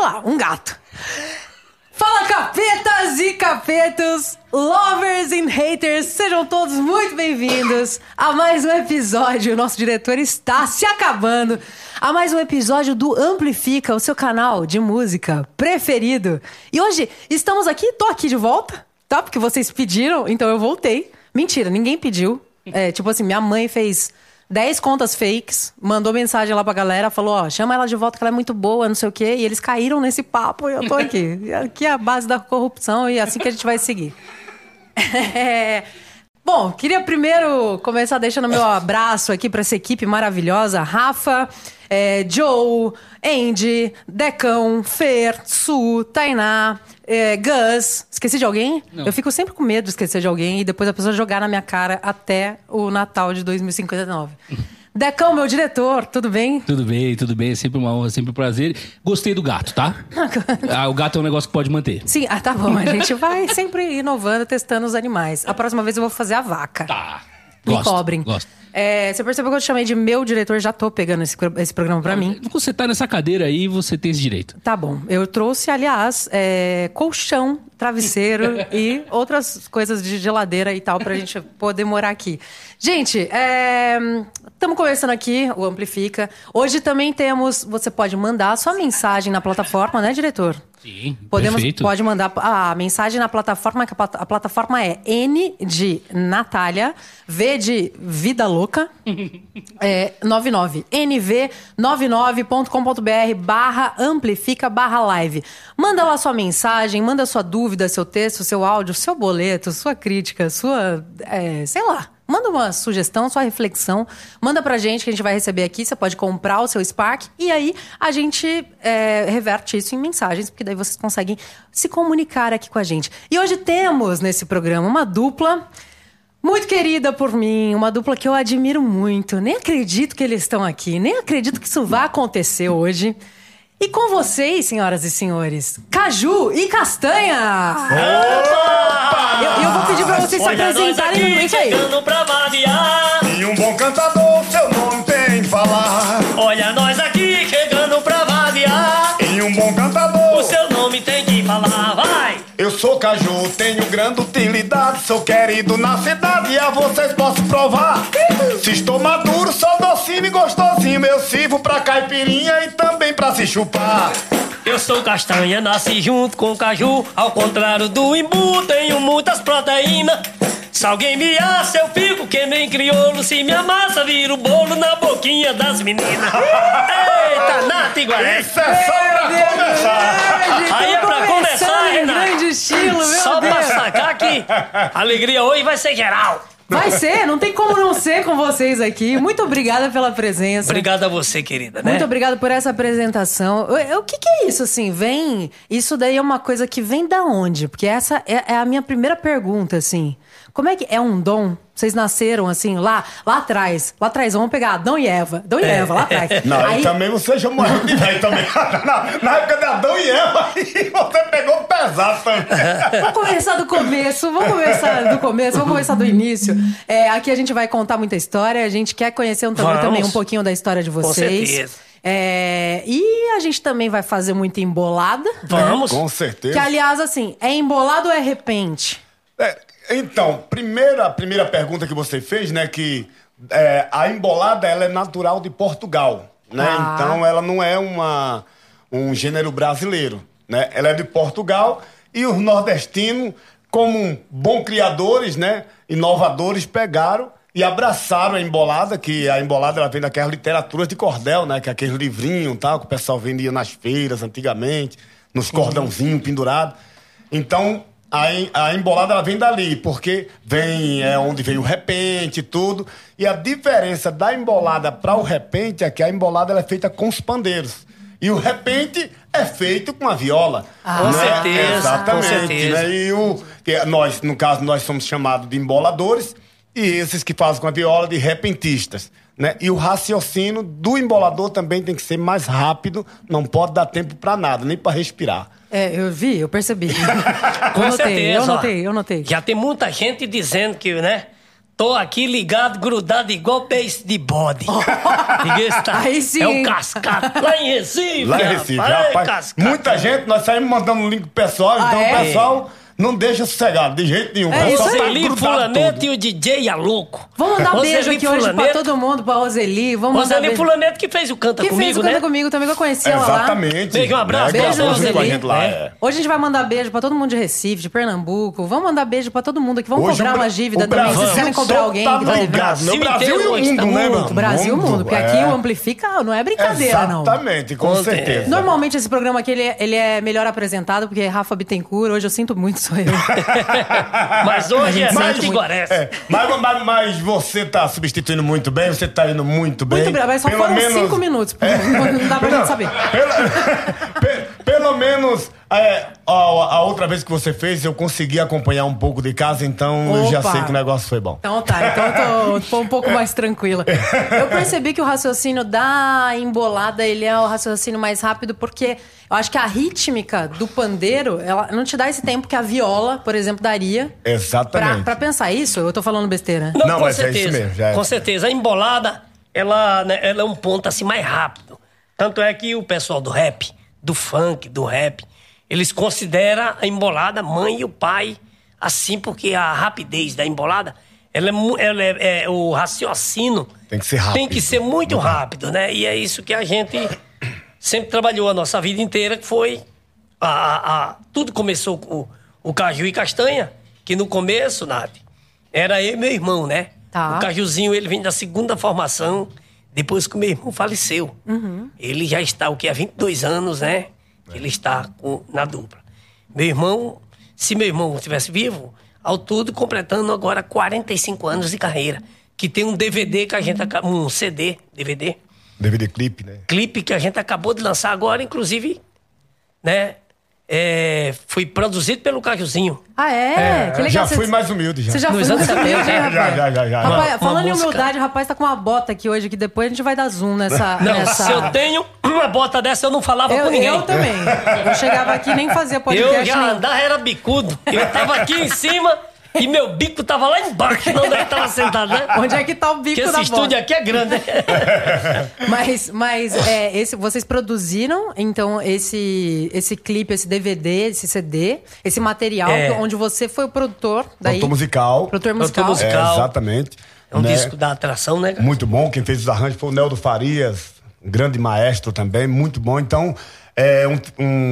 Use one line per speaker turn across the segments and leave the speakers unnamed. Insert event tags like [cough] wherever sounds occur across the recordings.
lá, um gato. Fala capetas e capetos, lovers and haters, sejam todos muito bem-vindos a mais um episódio. O nosso diretor é está se acabando. A mais um episódio do Amplifica, o seu canal de música preferido. E hoje estamos aqui, tô aqui de volta, tá? Porque vocês pediram, então eu voltei. Mentira, ninguém pediu. É, tipo assim, minha mãe fez 10 contas fakes, mandou mensagem lá pra galera, falou, ó, chama ela de volta que ela é muito boa, não sei o quê, e eles caíram nesse papo e eu tô aqui. E Aqui é a base da corrupção e é assim que a gente vai seguir. É, Bom, queria primeiro começar deixando meu abraço aqui pra essa equipe maravilhosa, Rafa, é, Joe, Andy, Decão, Fer, Su, Tainá, é, Gus. Esqueci de alguém? Eu fico sempre com medo de esquecer de alguém e depois a pessoa jogar na minha cara até o Natal de 2059. Decão, meu diretor, tudo bem?
Tudo bem, tudo bem. É sempre uma honra, sempre um prazer. Gostei do gato, tá? Ah, o gato é um negócio que pode manter.
Sim, ah, tá bom. A gente vai sempre inovando, testando os animais. A próxima vez eu vou fazer a vaca.
Tá.
Me
Gosto,
cobrem.
Gosto.
É, você percebeu que eu te chamei de meu diretor, já tô pegando esse, cro- esse programa pra mim.
Você tá nessa cadeira aí, você tem esse direito.
Tá bom. Eu trouxe, aliás, é, colchão,
[laughs]
travesseiro e outras coisas de geladeira e tal pra gente poder morar aqui. Gente, estamos começando aqui, o Amplifica. Hoje também temos. Você pode mandar a sua mensagem na plataforma, né, diretor?
Sim,
Podemos,
perfeito.
pode mandar a mensagem na plataforma, que a, plata- a plataforma é N de Natália, V de Vida Louca, é, 99, nv99.com.br barra amplifica barra live. Manda lá sua mensagem, manda sua dúvida, seu texto, seu áudio, seu boleto, sua crítica, sua, é, sei lá. Manda uma sugestão, sua reflexão, manda pra gente que a gente vai receber aqui. Você pode comprar o seu Spark e aí a gente é, reverte isso em mensagens, porque daí vocês conseguem se comunicar aqui com a gente. E hoje temos nesse programa uma dupla muito querida por mim, uma dupla que eu admiro muito. Nem acredito que eles estão aqui, nem acredito que isso vai acontecer hoje. E com vocês, senhoras e senhores, Caju e Castanha! Eu, eu vou pedir pra vocês se
Olha nós
apresentarem
aqui
no isso aí.
chegando pra variar.
E um bom cantador, seu nome tem que falar.
Olha nós aqui chegando pra variar.
E um bom cantador,
O seu nome tem que falar, vai.
eu sou Caju, tenho grande utilidade. Sou querido na cidade e a vocês posso provar. Se estou maduro, sou docinho e gostosinho. Eu sirvo pra caipirinha e também pra se chupar.
Eu sou castanha, nasci junto com o caju. Ao contrário do imbu, tenho muitas proteínas. Se alguém me assa, eu fico que nem crioulo. Se me amassa, vira o bolo na boquinha das meninas. Eita, Nath Iguaré.
Isso é só pra começar.
Aí é pra começar,
em
Renato.
grande estilo, meu
Só
Deus.
pra
[laughs]
sacar que a alegria hoje vai ser geral.
Vai ser, não tem como não ser com vocês aqui. Muito obrigada pela presença.
Obrigado a você, querida, né?
Muito obrigada por essa apresentação. Eu- eu- O que, que é isso, assim? Vem. Isso daí é uma coisa que vem da onde? Porque essa é, é a minha primeira pergunta, assim. Como é que é um dom? Vocês nasceram, assim, lá, lá atrás. Lá atrás, vamos pegar Adão e Eva. Adão
É.
e Eva, lá
[laughs]
atrás.
Não,
então
Aí-
e também você chamou ele de velho também. [laughs] Na, na época de Adão e Eva, [laughs] aí você pegou pesado também.
Vamos começar do começo, vamos começar do começo, vamos começar do início. É, aqui a gente vai contar muita história, a gente quer conhecer um- também,
Vamos.
também um pouquinho da história de vocês.
certeza.
É, e a gente também vai fazer muita embolada.
[laughs] Vamos.
Com certeza.
Que, aliás, assim, é embolado ou é repente?
É, então, primeira, primeira pergunta que você fez, né, que é, a embolada ela é natural de Portugal, né?
Ah.
Então ela não é uma, um gênero brasileiro, né? Ela é de Portugal e os nordestinos, como bons criadores, né, inovadores, pegaram e abraçaram a embolada, que a embolada ela vem daquelas literaturas de cordel, né, que é aquele livrinho, tal, que o pessoal vendia nas feiras antigamente, nos cordãozinhos pendurados. Então, a, em- a embolada ela vem dali, porque vem é onde vem o repente e tudo. E a diferença da embolada para o repente é que a embolada ela é feita com os pandeiros. E o repente é feito com a viola.
Ah,
Né?
Com certeza,
Exatamente.
com certeza.
né? E o, que nós, no caso, nós somos chamados de emboladores e esses que fazem com a viola de repentistas. Né? E o raciocínio do embolador também tem que ser mais rápido, não pode dar tempo para nada, nem para respirar.
É, eu vi, eu percebi.
[laughs] Com
eu notei,
certeza.
eu
ó.
notei, eu notei.
Já tem muita gente dizendo que, né? Tô aqui ligado, grudado, igual peixe
[laughs]
de bode. Ninguém está.
Aí sim.
É o cascata. Lá em Recife.
Lá em Recife,
rapaz,
rapaz.
cascata.
Muita gente, nós saímos mandando link pro pessoal,
Ah,
então
é?
o pessoal não deixa sossegado de jeito nenhum.
É
O
isso
pessoal
aí.
tá
Roseli
grudado
Fulaneta
todo.
e o é DJ Aluco.
Vamos mandar um
Roseli
beijo aqui hoje pra
Fulaneto.
todo mundo, pra Roseli. Vamos mandar um
Roseli
beijo.
Fulaneto que fez o Canta
que fez
Comigo,
o
né?
Canta Comigo também, que eu conheci ela lá.
Exatamente.
Beijo, um abraço,
Né?
beijo,
Gravou junto com a
Roseli.
gente lá.
É.
é.
Hoje a gente vai mandar beijo pra todo mundo de Recife, de Pernambuco. Vamos mandar beijo pra todo mundo aqui. Vamos
Hoje o
cobrar
Bra-
uma dívida
o
também. Se
Brasil
vocês querem cobrar
só
alguém
tá
que vai
ligado,
lembrar.
né? O Brasil e o
Cemitério
mundo,
hoje,
né,
tá
mano?
O Brasil e o mundo, porque
é.
aqui o Amplifica não é brincadeira, não.
Exatamente, com,
Com
certeza.
certeza.
Normalmente esse programa aqui, ele é, ele é melhor apresentado, porque Rafa Bittencourt, hoje eu sinto muito, sou
[laughs]
eu.
Mas hoje é
Mas-
Santo de Goressa.
É, mas, mas, mas você tá substituindo muito bem, você tá indo muito bem.
Muito obrigada, mas só
Pelo
foram
menos- É.
cinco minutos, porque não dá pra gente saber.
Pela- pe- [laughs] pelo [laughs] menos é, a, a outra vez que você fez, eu consegui acompanhar um pouco de casa, então eu já
Opa.
sei que o negócio foi bom.
Então tá, então eu tô, tô um pouco mais tranquila. Eu percebi que o raciocínio da embolada, ele é o raciocínio mais rápido, porque eu acho que a rítmica do pandeiro, ela não te dá esse tempo que a viola, por exemplo, daria. Pra,
Exatamente.
pra pensar isso, eu tô falando besteira. né?
Não,
Não,
com
mas é isso
certeza.
mesmo, já é.
Com certeza. A embolada, ela, né, ela é um ponto assim mais rápido. Tanto é que o pessoal do rap, do funk, do rap, eles consideram a embolada mãe e o pai, assim, porque a rapidez da embolada, ela é, mu- ela é- é- o raciocínio.
Tem que ser rápido.
Tem que ser muito rápido, né? E é isso que a gente sempre trabalhou a nossa vida inteira, que foi. A, a- a- tudo começou com o caju e castanha, que no começo, Nath, era eu e meu irmão, né?
Tá.
O Cajuzinho, ele vem da segunda formação, depois que o meu irmão faleceu.
Uhum.
Ele já está, o que, há 22 anos, né? Ele está com- na dupla. Meu irmão, se meu irmão estivesse vivo, ao todo completando agora 45 anos de carreira. Que tem um DVD que a gente... aca- Um CD, DVD,
DVD clipe, né?
clipe que a gente acabou de lançar agora, inclusive, né? É, foi produzido pelo Cajuzinho.
Ah, é? que legal.
já
você-
fui mais humilde já.
Você já foi
Nos
mais
anos
humilde, hein,
70,
rapaz?
[laughs] já, já, já, já.
Rapaz,
Uma-
falando
uma
em
música.
humildade, rapaz tá com uma bota aqui hoje, que depois a gente vai dar zoom nessa...
Não,
nessa...
se eu tenho uma bota dessa, eu não falava com
Eu,
ninguém.
eu também. Eu chegava aqui e nem fazia podcast.
Eu já
nem-
andava, era bicudo. Eu tava aqui em cima e meu bico tava lá embaixo, não onde eu tava sentado, né?
Onde é que tá o bico
Porque
da um
esse
bota?
estúdio aqui é grande.
Mas, mas é, esse, vocês produziram, então, esse, esse clipe, esse DVD, esse CD, esse material,
É.
onde você foi o produtor. Daí,
Produtor musical.
Produtor musical.
Produtor
É,
um musical.
exatamente.
É um
né?
disco da atração, né? cara?
Muito bom, quem fez os arranjos foi o Neldo Farias, um grande maestro também, muito bom. Então, é um,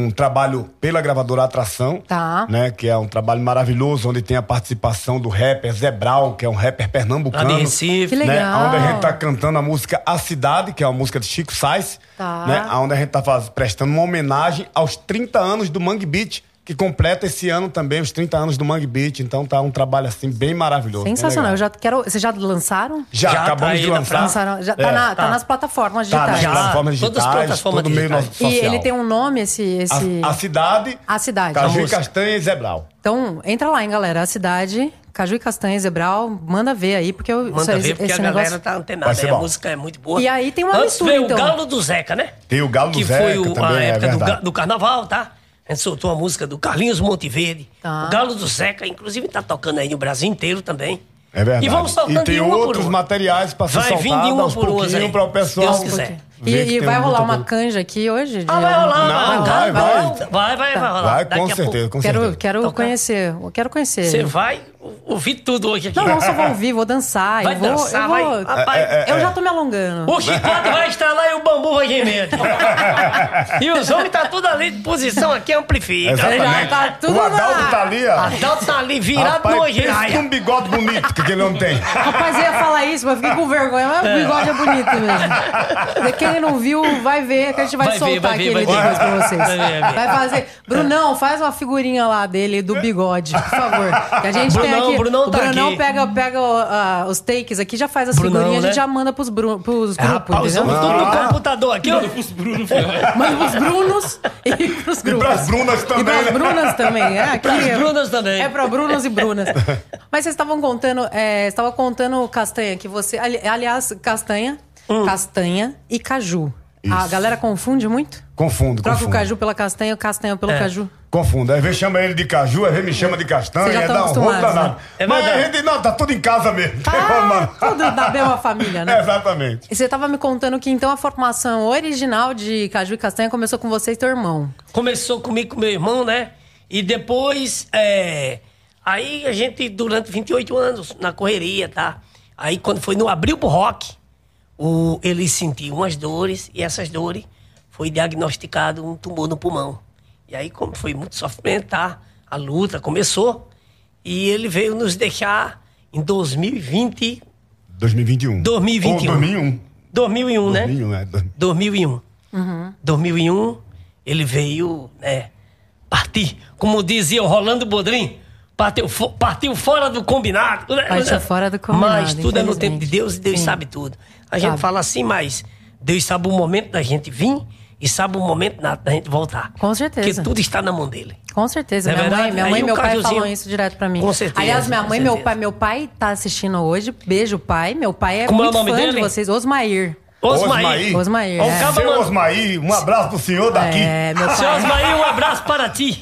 um trabalho pela gravadora Atração,
Tá.
né? Que é um trabalho maravilhoso, onde tem a participação do rapper Zé Brau, que é um rapper pernambucano.
Lá de Recife.
Que
Né,
legal.
onde a gente tá cantando a música A Cidade, que é uma música de Chico Sainz,
Tá.
né? Onde a gente tá faz- prestando uma homenagem aos 30 anos do Mangue Beat, que completa esse ano também os 30 anos do Mangue Beat. Então tá um trabalho assim bem maravilhoso. bem
Sensacional.
legal.
Eu já quero. Vocês já lançaram?
Já,
Já tá
acabamos
aí
de
na
lançar.
França.
Lançaram já tá,
É.
na- tá
tá.
nas plataformas
Tá, nas
digitais.
já.
plataformas
Todas as
digitais,
plataformas
todo meio
digitais.
no-
E
social.
ele tem um nome, esse. esse...
A, a cidade.
A Cidade.
Caju
A
e
música.
Castanha e Zebral.
Então, entra lá, hein, galera. A cidade, Caju e Castanha, Zebral, manda ver aí, porque eu,
Manda
esse,
ver, porque
esse
a galera
negócio.
tá
Vai
antenada.
ser
né? A
bom.
música é muito boa.
E aí tem uma
Antes
mistura,
veio
então.
o Galo do Zeca, né?
Tem o Galo do
que
Zeca
foi o-
também,
a
é
época do,
verdade.
ga- do carnaval, tá? A gente soltou a música do Carlinhos Monteverde.
Tá.
O Galo do Zeca, inclusive, tá tocando aí no Brasil inteiro também.
É verdade.
E vamos soltando
E tem
de uma por
outros
uma.
materiais pra ser
Vai vir de
soltado
uma
aos
por uma,
pouquinhos
Zé.
para o pessoal.
Se Deus quiser.
E,
ver que
e
tem um
vai rolar
muita
uma
coisa.
canja aqui hoje? de-
Ah, vai rolar,
Não,
vai,
vai,
rolar,
vai.
rolar. Vai, vai, vai rolar.
Vai, com
Daqui a
certeza,
pouco
com
Quero,
certeza.
quero
Então, cara.
conhecer. Eu quero conhecer.
Você vai ou- ouvir tudo hoje aqui.
Não, não só vou ouvir, vou dançar.
Vai
eu vou,
dançar,
eu
vai.
vou-
Rapaz,
É, é,
Eu já tô me alongando.
o chicote vai estralar e o bambu vai
[laughs]
gemer aqui. e os homens tá tudo ali de posição aqui, amplifica.
Exatamente.
tá tudo
o
na-
Adalto tá ali,
A
ó.
Dalton tá ali virado no
Rapaz, pensa
giraia.
num bigode bonito que aquele homem tem.
Rapaz, eu ia falar isso, mas fiquei com vergonha. Mas o bigode é bonito mesmo. [laughs] Quem não viu, vai ver, que a gente vai,
Vai ver,
soltar
vai ver,
aquele
vai ver.
depois pra vocês.
Vai ver, vai ver.
Vai fazer. Brunão, faz uma figurinha lá dele do bigode, por favor. Que a gente tem
Brunão,
aqui.
Brunão
o
tá
Brunão
aqui.
pega, pega ó, ah, os takes aqui, já faz as
Brunão,
figurinhas, a gente
né?
já
É,
manda pros, Bru, pros grupos,
Rapaz, os homens
entendeu?
tudo no
um Ah.
computador aqui, ó.
Os Bruno foi lá.
Manda pros Brunos e
[laughs]
pros grupos.
pras Brunas
E
também,
pras
né?
Brunas também.
[laughs]
É, aqui
Pras
é-
Brunas também.
É pra Brunos e Brunas. Mas vocês estavam contando, é, estava contando, Castanha, que você. ali- aliás, Castanha, Castanha e Caju. A
Hum. Isso.
galera confunde muito?
Confundo,
Troca o
confundo.
caju pela castanha, o castanha
É.
pelo caju.
Confundo. Às vezes chama ele de caju, às vezes me chama de
Vocês
castanha,
já
é
estão
dar um rolo
acostumados,
danado.
né?
É
Mas a
verdade.
gente não, tá tudo em casa mesmo. [laughs] É,
Ah, tudo da mesma família, né?
Exatamente.
E você tava me contando que então a formação original de Caju e Castanha começou com você e teu irmão.
Começou comigo com meu irmão, né? E depois, é... Aí a gente, durante 28 anos, na correria, tá? Aí quando foi no abril pro rock, o... ele sentiu umas dores, e essas dores foi diagnosticado um tumor no pulmão. E aí, como foi muito sofrimento, tá? A luta começou, e ele veio nos deixar em 2020,
2021.
2021.
Ou 2001.
2001, né?
2001, é.
2001.
Uhum.
2001, ele veio, né, partir, como dizia o Rolando Bodrim, partiu, fo- partiu fora do combinado. né?
Partiu fora do combinado,
Mas tudo é no tempo de
infelizmente.
Deus e Deus
Sim.
sabe tudo. A gente
Sabe.
fala assim, mas Deus sabe o momento da gente vir e sabe o momento na- da gente voltar.
Com certeza.
Porque tudo está na mão dele.
Com certeza.
Não é
minha mãe,
verdade?
minha mãe
Aí
e
o
meu pai
cajuzinho-
falam isso direto pra mim.
Com certeza,
Aliás, minha
com
mãe e meu
certeza.
pai. Meu pai tá assistindo hoje. Beijo, pai. Meu pai é
Como é o
muito
nome
fã de
dele?
vocês. Osmair.
Osmaí.
Osmaí,
Ó,
é.
o Seu
Mano.
Osmaí, um abraço pro senhor daqui.
É, meu
Seu
pai.
Osmaí, um abraço para
[laughs]
ti.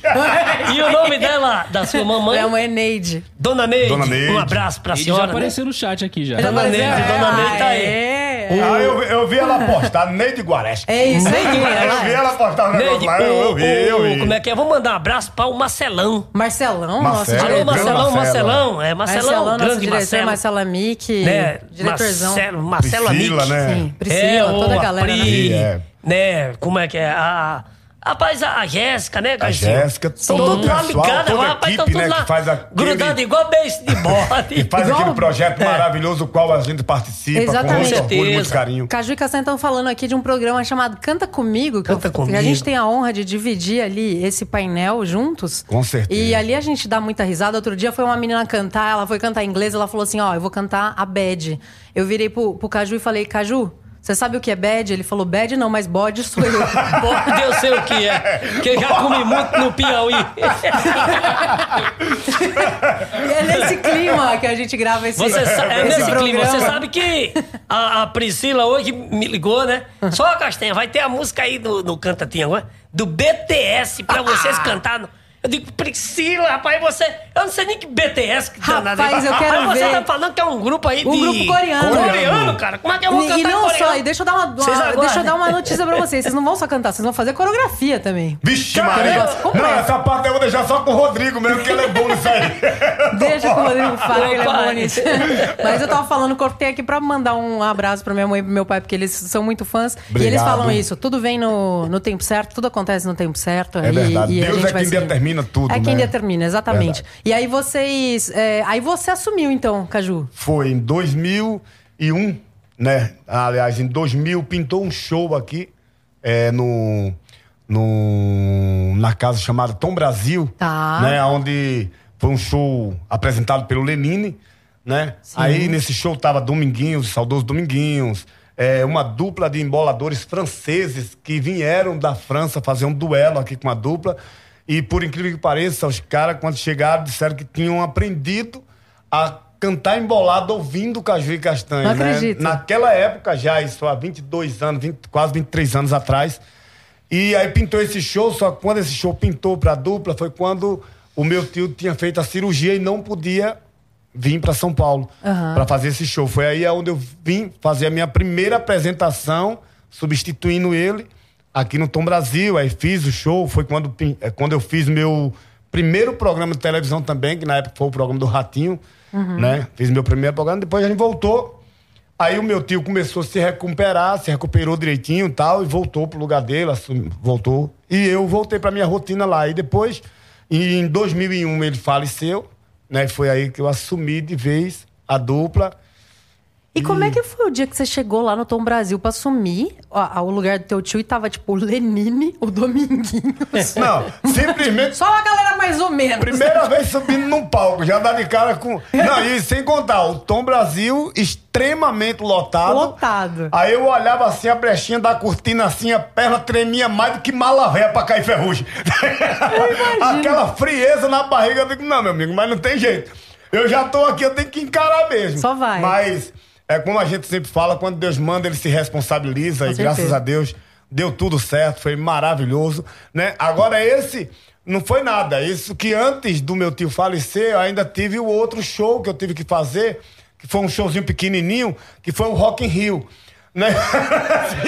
e o nome dela, da sua mamãe?
É uma Eneide.
Dona Neide.
Dona Neide.
Um abraço para a
Ele já
senhora. né?
apareceu no chat aqui já.
Dona
Apareceu? Ah,
Neide, Dona Neide tá aí.
É,
Ah, eu, eu vi ela postar, Neide Guareschi.
é isso aí.
Eu vi
ela é.
ela postar um negócio
Neide,
lá, eu, eu vi, eu
o- o-
vi.
Como é que é? Vou mandar um abraço para o Marcelão.
Marcelão, nosso
Marcelo,
diretor.
Alô, Marcelão,
É, grande Marcelo.
Marcelão. É, Marcelão,
Marcelão, nosso
grande
diretor.
Marcelo.
Marcelo Amick.
né?
Diretorzão.
Marcelo, Marcelo
Priscila,
Amick.
né?
Sim, Priscila,
é,
toda a
o
galera. né?
Pri,
É.
né? Como é que é? A, rapaz, a, a Jéssica, né?
A
Garcia?
Jéssica,
Tão
todo
tudo lá
o pessoal,
ligado,
toda a
rapaz, tão
equipe,
tudo
né,
lá
que faz aquele-
grudado igual beijo de
[laughs] E
bode.
faz
Igual- é.
aquele projeto maravilhoso, o qual a gente participa com
Exatamente.
muito orgulho, muito
Certeza.
carinho.
Caju e Castanha estão falando aqui de um programa chamado Canta Comigo, que,
Canta
eu- que a
Comigo.
gente tem a honra de dividir ali esse painel juntos.
Com certeza.
E ali a gente dá muita risada. Outro dia foi uma menina cantar, ela foi cantar em inglês, ela falou assim: Ó, eu vou cantar a bad. Eu virei pro, pro Caju e falei: Caju, você sabe o que é bad? Ele falou: bad não, mas bode sou eu.
Pode eu sei o que é, que eu já comi muito no
[laughs]
Piauí.
e é nesse clima que a gente grava esse,
Você sa- é
esse
nesse clima,
programa.
você sabe que a, a Priscila hoje me ligou, né? Só, Castanha, vai ter a música aí no, no Cantatinha agora, do BTS, pra vocês
Ah.
cantar. no- Eu digo, Priscila, rapaz, você. Eu não sei nem que BTS que danado é.
Rapaz, eu quero
Rapaz, você
ver.
tá falando que é um grupo aí
Um
de.
grupo coreano.
Coreano, cara. Como é que eu vou
E-
cantar
e não
em coreano?
só, e deixa eu dar uma,
Vocês
uma-
aguardem.
deixa eu dar uma notícia pra vocês. Vocês não vão só cantar, vocês vão fazer coreografia também.
Vixe,
Cara,
Maria.
negócio completo.
Não, essa parte eu vou deixar só com o Rodrigo mesmo, que ele é bom nisso aí.
[laughs] Deixa que o Rodrigo fala que ele é
Opa.
bom
[laughs]
nisso. Mas eu tava falando, cortei aqui pra mandar um abraço pra minha mãe e pro meu pai, porque eles são muito fãs. E eles
Obrigado.
falam isso, tudo vem no, no tempo certo, tudo acontece no tempo certo.
É
e-
verdade.
e a
Deus
gente
é
vai
quem
seguindo.
determina tudo,
É quem
né?
determina, exatamente.
Verdade.
E aí vocês... é, aí você assumiu então, Caju.
Foi em 2001, né? Aliás, em 2000 pintou um show aqui é, no, no na casa chamada Tom Brasil,
Tá.
né? Onde foi um show apresentado pelo Lenine, né? Aí nesse show tava Dominguinhos, saudoso Dominguinhos, é, uma dupla de emboladores franceses que vieram da França fazer um duelo aqui com a dupla. E por incrível que pareça, os caras quando chegaram disseram que tinham aprendido a cantar embolado ouvindo Caju e Castanha.
Não
né?
acredito.
Naquela época já, isso há 22 anos, 20, quase 23 anos atrás. E aí pintou esse show, só que quando esse show pintou pra dupla foi quando o meu tio tinha feito a cirurgia e não podia vir pra São Paulo
Aham.
pra fazer esse show. Foi aí onde eu vim fazer a minha primeira apresentação, substituindo ele aqui no Tom Brasil. Aí fiz o show, foi quando, pin- é, quando eu fiz meu primeiro programa de televisão também, que na época foi o programa do Ratinho, né? Fiz meu primeiro programa, depois a gente voltou. Aí o meu tio começou a se recuperar, se recuperou direitinho e tal, e voltou pro lugar dele, assumi- voltou. E eu voltei pra minha rotina lá. E depois, em 2001, ele faleceu, né? Foi aí que eu assumi de vez a dupla.
E como
Hum.
é que foi o dia que você chegou lá no Tom Brasil pra assumir a- a- o lugar do teu tio e tava tipo o Lenine, o
[laughs]
Dominguinhos...
Não, simplesmente
Só a galera mais ou menos.
Primeira vez subindo num palco, já dá de cara com. Não, e sem contar, o Tom Brasil extremamente lotado.
Lotado.
Aí eu olhava assim a brechinha da cortina, assim, a perna tremia mais do que mala véia pra cair ferrugem. Aquela frieza na barriga, eu digo, não, meu amigo, mas não tem jeito. Eu já tô aqui, eu tenho que encarar mesmo.
Só vai.
Mas é como a gente sempre fala, quando Deus manda, ele se responsabiliza, e
certeza.
graças a Deus. deu tudo certo, foi maravilhoso, né? Agora esse não foi nada. Isso que antes do meu tio falecer, eu ainda tive o outro show que eu tive que fazer, que foi um showzinho pequenininho, que foi o Rock in Rio. Né? [laughs]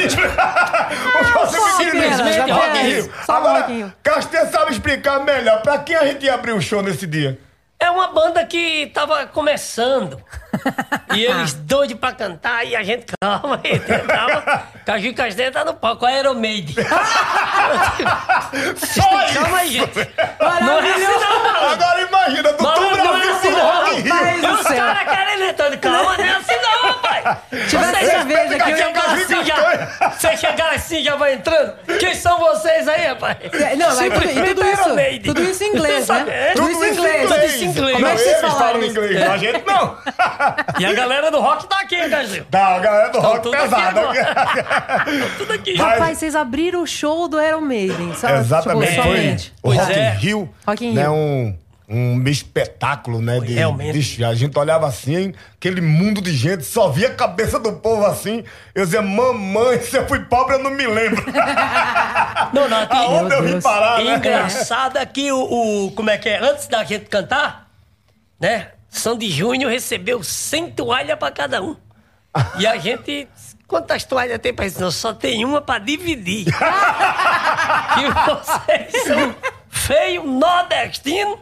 um showzinho
pô,
pequenininho, né?
Pera,
Rock
pera,
in Rio.
só um pouquinho.
Agora, Castel sabe explicar melhor. Pra quem a gente abriu o show nesse dia?
É uma banda que tava começando.
[laughs]
e eles doidos pra cantar e a gente calma. [laughs] E tentava. Caju e Castanha tá no palco,
[laughs]
a Aeromade.
Só isso!
calma aí, gente. Não é assim
Maravilhoso.
não, malandro.
Agora imagina, do
Mas não
Tudo
é
Brasil
assim,
pro Rock in Rio.
rapaz.
E os
Céu.
caras querem entrando. Calma, não é assim não, rapaz.
[laughs] Tivesse
Vocês-
cerveja aqui, eu ia
Caju e
chegar assim
Castanha.
já. Você chegar assim já vai entrando. Quem são vocês aí, rapaz?
É, Não, mas tudo, e tudo
Simplesmente Aeromade.
isso, tudo isso em inglês, né?
Sabe? é.
Tudo isso em inglês.
Tudo isso em inglês.
Como é
Não,
que vocês
eles
falaram
falam
isso?
inglês, a gente não.
[laughs] E a galera do rock tá aqui, Caju.
Tá, a galera do rock
tudo aqui
pesada. [laughs]
Tudo aqui.
Mas-
Rapaz, vocês abriram o show do Iron Maiden, sabe?
Exatamente,
Tipo,
foi
somente.
o
Pois
Rock
é.
in Rio.
Rock in
né,
Rio.
Um, um espetáculo, né? De,
Realmente.
de- a gente olhava assim, aquele mundo de gente, só via a cabeça do povo assim. Eu dizia, mamãe, se eu fui pobre, eu não
[laughs]
me lembro.
Não, não, tem...
Aonde eu vim
Deus.
parar, né?
Engraçado é que o, o- Como é que é? Antes da gente cantar, né? Sandy Júnior recebeu 100 toalhas pra cada um. E a gente. Quantas toalhas tem pra isso? Não, só tem uma pra dividir. que vocês são feio, nordestino.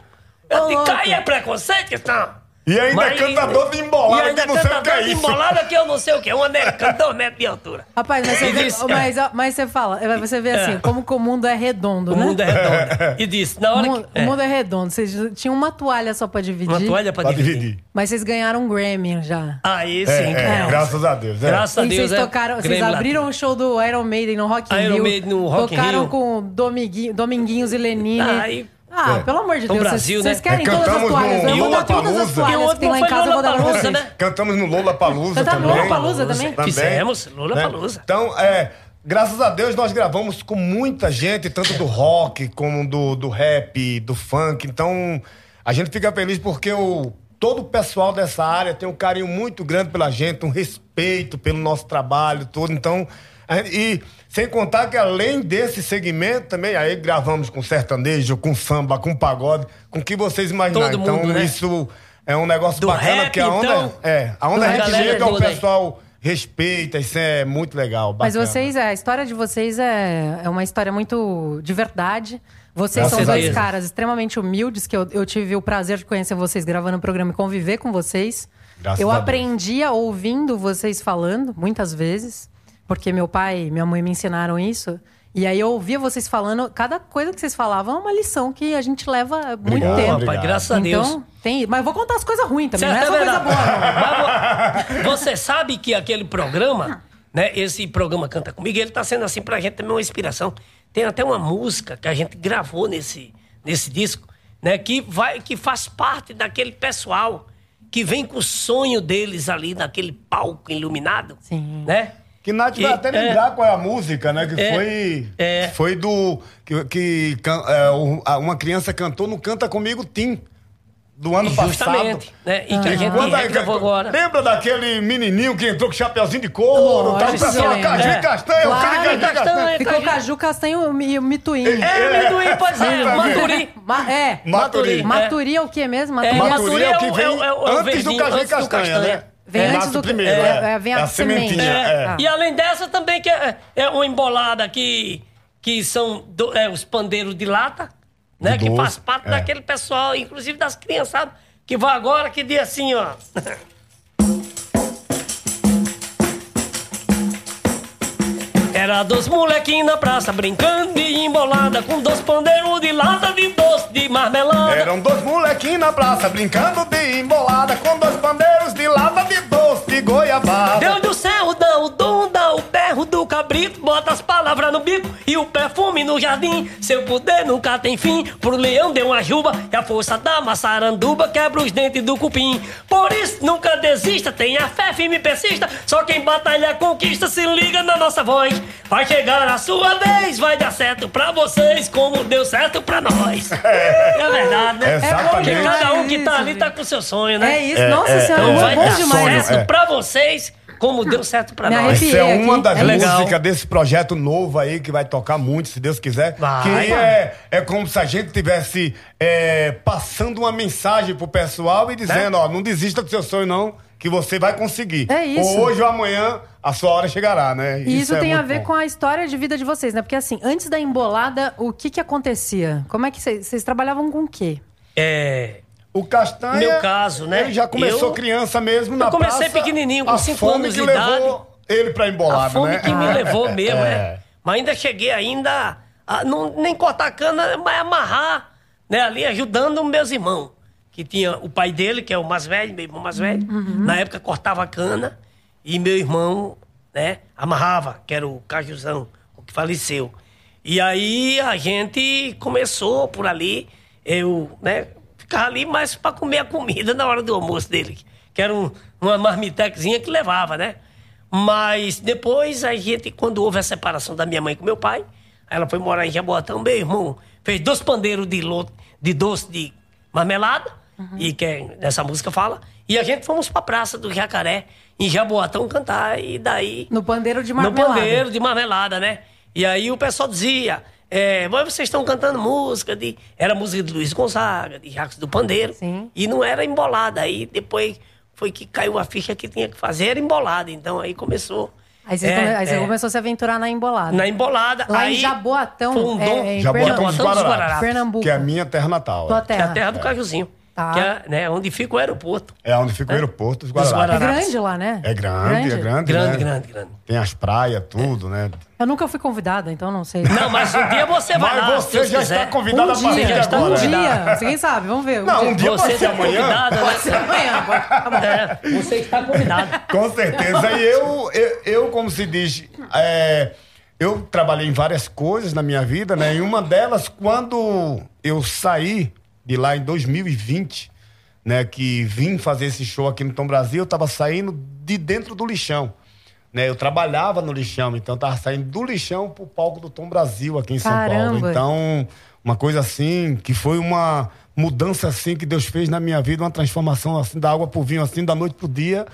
Eu
Ô,
digo,
louco.
"Aí é preconceito? Não.
E ainda cantador de embolada,
e ainda
que não sei o que é
cantador de
isso.
embolada que eu não sei o que é. Um americano, dois metros de altura.
Rapaz, mas você,
E
vê,
disse-
mas, mas você fala, você vê assim,
É.
como que o mundo é redondo,
O
né?
mundo é redondo.
[laughs]
E disse, na
O
hora
mundo-
que.
o
é,
mundo é redondo. Vocês tinham uma toalha só pra dividir.
uma toalha pra,
Pra
dividir.
dividir.
Mas vocês ganharam um Grammy já.
Aí
É,
sim, então.
é,
cara.
graças a Deus. é.
Graças a
e
Deus.
vocês
é.
tocaram, vocês
Grêmio
abriram o show do Iron Maiden no Rock in
Iron
Rio.
Maiden no Rock in
tocaram
Rio.
com Domingui- Dominguinhos e Lenine.
Ai.
ah,
É.
pelo amor de
O
Deus, vocês-
Brasil,
vocês
né?
querem
É,
todas as
cantamos
toalhas.
no-
Eu
e
vou dar
outro
todas as
E o
Lollapalooza.
toalhas que
outro
tem lá em
foi
casa, eu vou dar pra
Lollapalooza,
vocês.
né?
Cantamos no Lula Palusa
Cantava
também. Né?
no Lollapalooza também?
Fizemos, Lollapalooza.
Então, é, graças a Deus nós gravamos com muita gente, tanto do rock como do, do rap, do funk. Então, a gente fica feliz porque o, todo o pessoal dessa área tem um carinho muito grande pela gente, um respeito pelo nosso trabalho todo. Então, a gente- e sem contar que além desse segmento também, aí gravamos com sertanejo, com samba, com pagode, com o que vocês imaginarem.
Todo
então,
mundo, né?
isso é um negócio
Do
bacana,
rap,
porque a onda,
então?
é, a onda
Da
a gente
galera
chega, o
toda aí.
pessoal respeita, isso é muito legal.
Mas
bacana.
vocês, é, a história de vocês é, é uma história muito de verdade. Vocês
Graças
são
a
dois
Deus.
caras extremamente humildes, que eu, eu tive o prazer de conhecer vocês gravando o programa e conviver com vocês.
Graças
eu
a Deus.
aprendia ouvindo vocês falando, muitas vezes, porque meu pai e minha mãe me ensinaram isso. E aí eu ouvia vocês falando, cada coisa que vocês falavam é uma lição que a gente leva muito
Obrigado,
tempo.
obrigado.
Rapaz, graças a Deus.
Então, tem. Mas eu vou contar as coisas ruins também,
[laughs]
não é
Certo,
só coisa
Everaldo?
boa, não.
Mas vo- Você sabe que aquele programa, né? Esse programa Canta Comigo, ele tá sendo assim pra gente também uma inspiração. Tem até uma música que a gente gravou nesse, nesse disco, né? Que, vai, que faz parte daquele pessoal que vem com o sonho deles ali naquele palco iluminado.
Sim.
Né?
Que Nath vai
E-
até
é.
lembrar qual é a música, né? Que
É,
foi.
é.
Foi do. Que, que can- é, o- a- uma criança cantou no Canta Comigo Tim. Do ano
Justamente,
passado.
né?
Ah.
E que a
E
gente
quando é a-
regravou agora.
Lembra daquele menininho que entrou com chapeuzinho de couro? Tá o
Lógico,
pessoal
eu
Caju
lembro.
e Castanha, o
Claro,
cara Caju e
É. Castanha.
Castanha.
Ficou Caju, Castanho e o Mituim.
É, amendoim, pois é,
Tá vendo?
maturi.
Ma- é.
Maturi.
Maturi.
Maturi é o que mesmo?
É,
Maturi.
Maturi.
Maturi é o que
é o-
vem
é o- é o
antes do
verdinho,
Caju e
antes do
Castanha,
Castanha.
né?
Vem
É,
antes
nasce
do-
primeiro,
é,
é,
é, vem a semente.
é.
Ah.
E além dessa também que é, é uma embolada que, que são do- é, os pandeiros de lata, né?
De
que faz
doce,
parte
é.
daquele pessoal, inclusive das crianças, sabe? Que vai agora, que dia assim, ó. [laughs] Era dois molequinhos na praça brincando de embolada com dois pandeiros de lata de doce de marmelada.
Eram dois molequinhos na praça brincando de embolada com dois pandeiros de lata de doce de goiabada.
Deus do céu, dá o dom, dá o berro do cabrito, bota as palavras no bico e o perfume no jardim. Seu poder nunca tem fim, pro leão deu uma juba e a força da maçaranduba quebra os dentes do cupim. Por isso, nunca desista, tenha fé, firme e persista, só quem batalha conquista, se liga na nossa voz. Vai chegar a sua vez, vai dar certo pra vocês, como deu certo pra nós. É verdade, né?
Exatamente.
Porque cada um que
Isso, é
tá ali
gente.
tá com seu sonho, né?
É isso, nossa senhora,
Então
é,
vai
bom
dar
demais.
sucesso pra vocês, como deu certo pra
Me
nós.
arrepiei.
Essa é
um aqui.
uma das
É legal.
músicas desse projeto novo aí que vai tocar muito, se Deus quiser.
Vai.
Que é, é como se a gente tivesse é, passando uma mensagem pro pessoal e dizendo, ó, não desista do seu sonho não, que você vai conseguir.
Né? É isso.
Ou hoje ou amanhã a sua hora chegará, né?
E isso,
é
tem a
muito
ver
bom.
com a história de vida de vocês, né? Porque assim, antes da embolada, o que que acontecia? Como é que vocês vocês trabalhavam com o quê?
É.
O Castanha...
Meu caso, né?
Ele já começou
Eu-
criança mesmo na
eu comecei
praça,
pequenininho, com
a
cinco
fome
anos
que
de idade.
levou ele pra embolada,
a fome
né?
que me levou mesmo,
[laughs] É.
é. Mas ainda cheguei ainda a não, nem cortar a cana, mas amarrar, né? Ali ajudando meus irmãos. Que tinha o pai dele, que é o mais velho, meu irmão mais velho. Na época cortava a cana e meu irmão, né? Amarrava, que era o Cajuzão, o que faleceu. E aí a gente começou por ali, eu, né? Ficava ali mais pra comer a comida [laughs] na hora do almoço dele. Que era um- uma marmitequezinha que levava, né? Mas depois a gente, quando houve a separação da minha mãe com meu pai, ela foi morar em Jabotão, meu irmão fez dois pandeiros de, lo- de doce de marmelada,
Uhum.
e que é- nessa música fala, e a gente fomos pra Praça do Jacaré, em Jaboatão, cantar, e daí...
No pandeiro de marmelada.
No pandeiro de marmelada, né? E aí o pessoal dizia, é, mas vocês estão cantando música de... Era música de Luiz Gonzaga, de Jacques do Pandeiro,
Sim.
e não era embolada. Aí depois foi que caiu a ficha que tinha que fazer, era embolada. Então aí começou.
Aí, vocês
É,
come- aí você
é.
começou a se aventurar na embolada.
Na embolada.
Lá em
aí
Jaboatão,
foi um
é,
dom-
é, em
Jaboatão
Pernambuco.
Jaboatão
dos
dos
Guararapes.
Guararapes.
Pernambuco.
Que é a minha terra natal.
Tua
é.
Que é
terra.
a terra do Cajuzinho.
Tá.
Que é né, onde fica o aeroporto.
É onde fica o aeroporto
Dos
dos Guararapes.
É
Guararapes.
grande lá, né?
É grande, é grande.
Grande,
né?
grande, grande.
Tem as praias, tudo, né?
Eu nunca fui convidada, então não sei.
Não, mas um dia você vai
Mas
lá. se
você
Deus
já
quiser.
está convidado a
um
partir
dia,
de
já está
agora.
um
convidado.
dia. Você quem sabe, vamos ver.
Não, um dia pode
Você
ser
está
amanhã.
convidado, né?
Pode ser amanhã. pode- tá bom.
É, você está convidado.
Com certeza. E eu, eu, eu, como se diz, é, eu trabalhei em várias coisas na minha vida, né? E uma delas, quando eu saí de lá em 2020, né? Que vim fazer esse show aqui no Tom Brasil, eu tava saindo de dentro do lixão. Né, eu trabalhava no lixão, então eu tava saindo do lixão pro palco do Tom Brasil aqui em São Paulo.
Caramba.
Então, Então, uma coisa assim, que foi uma mudança assim que Deus fez na minha vida, uma transformação assim da água pro vinho, assim da noite pro dia,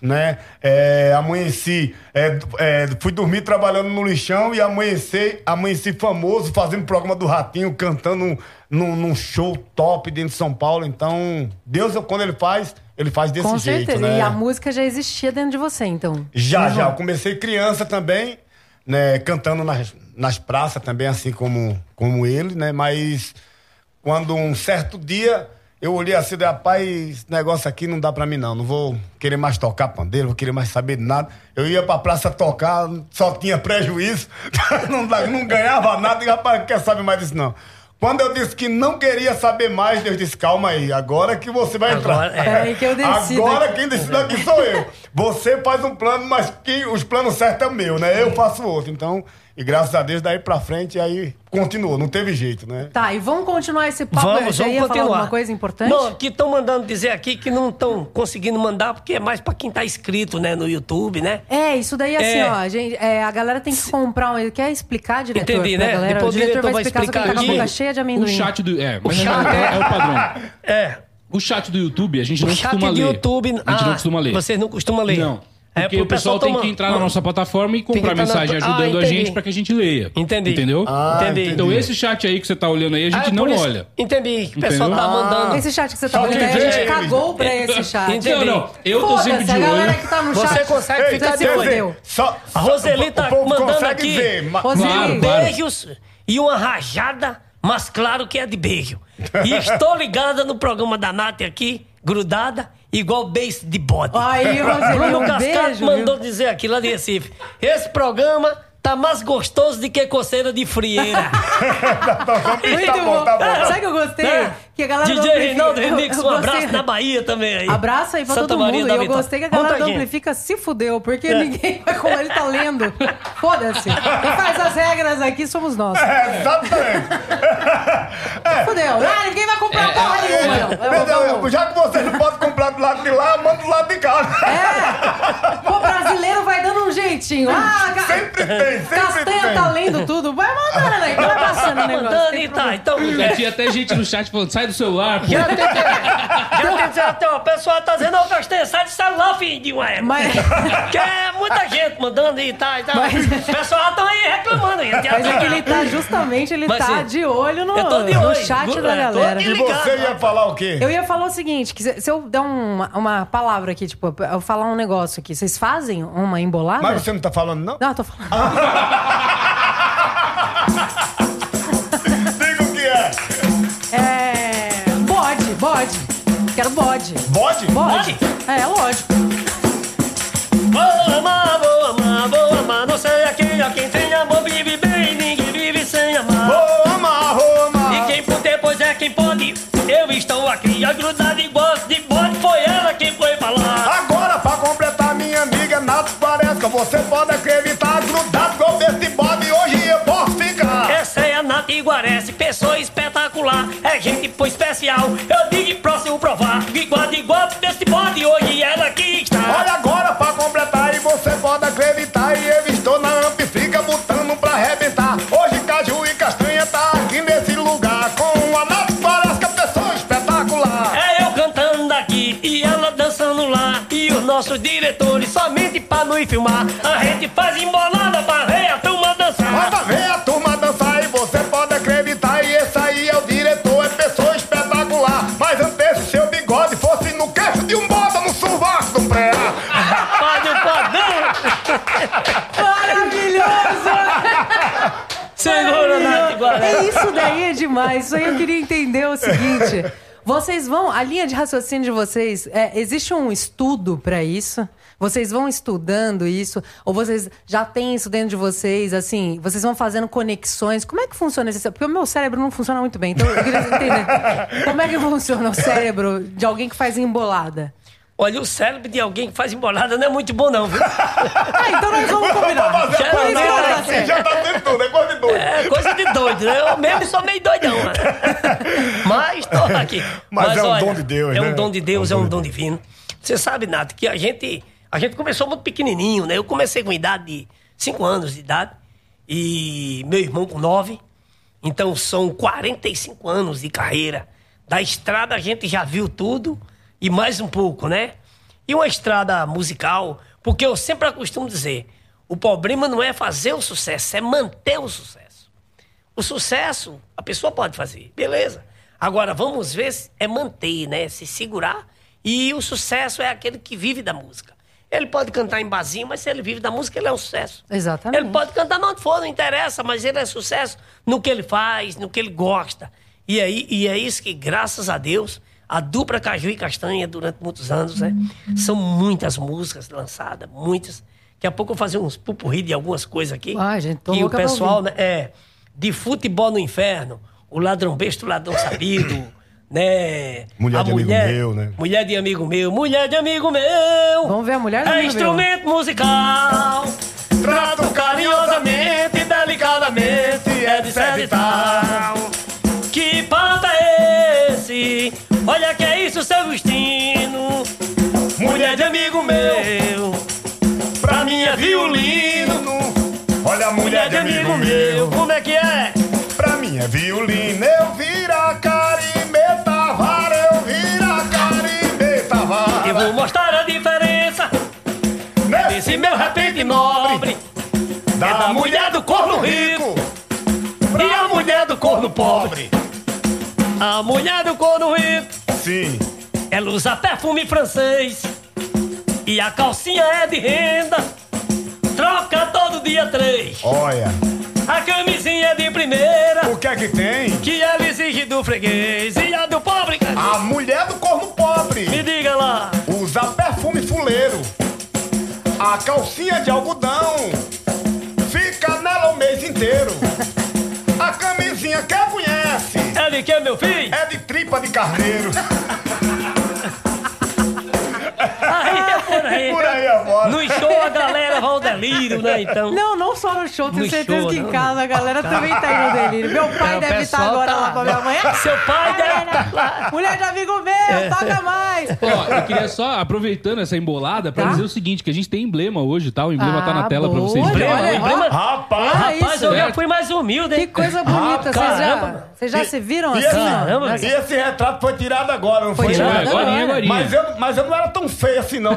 né? É, amanheci, é, é, fui dormir trabalhando no lixão e amanheci, amanheci famoso, fazendo programa do Ratinho, cantando num, num show top dentro de São Paulo. Então, Deus, quando ele faz, ele faz desse
Com
jeito,
certeza.
né?
E a música já existia dentro de você, então.
Já, já. Eu comecei criança também, né? Cantando nas, nas praças também, assim como, como ele, né? Mas quando um certo dia eu olhei assim, falei, rapaz, esse negócio aqui não dá pra mim não. Não vou querer mais tocar pandeiro, vou querer mais saber de nada. Eu ia pra praça tocar, só tinha prejuízo. [laughs] não, dá- não ganhava nada. E, rapaz, não quer saber mais disso não. Quando eu disse que não queria saber mais, Deus disse, calma aí, agora que você vai
Agora,
entrar.
é.
Peraí que eu decido
Agora
aqui.
quem decide aqui sou eu. Você faz um plano, mas quem, os planos certos é meu, né? Eu faço outro. Então, e graças a Deus, daí pra frente, aí continuou. Não teve jeito, né?
Tá, e vamos continuar esse papo.
Vamos,
Você
vamos
ia falar
continuar.
alguma coisa importante?
Não, que estão mandando dizer aqui que não estão conseguindo mandar, porque é mais pra quem tá inscrito, né, no YouTube, né?
É, isso daí assim,
É.
ó, a gente, é, a galera tem que comprar um. Quer explicar, diretor?
Entendi,
pra
né?
Galera?
Depois
o diretor vai explicar, só quem tá com a
aqui.
boca cheia de amendoim.
O chat do. É, mas
chat-
é, é o padrão.
É.
O chat do YouTube, a gente não
O chat
costuma
do
ler.
YouTube.
A gente
ah,
não costuma ler.
Vocês não costumam ler?
Não.
É,
Porque o pessoal tem
toma- um-
que entrar na nossa plataforma e
que
comprar
entrar na-
mensagem
Ah,
ajudando a
entendi.
gente pra que a gente leia.
Entendi.
Entendeu?
Ah,
entendi.
Então esse chat aí que você tá olhando aí, a
Ah,
gente
é
não
por isso-
olha.
Entendi. que O pessoal tá mandando.
Esse chat que você tá
Só
olhando aí,
que
a gente
vem.
cagou pra é
[laughs]
esse chat.
Entendi.
Não, não. Eu tô
Foda-se,
sempre de
a galera que
olho.
tá no chat.
Você consegue
Ei,
ficar
quer
se
dizer,
fodeu.
Só,
A Roseli
o
tá
povo
mandando
consegue
aqui.
ver, ma-
Roseli.
Claro, claro.
Beijos e uma rajada, mas claro que é de beijo. E estou ligada no programa da Nath aqui, grudada, igual beijo de bode.
Aí, Roseli,
Bruno
um
Cascato
beijo.
mandou
viu?
dizer aqui, lá de Recife. Esse programa tá mais gostoso do que coceira
[laughs]
de frieira.
Muito
tá
bom.
bom, tá bom. tá
Sabe que eu gostei?
Né?
Que a galera
DJ
do Amplifica-
Reinaldo
eu-
Remix,
eu
um
gostei.
abraço na Bahia também aí.
Abraço aí pra
Santa
todo
Maria
mundo.
da
E eu
Vitória.
gostei que a galera
Muita
do
gente.
Amplifica se fudeu, porque
É.
ninguém vai como ele tá
[laughs]
lendo. Foda-se. Quem faz as regras aqui somos nós.
É,
[laughs]
exatamente. É.
Fudeu. Ah, ninguém vai
É,
comprar porra nenhuma. não.
Meu Deus, já que você não pode comprar do lado de lá, manda do lado de cá.
É. O É. brasileiro vai dando um jeito. jeitinho. Ah, ca-
Sempre tem, sempre
Castanha
tem.
tá lendo tudo. Vai mandando aí, vai passando
[laughs]
o negócio.
Mandando e tá, então.
Já tinha até gente no chat falando, sai do celular,
[laughs]
pô.
Já tem, já tem, já tem, o pessoal tá dizendo, ô Castanha, sai do celular, filho de uma época.
Mas,
[laughs] Que é muita gente mandando e tá, e tá.
Mas-
O pessoal tá aí reclamando. Aí,
mas é que ele tá justamente, ele
Mas,
tá
é,
de olho no,
eu tô de
no
olho.
chat
Eu
da
tô
galera.
[laughs] E
de-
você ia falar o quê?
Eu ia falar o seguinte, que se se eu der uma, uma palavra aqui, tipo, eu falar um negócio aqui, vocês fazem uma embolada?
Mas você não tá falando, não?
Não, eu tô falando.
Diga o que é.
É. Bode, bode. Quero bode.
Bode?
Bode? É, lógico.
Vou amar, vou amar, vou amar. Não sei a quem, a quem tem amor vive bem, ninguém vive sem amar.
Roma, Roma.
E quem puder, pois é quem pode. Eu estou aqui, agrudado e gosto de bode. Foi ela quem foi falar.
Agora, pra completar minha amiga Nath Paresca, você pode acreditar, grudado com esse bode, hoje eu posso ficar.
Essa é a Nath Iguarece, pessoa espetacular. É gente pô especial. Eu digo próximo provar. Igual de golpe desse bode, hoje ela aqui está.
Olha agora pra completar e você pode acreditar E eu estou na amplifica botando pra arrebentar Hoje Caju e Castanha tá aqui nesse lugar Com a Nath Paresca, pessoa espetacular
É eu cantando aqui e ela dançando lá. E os nossos diretores somente pra nos filmar. A gente faz embolada, barreia, a turma dançar.
Bota ver a turma dançar e você pode acreditar E esse aí é o diretor, é pessoa espetacular Mas antes se seu bigode fosse no queixo de um bota no sovaco do preá
Ah,
[laughs]
Rapaz do um padrão!
Maravilhoso!
Segura, Nath
É
Iguarece.
isso daí é demais. Isso aí eu queria entender o seguinte. Vocês vão, a linha de raciocínio de vocês, é, existe um estudo pra isso? Vocês vão estudando isso? Ou vocês já têm isso dentro de vocês? Assim, vocês vão fazendo conexões? Como é que funciona esse Porque o meu cérebro não funciona muito bem, então eu queria entender. Como é que funciona o cérebro de alguém que faz embolada?
Olha, o cérebro de alguém que faz embolada não é muito bom, não, viu?
Ah, então nós vamos combinar.
Fazer
Por isso que não dá
Tá
Ele
certo.
já tá tendo tudo, é coisa de doido.
É coisa de doido, né? Eu mesmo sou meio doidão, né? Mas tô aqui.
[laughs] Mas é um dom de Deus,
É
né?
um dom de Deus, é um dom divino. Você sabe, Nath, que a gente, a gente começou muito pequenininho, né? Eu comecei com idade de 5 anos de idade e meu irmão com 9. Então são 45 anos de carreira. Da estrada a gente já viu tudo e mais um pouco, né? E uma estrada musical, porque eu sempre costumo dizer, o problema não é fazer o sucesso, é manter o sucesso. O sucesso, a pessoa pode fazer, beleza. Agora, vamos ver, se é manter, né? Se segurar. E o sucesso é aquele que vive da música. Ele pode cantar em barzinho, mas se ele vive da música, ele é um sucesso.
Exatamente.
Ele pode cantar onde for, não interessa, mas ele é sucesso no que ele faz, no que ele gosta. E, aí, e é isso que, graças a Deus, a dupla Caju e Castanha, durante muitos anos, né? São muitas músicas lançadas, muitas. Daqui a pouco eu vou fazer uns pupurri de algumas coisas aqui.
Ai, gente, tô
que o
louca pra
pessoal
ouvir.
né, é de futebol no inferno, o ladrão besta, o ladrão
[coughs]
sabido, né?
Mulher
a
de amigo meu, né?
Mulher de amigo meu, mulher de amigo meu.
Vamos ver a mulher de
é
amigo meu.
instrumento musical. Trato carinhosamente, delicadamente, é de ser vital. Que papo é esse? Olha que é isso, seu destino. Mulher de amigo meu, pra mim é violino.
Olha a mulher de amigo meu.
Como é que é?
Pra mim é violino, eu vira carimeta, vara, eu vira carimeta,
Eu
vara.
vou mostrar a diferença
Nesse
desse meu repente nobre.
Tá
É da mulher do corno rico e a mulher do corno pobre. A mulher do corno rico,
Sim.
ela usa perfume francês e a calcinha é de renda. Troca todo dia três.
Olha,
A camisinha é de primeira
o que é que tem?
que ela exige do freguês e a do pobre. cara.
A mulher do corno
Me
pobre
diga lá.
usa perfume fuleiro. A calcinha de algodão fica nela o mês inteiro. A camisinha que a conhece
É de que, meu filho?
é de tripa de carneiro.
Aí é por aí. aí.
Ah, [laughs] Por aí afora.
No show a galera vai ao delírio, né? Então.
Não, não só no show, tenho
No
certeza
show,
que em
não.
casa a galera também tá indo delírio. Meu pai
É, o
deve estar
pessoal
agora
tá
lá
lá.
pra minha mãe.
Seu pai deve
Galera, Mulher de amigo meu, toca mais!
Ó, eu queria só, aproveitando essa embolada, pra
Tá.
dizer o seguinte, que a gente tem emblema hoje, tá? O emblema tá na
Ah,
tela pra
boa.
vocês verem.
Olha,
Emblema,
olha.
emblema.
Rapaz!
Ah,
Rapaz,
isso.
eu já fui mais humilde,
Que
hein?
coisa bonita, vocês já,
caramba.
vocês já
E-
se viram
e
assim,
esse-
ó?
Caramba.
E esse retrato foi tirado agora, não foi?
tirado
Agora, agora,
Olha.
agora.
Mas é eu, mas eu não era tão feio assim,
[laughs]
não.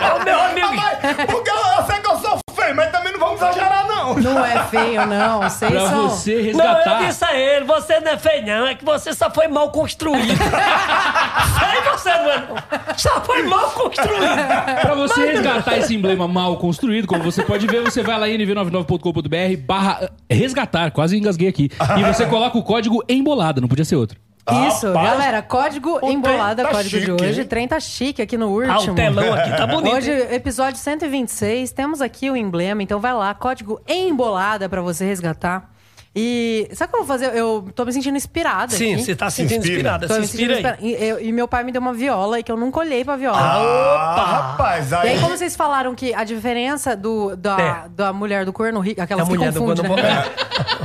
É o meu amigo.
Mas- Porque eu, eu sei que eu sou feio, mas também não vamos exagerar, não.
Não é feio, não. Vocês
Pra
são.
você
Não,
resgatar.
eu disse a ele, você não é feio não, é que você só foi mal
[laughs]
construído. feio você não é não. Só foi mal construído.
Pra você resgatar esse emblema mal construído, como você pode ver, você vai lá em nv99.com.br barra eh, resgatar, quase engasguei aqui. E
[laughs]
você coloca o código embolada, não podia ser outro.
Isso,
Rapaz.
galera, código
trem
embolada,
tá
código de
chique,
hoje.
hein?
30 chique aqui no
Ah, o
último.
telão aqui tá bonito.
Hoje, episódio 126, temos aqui o emblema, então vai lá, código embolada pra você resgatar. E sabe o que eu vou fazer? Eu tô me sentindo inspirada
Sim,
aqui.
você tá se sentindo
inspira.
inspirada,
Tô
se
me sentindo
inspira aí.
inspirada. E, eu- e meu pai me deu uma viola e que eu nunca olhei pra viola.
Ah, rapaz,
E
aí.
aí, como vocês falaram que a diferença do, da,
É.
da mulher do corno rico, aquela
A
que
mulher do é.
confunde,
Guanabara.
É.
né?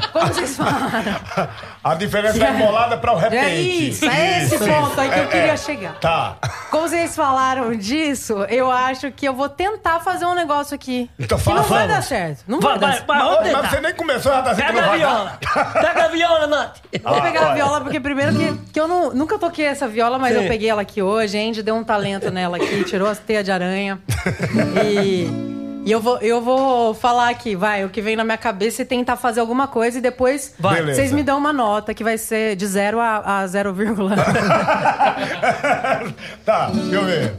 [laughs] Como vocês falaram?
A diferença é embolada pra o repente.
É isso, é esse ponto aí que eu
é,
queria
é.
chegar.
Tá.
Como vocês falaram disso, eu acho que eu vou tentar fazer um negócio aqui.
Então
que
fala,
não vai
fala.
dar certo. Não vai,
Vai,
dar
vai,
certo.
vai, vamos
Mas,
tentar.
você nem começou, já tá sendo
Pega a É viola. Pega a viola, Nath. [laughs]
Vou pegar a
olha.
viola, porque primeiro que, que eu não- nunca toquei essa viola, mas
Ah, Sim.
eu peguei ela aqui hoje. A Andy deu um talento nela aqui, tirou as teias de
[laughs]
aranha. E, e eu, vou, eu vou falar aqui, vai, o que vem na minha cabeça e tentar fazer alguma coisa. E depois
Vai.
Beleza.
vocês me dão uma nota que vai ser de 0 a, a 0,
[laughs]
[laughs]
tá, deixa eu ver.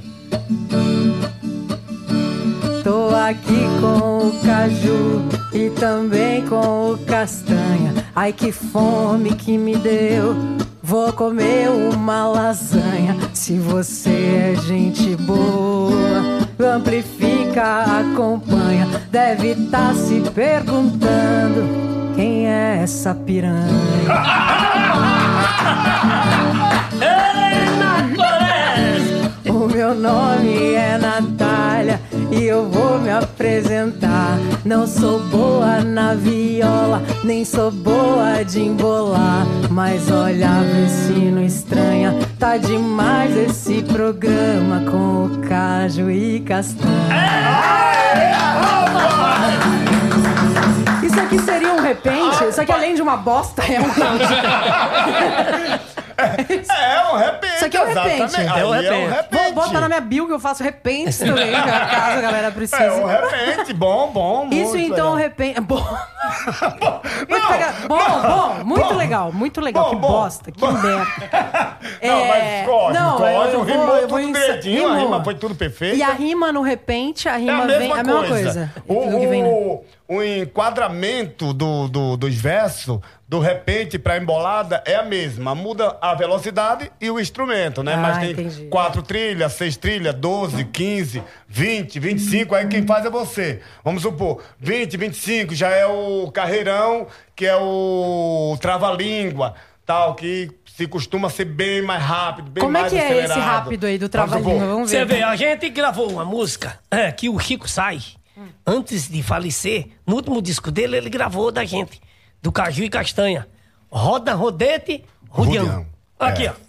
Tô aqui com o caju e também com o castanha. Ai que fome que me deu. Vou comer uma lasanha. Se você é gente boa, amplifica, acompanha. Deve estar se perguntando quem é essa piranha.
Ei, Nath Flores.
O meu nome é Natália e eu vou me apresentar. Não sou boa na viola, nem sou boa de embolar. Mas olha, vecino estranha, tá demais esse programa com o Cajo e Castanha. Isso aqui seria um repente? Isso aqui, além de uma bosta, é um
É, um repente.
Isso aqui é um repente.
exatamente.
É um
Aí É um
repente.
Vou
repente.
botar na minha bio que eu faço repente também, caso a galera precise.
É um repente. Bom, bom.
Isso
muito
então,
legal.
repente. Bom. [laughs] Muito
Não,
legal. Bom, bom, muito
bom.
legal, muito legal.
Bom,
que
bom,
bosta, que
bom.
merda.
[laughs]
É,
Não, mas ficou ótimo. Ficou ótimo. Rimou tudo
ensa-
direitinho. A
rimou.
rima foi tudo perfeito.
E a rima no repente, a
É
rima
a
vem.
mesma
É a mesma
coisa.
coisa.
O,
do que vem, né?
o- o enquadramento do, do- dos versos, do repente pra embolada, é a mesma. Muda a velocidade e o instrumento, né?
Ah,
Mas tem
entendi.
quatro trilhas, seis trilhas, 12, 15, 20, 25. Aí quem faz é você. Vamos supor, 20, 25 já é o carreirão, que é o trava-língua, tal, que se costuma ser bem mais rápido, bem
Como é
mais
que é esse
acelerado.
rápido aí do
Vamos
trabalho?
supor,
Vamos
Você
ver.
vê, a gente gravou uma música é, que o Chico sai. Antes de falecer, no último disco dele, ele gravou da gente, do Caju e Castanha. Roda, rodete, rudião.
Rudião,
Aqui,
é.
ó.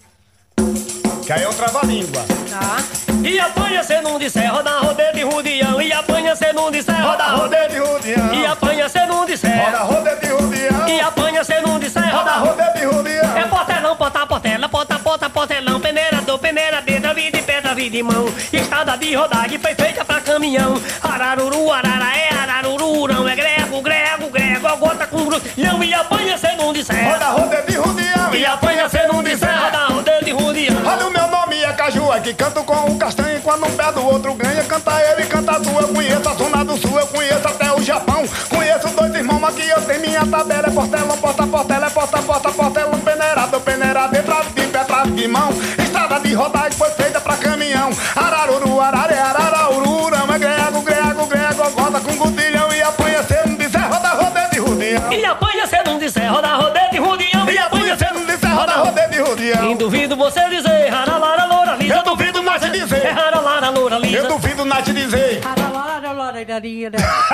Que aí é o trava-língua.
Tá.
E apanha cê não disser, roda rodeio de rudião. E apanha cê não disser, roda rodeio.
roda de rodeão.
E apanha cê não
Roda,
disser.
roda de rodeão.
E apanha cê não disser,
Roda,
roda rodeio.
roda de rodeão.
É portelão, porta, portela, porta, porta, portelão, peneirador, peneira, pedra, vida e pedra, vida e mão. Estrada de rodagem foi feita pra caminhão. Araruru, arara é araruru, não é grego, grego, grego, agota com bruxão e apanha cê não disser.
Roda, roda de rodeão.
É E apanha cê não disser, roda rodeio de rudião.
Olha o meu nome é Caju, aqui canto com o castanho. Quando um pé do outro ganha, canta ele, canta tu. Eu conheço a zona do sul, eu conheço até o Japão. Conheço dois irmãos aqui, eu tenho minha tabela. É portelão, porta, portela, é porta, porta, portelão. Peneirado, peneirado, entrado de pé, trás de mão. Estrada de rodagem foi feita pra caminhão. Araruru, arare, ararauru, não é grego, grego, grego. Gosta com gutilhão e apanha cê não disser, roda, roda de rodeão.
E apanha cê não disser, roda rodeio de rudião.
E apanha cê não disser, roda, roda de rodeão.
Quem duvido você dizer, raralara, loura, lisa,
Eu duvido mais de dizer.
Então, É raralara, Mona Lisa.
Eu duvido Nath dizer.
Tá,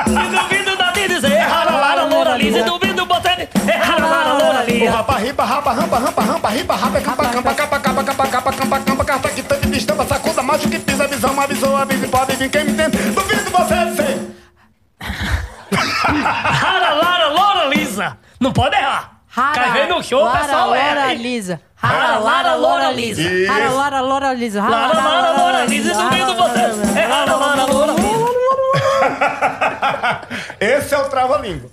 Eu duvido da te dizer, ralara, Mona Lisa. Eu duvido botando, ralara, Mona
O
Lisa.
rapa, ripa, rapa, rampa, rampa, rampa, ripa, rapa, capa, campa, capa, capa, capa, capa, campa, campa, carta, quitante, estampa, sacuda, macho que pisa, visão, avisou, avisa, pode vir quem me tem. Duvido você dizer.
Ralara, Mona Lisa. Não pode errar. Cai vem no show, o pessoal é erra.
Lara,
hein?
Lisa. Rara, Lara, Lora, Lisa.
Isso.
Rara, Lara, Lora, Lisa. Rara,
Lara, Lara, Lora, Lisa. Eu
Rara,
duvido
Lara,
você. É Rara, Lara, Lora, Lisa.
Esse é o trava-língua.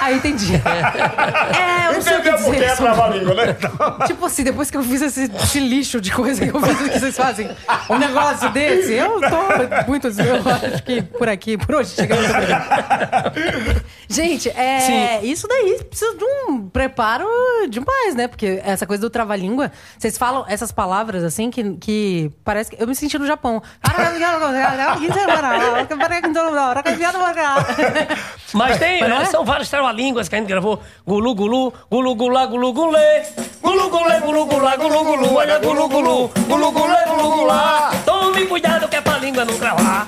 Ah,
[laughs]
entendi. É, eu não sei o que
Entendeu por que é
dizer. sobre-
trava-língua, né? [laughs] Então,
Tipo assim, depois que eu fiz esse, esse lixo de coisa que eu fiz, que vocês fazem um negócio desse, eu tô muito... Eu acho que por aqui, por hoje, chegamos. Gente, é, isso daí precisa de um preparo demais, né? Porque essa coisa do trava-língua, vocês falam essas palavras assim que, que parece que. Eu me senti no Japão.
Mas tem,
Mas
né,
não é?
são vários trava-línguas que a gente gravou. Gulu, gulu, gulu, gulá, gulu, gulê. Gulu, gulê, gulu, gulá, gulu, gulu, olha, gulu, gulu, gulu, gulê, gulu, gulá. Tome cuidado que é pra língua não cravar.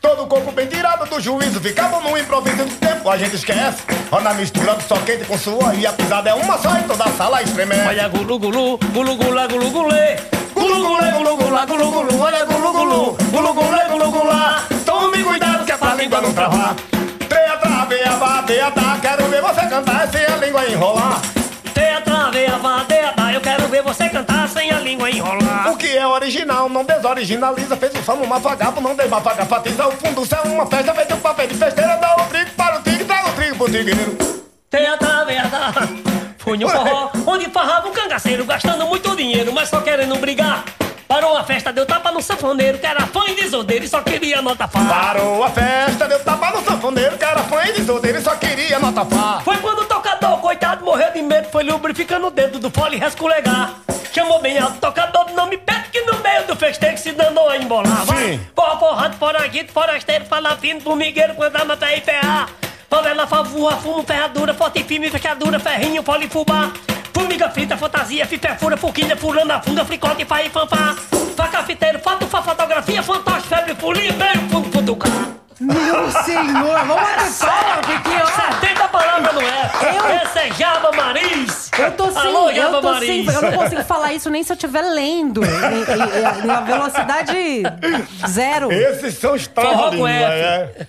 Todo o corpo bem tirado do juízo, ficava no improviso do tempo, a gente esquece. Ó, na mistura do sol quente com suor e a pisada é uma só e toda a sala
é
estremece.
Olha, gulu, gulu, gulu, gulá, gulu, gulê. Gulu, gulê, gulu, gulá, gulu, gulu, olha, gulu, gulu, gulu, gulê, gulu, gulá. Tome cuidado que é pra língua não travar.
Treia, traveia, bateia, tá, quero ver você cantar sem a língua enrolar.
Teia, traveia, vadeia, dá. Eu quero ver você cantar sem a língua enrolar.
O que é original não desoriginaliza, fez o som numa vagapa, não dei vaga, fatiza o fundo, céu, uma festa, fez um papel de festeira, dá o trigo para o trigo, dá o trigo pro tigreiro.
Teata, merda. Fui no forró, onde farrava um cangaceiro, gastando muito dinheiro, mas só querendo brigar. Parou a festa, deu tapa no sanfoneiro, que era fã e desordeiro e só queria nota farra.
Parou a festa, deu tapa no sanfoneiro, cara fã e de solteiro, só queria nota pá.
Foi quando o tocador, coitado, morreu de medo, foi lubrificando o dedo do fole resculegar. Chamou bem alto, tocador, não me pede que no meio do festejo se danou a embolar. Vai,
Sim.
porra, porrado, foraguito, forasteiro, falafino, formigueiro, quando ama pra IPA. Favela, favor, fumo, ferradura, forte, firme, fechadura, ferrinho, polifubá. Formiga frita, fantasia, fiperfura, forquilha, furando a funda, fricote, faí, fanfá. Faca, fiteiro, fato, fa, fotografia, fantoche, febre, folia, beijo, fundo, futucá.
Meu senhor, vamos bater palma, porque
70 palavras não é.
Eu-
Essa é Java Maris.
ó. Eu tô sem,
Alô, Java
eu tô
Maris.
sem, eu não consigo falar isso nem se eu estiver lendo. em- em- em- Na velocidade zero.
Esses são os
Forró com
trava-língua,
F.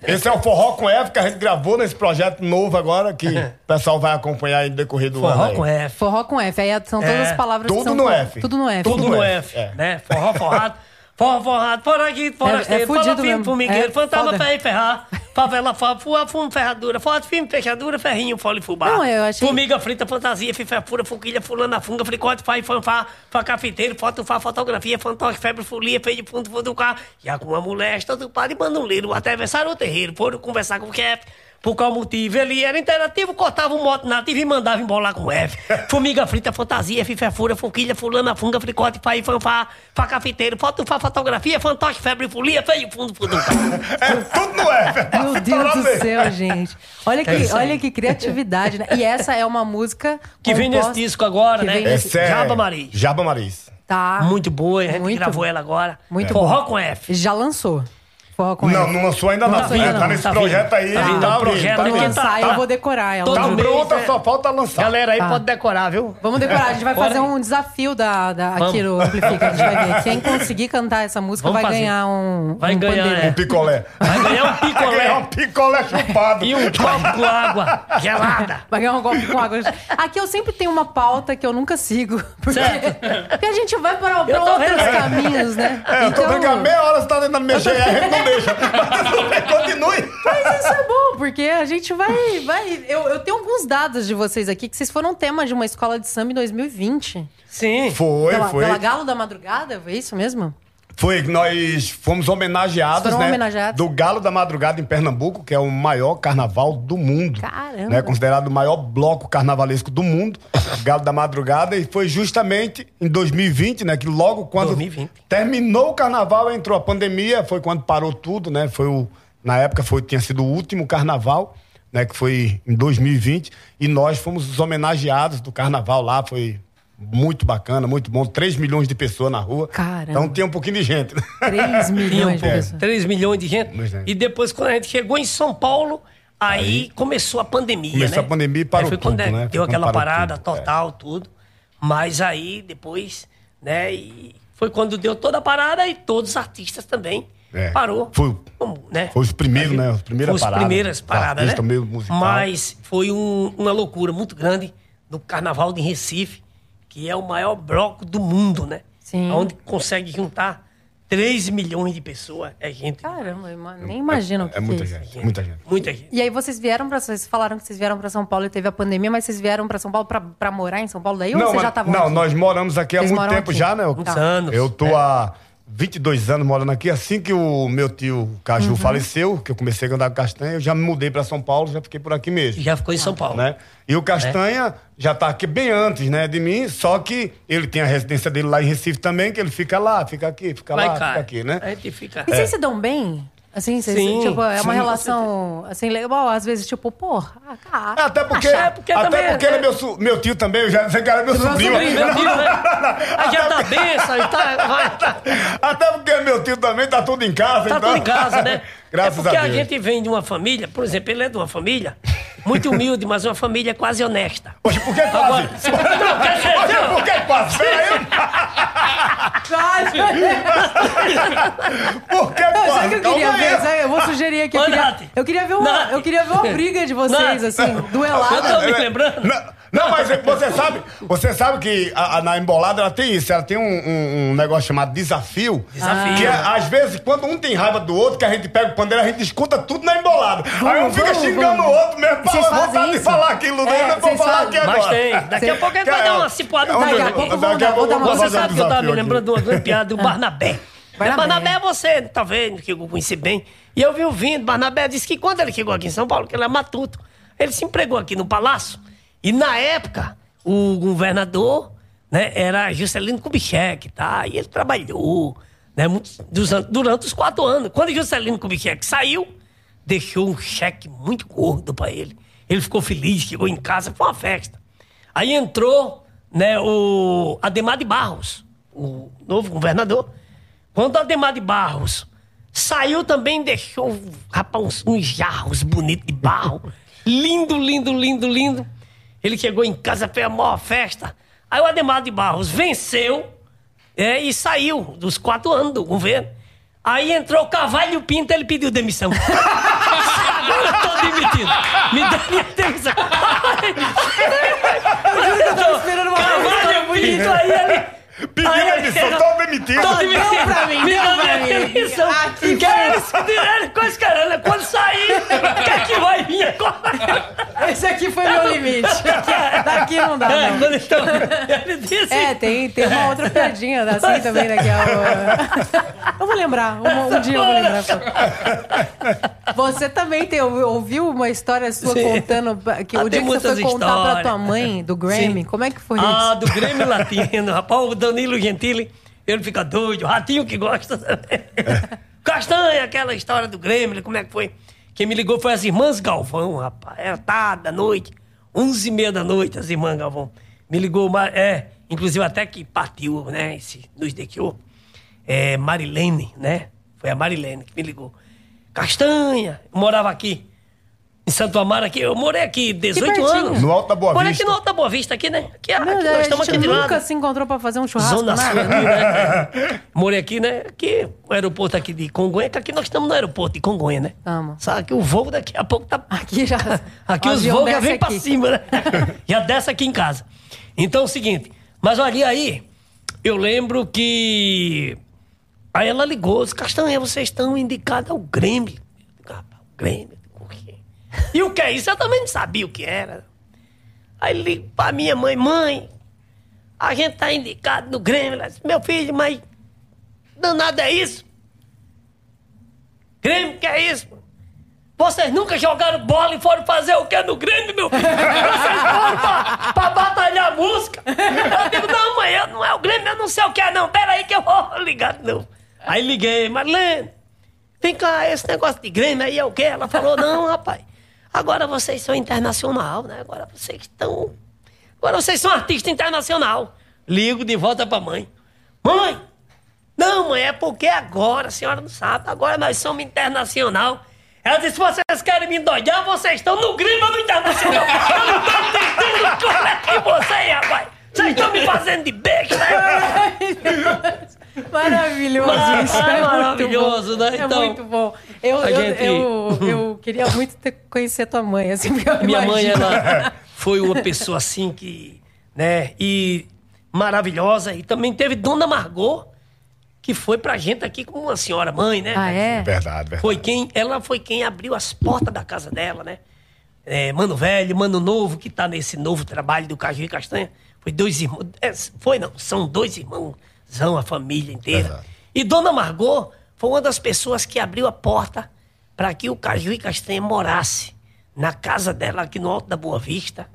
é. Esse é o Forró com F que a gente gravou nesse projeto novo agora, que o pessoal vai acompanhar aí no decorrer do
É.
ano.
Forró
aí.
com F.
Forró com F, aí são todas
É,
as palavras que
tudo
são
no
com-
F.
Tudo no F.
Tudo
Tudo
no
no
F,
F,
é.
né? Forró, forrado. Forró, forrado, foraguito,
É- é
forasteiro,
fudido mesmo.
falafino, formigueiro,
É
fantasma, tá
foda.
ferro e ferrar, favela, fafua, fumo, ferradura, forte, fim, fechadura, ferrinho, fole, fubá.
Não, eu achei-
Formiga, frita, fantasia, fifa, fura, fuquilha, fulana, funga, fricote, fai, fanfá, facafiteiro, foto, fá, fotografia, fantoche, febre, folia, feio de fundo, fundo, cá. Já com uma mulher, tanto par de bandoleiro, até atravessaram o terreiro, foram conversar com o chefe. Por qual motivo? Ele era interativo, cortava um moto nativo e mandava embolar com F. Formiga frita, fantasia, fifa, fura, fuquilha, fulana, funga, fricote, fai, fanfá, facafiteiro, foto, fá, fotografia, fantoche, febre, folia, feio, fundo, fundo, cá.
É tudo no F. é
Meu
pra
Deus
falar
do
mesmo.
céu, gente. Olha que,
isso aí.
olha que criatividade, né? E essa é uma música
Que vem
composta-
nesse disco agora,
que
né?
vem nesse-
Esse é
Jaba Maris.
Jaba Maris.
Tá.
Muito boa, a gente
Muito.
gravou ela agora.
Muito
Forró
bom.
com F.
Já lançou. Forró com
Não,
F.
não lançou ainda
Não
não.
lançou ainda
É,
não,
tá nesse
tá
projeto
vindo.
aí.
Tá vindo,
tá
é um
abrindo,
projeto
tá
Quando
que
abrindo.
lançar,
tá.
eu vou decorar ela.
Tá
Todo mês,
pronta,
é.
só falta lançar.
Galera aí
Tá.
pode decorar, viu?
Vamos decorar, a gente vai
Bora
fazer
aí.
um desafio da, da, aqui no Amplifica, a gente vai ver. Quem conseguir cantar essa música
Vamos
vai
fazer.
ganhar um.
Vai
um
ganhar, é.
pandeiro.
Um picolé.
[laughs] Vai
[laughs]
ganhar um
É
picolé
um picolé chupado. É,
e um copo com água gelada.
Vai ganhar um golpe com água. Aqui eu sempre tenho uma pauta que eu nunca sigo. [laughs] Porque, porque a gente vai para, para
Eu tô
outros
vendo.
caminhos, né?
É, eu
Então-
tô vendo que a meia hora você tá dentro da minha GR, a gente não deixa. Mas tudo bem, continue.
Mas isso é bom, porque a gente vai. vai eu, eu tenho alguns dados de vocês aqui que vocês foram tema de uma escola de samba em 2020.
Sim.
Foi,
pela,
foi.
pela Galo da Madrugada? É isso mesmo?
Foi, nós fomos homenageados,
Foram
né?
homenageados.
Do Galo da Madrugada em Pernambuco, que é o maior carnaval do mundo.
Caramba.
Né? Considerado o maior bloco carnavalesco do mundo, Galo da Madrugada. E foi justamente em 2020, né? Que logo quando
2020.
terminou o carnaval, entrou a pandemia, foi quando parou tudo, né? Foi o, na época foi, tinha sido o último carnaval, né? Que foi em 2020. E nós fomos os homenageados do carnaval lá, foi muito bacana, muito bom. 3 milhões de pessoas na rua.
Caramba.
Então tem um pouquinho de gente. [laughs]
3 milhões de
É.
pessoas.
3 milhões de gente.
Pois é.
E depois, quando a gente chegou em São Paulo, aí, começou a pandemia,
Começou
né?
a pandemia e parou
Aí foi quando é,
tudo, né? Foi
Deu
quando
aquela
parou
parada
tudo, é.
total, tudo. Mas aí, depois, né? E foi quando deu toda a parada e todos os artistas também
É.
parou.
Foi-
Como, né?
foi os primeiros,
Aí,
né? As primeiras
foi
paradas.
As primeiras
Os
paradas, né?
artistas meio musical.
Mas foi um- uma loucura muito grande no Carnaval de Recife, que é o maior bloco do mundo, né?
Sim.
Onde consegue juntar 3 milhões de pessoas. É gente.
Caramba, eu ma- nem imagino o que
É
que
muita
isso.
gente, muita gente.
Muita gente.
E aí vocês vieram pra... Vocês falaram que vocês vieram pra São Paulo e teve a pandemia, mas vocês vieram pra São Paulo pra, pra morar em São Paulo daí? ou vocês
mas-
já estavam
não
aqui?
nós moramos aqui há
Vocês
muito
moram
tempo
aqui? Tá.
já, né? Eu-
Muitos anos. É.
Eu tô há 22 anos morando aqui. Assim que o meu tio Caju
Uhum.
faleceu, que eu comecei a cantar com Castanha, eu já me mudei para São Paulo, já fiquei por aqui mesmo.
E já É. ficou em São Paulo.
né? E o Castanha já tá aqui bem antes, né, de mim, só que ele tem a residência dele lá em Recife também, que ele fica lá, fica aqui, fica
Vai, É.
lá,
cara.
fica aqui, né?
A gente fica.
E vocês se dão bem? Assim, vocês,
Sim,
tipo, é uma
sim,
relação, assim, legal. Às vezes, tipo, porra, ah, cara,
Até porque,
É,
Achar, porque
até
também-
[laughs]
porque ele é meu, su- meu tio também, eu já sei que era meu sobrinho.
Sobrinho, é meu tio, né? Aí já dá benção e tá. Vai, tá,
[laughs] Até porque meu tio também tá tudo em casa.
tá
então...
tudo em casa,
[laughs]
né?
Graças
é porque
a Deus.
gente vem de uma família, por exemplo, ele é de uma família muito humilde, mas uma família quase honesta.
Poxa, por que quase?
Não, quer dizer,
[laughs] Poxa,
não.
por que quase? Peraí,
Sabe o que eu queria
por que quase? Calma
ver?
aí.
Sabe? Eu vou sugerir aqui. Eu
Ô,
queria,
Nath.
eu queria ver uma,
Nath.
eu queria ver uma briga de vocês,
Nath.
assim,
Tá
Eu
duelada.
tô me lembrando.
É, Não,
[laughs]
não, mas você sabe, você sabe que a- a- na embolada ela tem isso, ela tem um, um- um negócio chamado desafio.
Desafio.
Que é, às vezes, quando um tem raiva do outro, que a gente pega o pandeiro, a gente escuta tudo na embolada. Aí um
Vamos,
fica
vamos,
xingando
vamos.
o outro mesmo, pra
Vocês fazem
vontade de
isso?
falar aquilo,
É,
né? Eu vou
vocês
falar
fazem.
aqui agora.
Mas tem. Daqui a pouco ele vai dar uma cipuada
É um
no
Daqui a
desafio.
pouco eu vou
Daqui
dar-
a
vou dar
pouco
uma-
eu vou
Você
fazer um
sabe que eu tava
desafio
me
aqui.
lembrando de uma grande piada do Barnabé.
Barnabé.
Barnabé. é você, talvez, que eu conheci bem. E eu vi ouvindo, Barnabé disse que quando ele chegou aqui em São Paulo, que ele é matuto, ele se empregou aqui no Palácio. E na época, o governador né, era Juscelino Kubitschek, tá? E ele trabalhou né, muitos- dos an- durante os quatro anos. Quando Juscelino Kubitschek saiu, deixou um cheque muito gordo pra ele. Ele ficou feliz, chegou em casa, foi uma festa. Aí entrou né, o Ademar de Barros, o novo governador. Quando o Ademar de Barros saiu também, deixou rapaz, uns, uns jarros bonitos de barro. Lindo, lindo, lindo, lindo. Ele chegou em casa, fez a maior festa. Aí o Ademar de Barros venceu é, e saiu dos quatro anos do governo. Aí entrou o Cavalho Pinto, ele pediu demissão. [laughs] Agora eu tô demitido. Me dá minha demissão.
eu tava esperando uma coisa
Carvalho Pinto, aí ele...
Pediu
aí ele-
demissão, tô demitido.
Tô
Não
demitido.
pra mim,
Me
não
dá
pra
minha
mim.
demissão.
Ah, que
Querem com esse caralho. Quando sair, o que é que vai vir agora?
Esse aqui foi meu limite.
[laughs]
Daqui não dá,
É,
não.
quando estão... [laughs] Ele disse...
É, tem, tem uma outra piadinha assim também, né? Que é o... Eu vou lembrar, um, um dia eu vou lembrar. Você também tem, ouviu uma história sua
Sim.
contando que
Ah,
o dia
tem
que você foi
muitas
contar pra tua
histórias.
mãe do Grammy,
Sim.
como é que foi
Ah,
isso? [laughs]
do Grêmio Latino, rapaz. O Danilo Gentili, ele fica doido. O Ratinho que gosta. também.
[laughs]
Castanha, aquela história do Grêmio, como é que foi? Quem me ligou foi as irmãs Galvão, rapaz. Era tarde da noite, onze e meia da noite, as irmãs Galvão. Me ligou, ma- é, inclusive até que partiu, né, esse, nos deixou. É, Marilene, né? Foi a Marilene que me ligou. Castanha, eu morava aqui. Em Santo Amaro, aqui, eu morei aqui 18
pertinho.
anos.
No Alto da Boa
Morei
Vista.
aqui no Alta Boa Vista aqui, né? Aqui, aqui,
Meu Deus,
nós
é, a
estamos
gente
aqui de
nunca
lado.
se encontrou pra fazer um churrasco,
Zona Sul,
nada.
aqui, né? [laughs] Morei aqui, né? Aqui, o aeroporto aqui de Congonha, que aqui nós estamos no aeroporto de Congonha, né?
Tamo.
Sabe que o voo daqui a pouco tá.
Aqui já-
[laughs] Aqui
o
os
avião
voos já
desce
vem pra
aqui.
cima,
[laughs]
né? já desce aqui em casa. Então é o seguinte, mas olha aí, eu lembro que. Aí ela ligou, disse, Castanha, vocês estão indicados ao Grêmio. Eu digo, "Rapaz, o Grêmio, o quê? E o que é isso? Eu também não sabia o que era. Aí ligo pra minha mãe, mãe, a gente tá indicado no Grêmio. Ela disse, meu filho, mas danado é isso? Grêmio, que é isso? Vocês nunca jogaram bola e foram fazer o que no Grêmio, meu filho? Vocês foram pra, pra batalhar a música. Eu digo, não, mãe, eu não é o Grêmio, eu não sei o que é, não. Pera aí que eu vou [laughs] ligar, não. Aí liguei, Marlene, vem cá, esse negócio de Grêmio aí é o quê? Ela falou, não, rapaz. Agora vocês são internacional, né? Agora vocês estão... Agora vocês são artista internacional. Ligo de volta pra mãe. Mãe! Não, mãe, é porque agora, a senhora não sabe, agora nós somos internacional. Ela disse, vocês querem me doidar, vocês estão no grima do internacional. Eu não tô entendendo como é que vocês, rapaz. Vocês estão me fazendo de besta.
[laughs] Maravilhoso isso.
É
É muito
maravilhoso,
bom.
né?
É
Então,
muito bom. Eu,
a
eu,
gente-
eu, eu queria muito ter conhecer tua mãe, assim, porque eu
Minha mãe,
imagino.
ela foi uma pessoa assim que, né, e maravilhosa. E também teve Dona Margot, que foi pra gente aqui como uma senhora mãe, né?
Ah, é?
Verdade, verdade.
Foi quem, ela foi quem abriu as portas da casa dela, né? É, mano velho, mano novo, que tá nesse novo trabalho do Caju e Castanha. Foi dois irmãos. é, foi não, são dois irmãos, são a família inteira.
Exato.
E Dona Margot foi uma das pessoas que abriu a porta para que o Caju e Castanha morasse na casa dela, aqui no Alto da Boa Vista.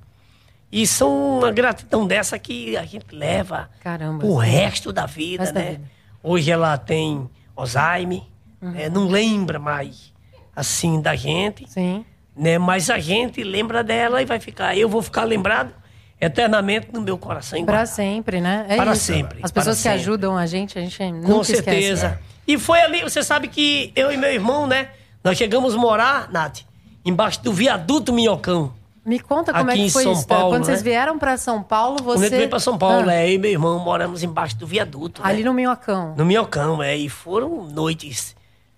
E são uma gratidão dessa que a gente leva
Caramba.
o resto da vida,
Resto da
né?
vida.
Hoje ela tem Alzheimer,
Uhum.
né? não lembra mais assim da gente,
Sim.
né? Mas a gente lembra dela e vai ficar. Eu vou ficar lembrado eternamente no meu coração. em
Pra
guarda.
sempre, né? É
Para
isso.
sempre,
As pessoas
para
que
sempre.
ajudam a gente, a gente nunca
Com
esquece.
certeza. E foi ali, você sabe que eu e meu irmão, né? Nós chegamos a morar, Nath, embaixo do viaduto Minhocão.
Me conta como
Aqui
é
em
que foi
São
isso.
Paulo,
Quando vocês
né?
vieram pra São Paulo, você...
Quando eu veio pra São Paulo,
Ah,
é, eu e meu irmão moramos embaixo do viaduto. né?
Ali no Minhocão.
No Minhocão, é. E foram noites,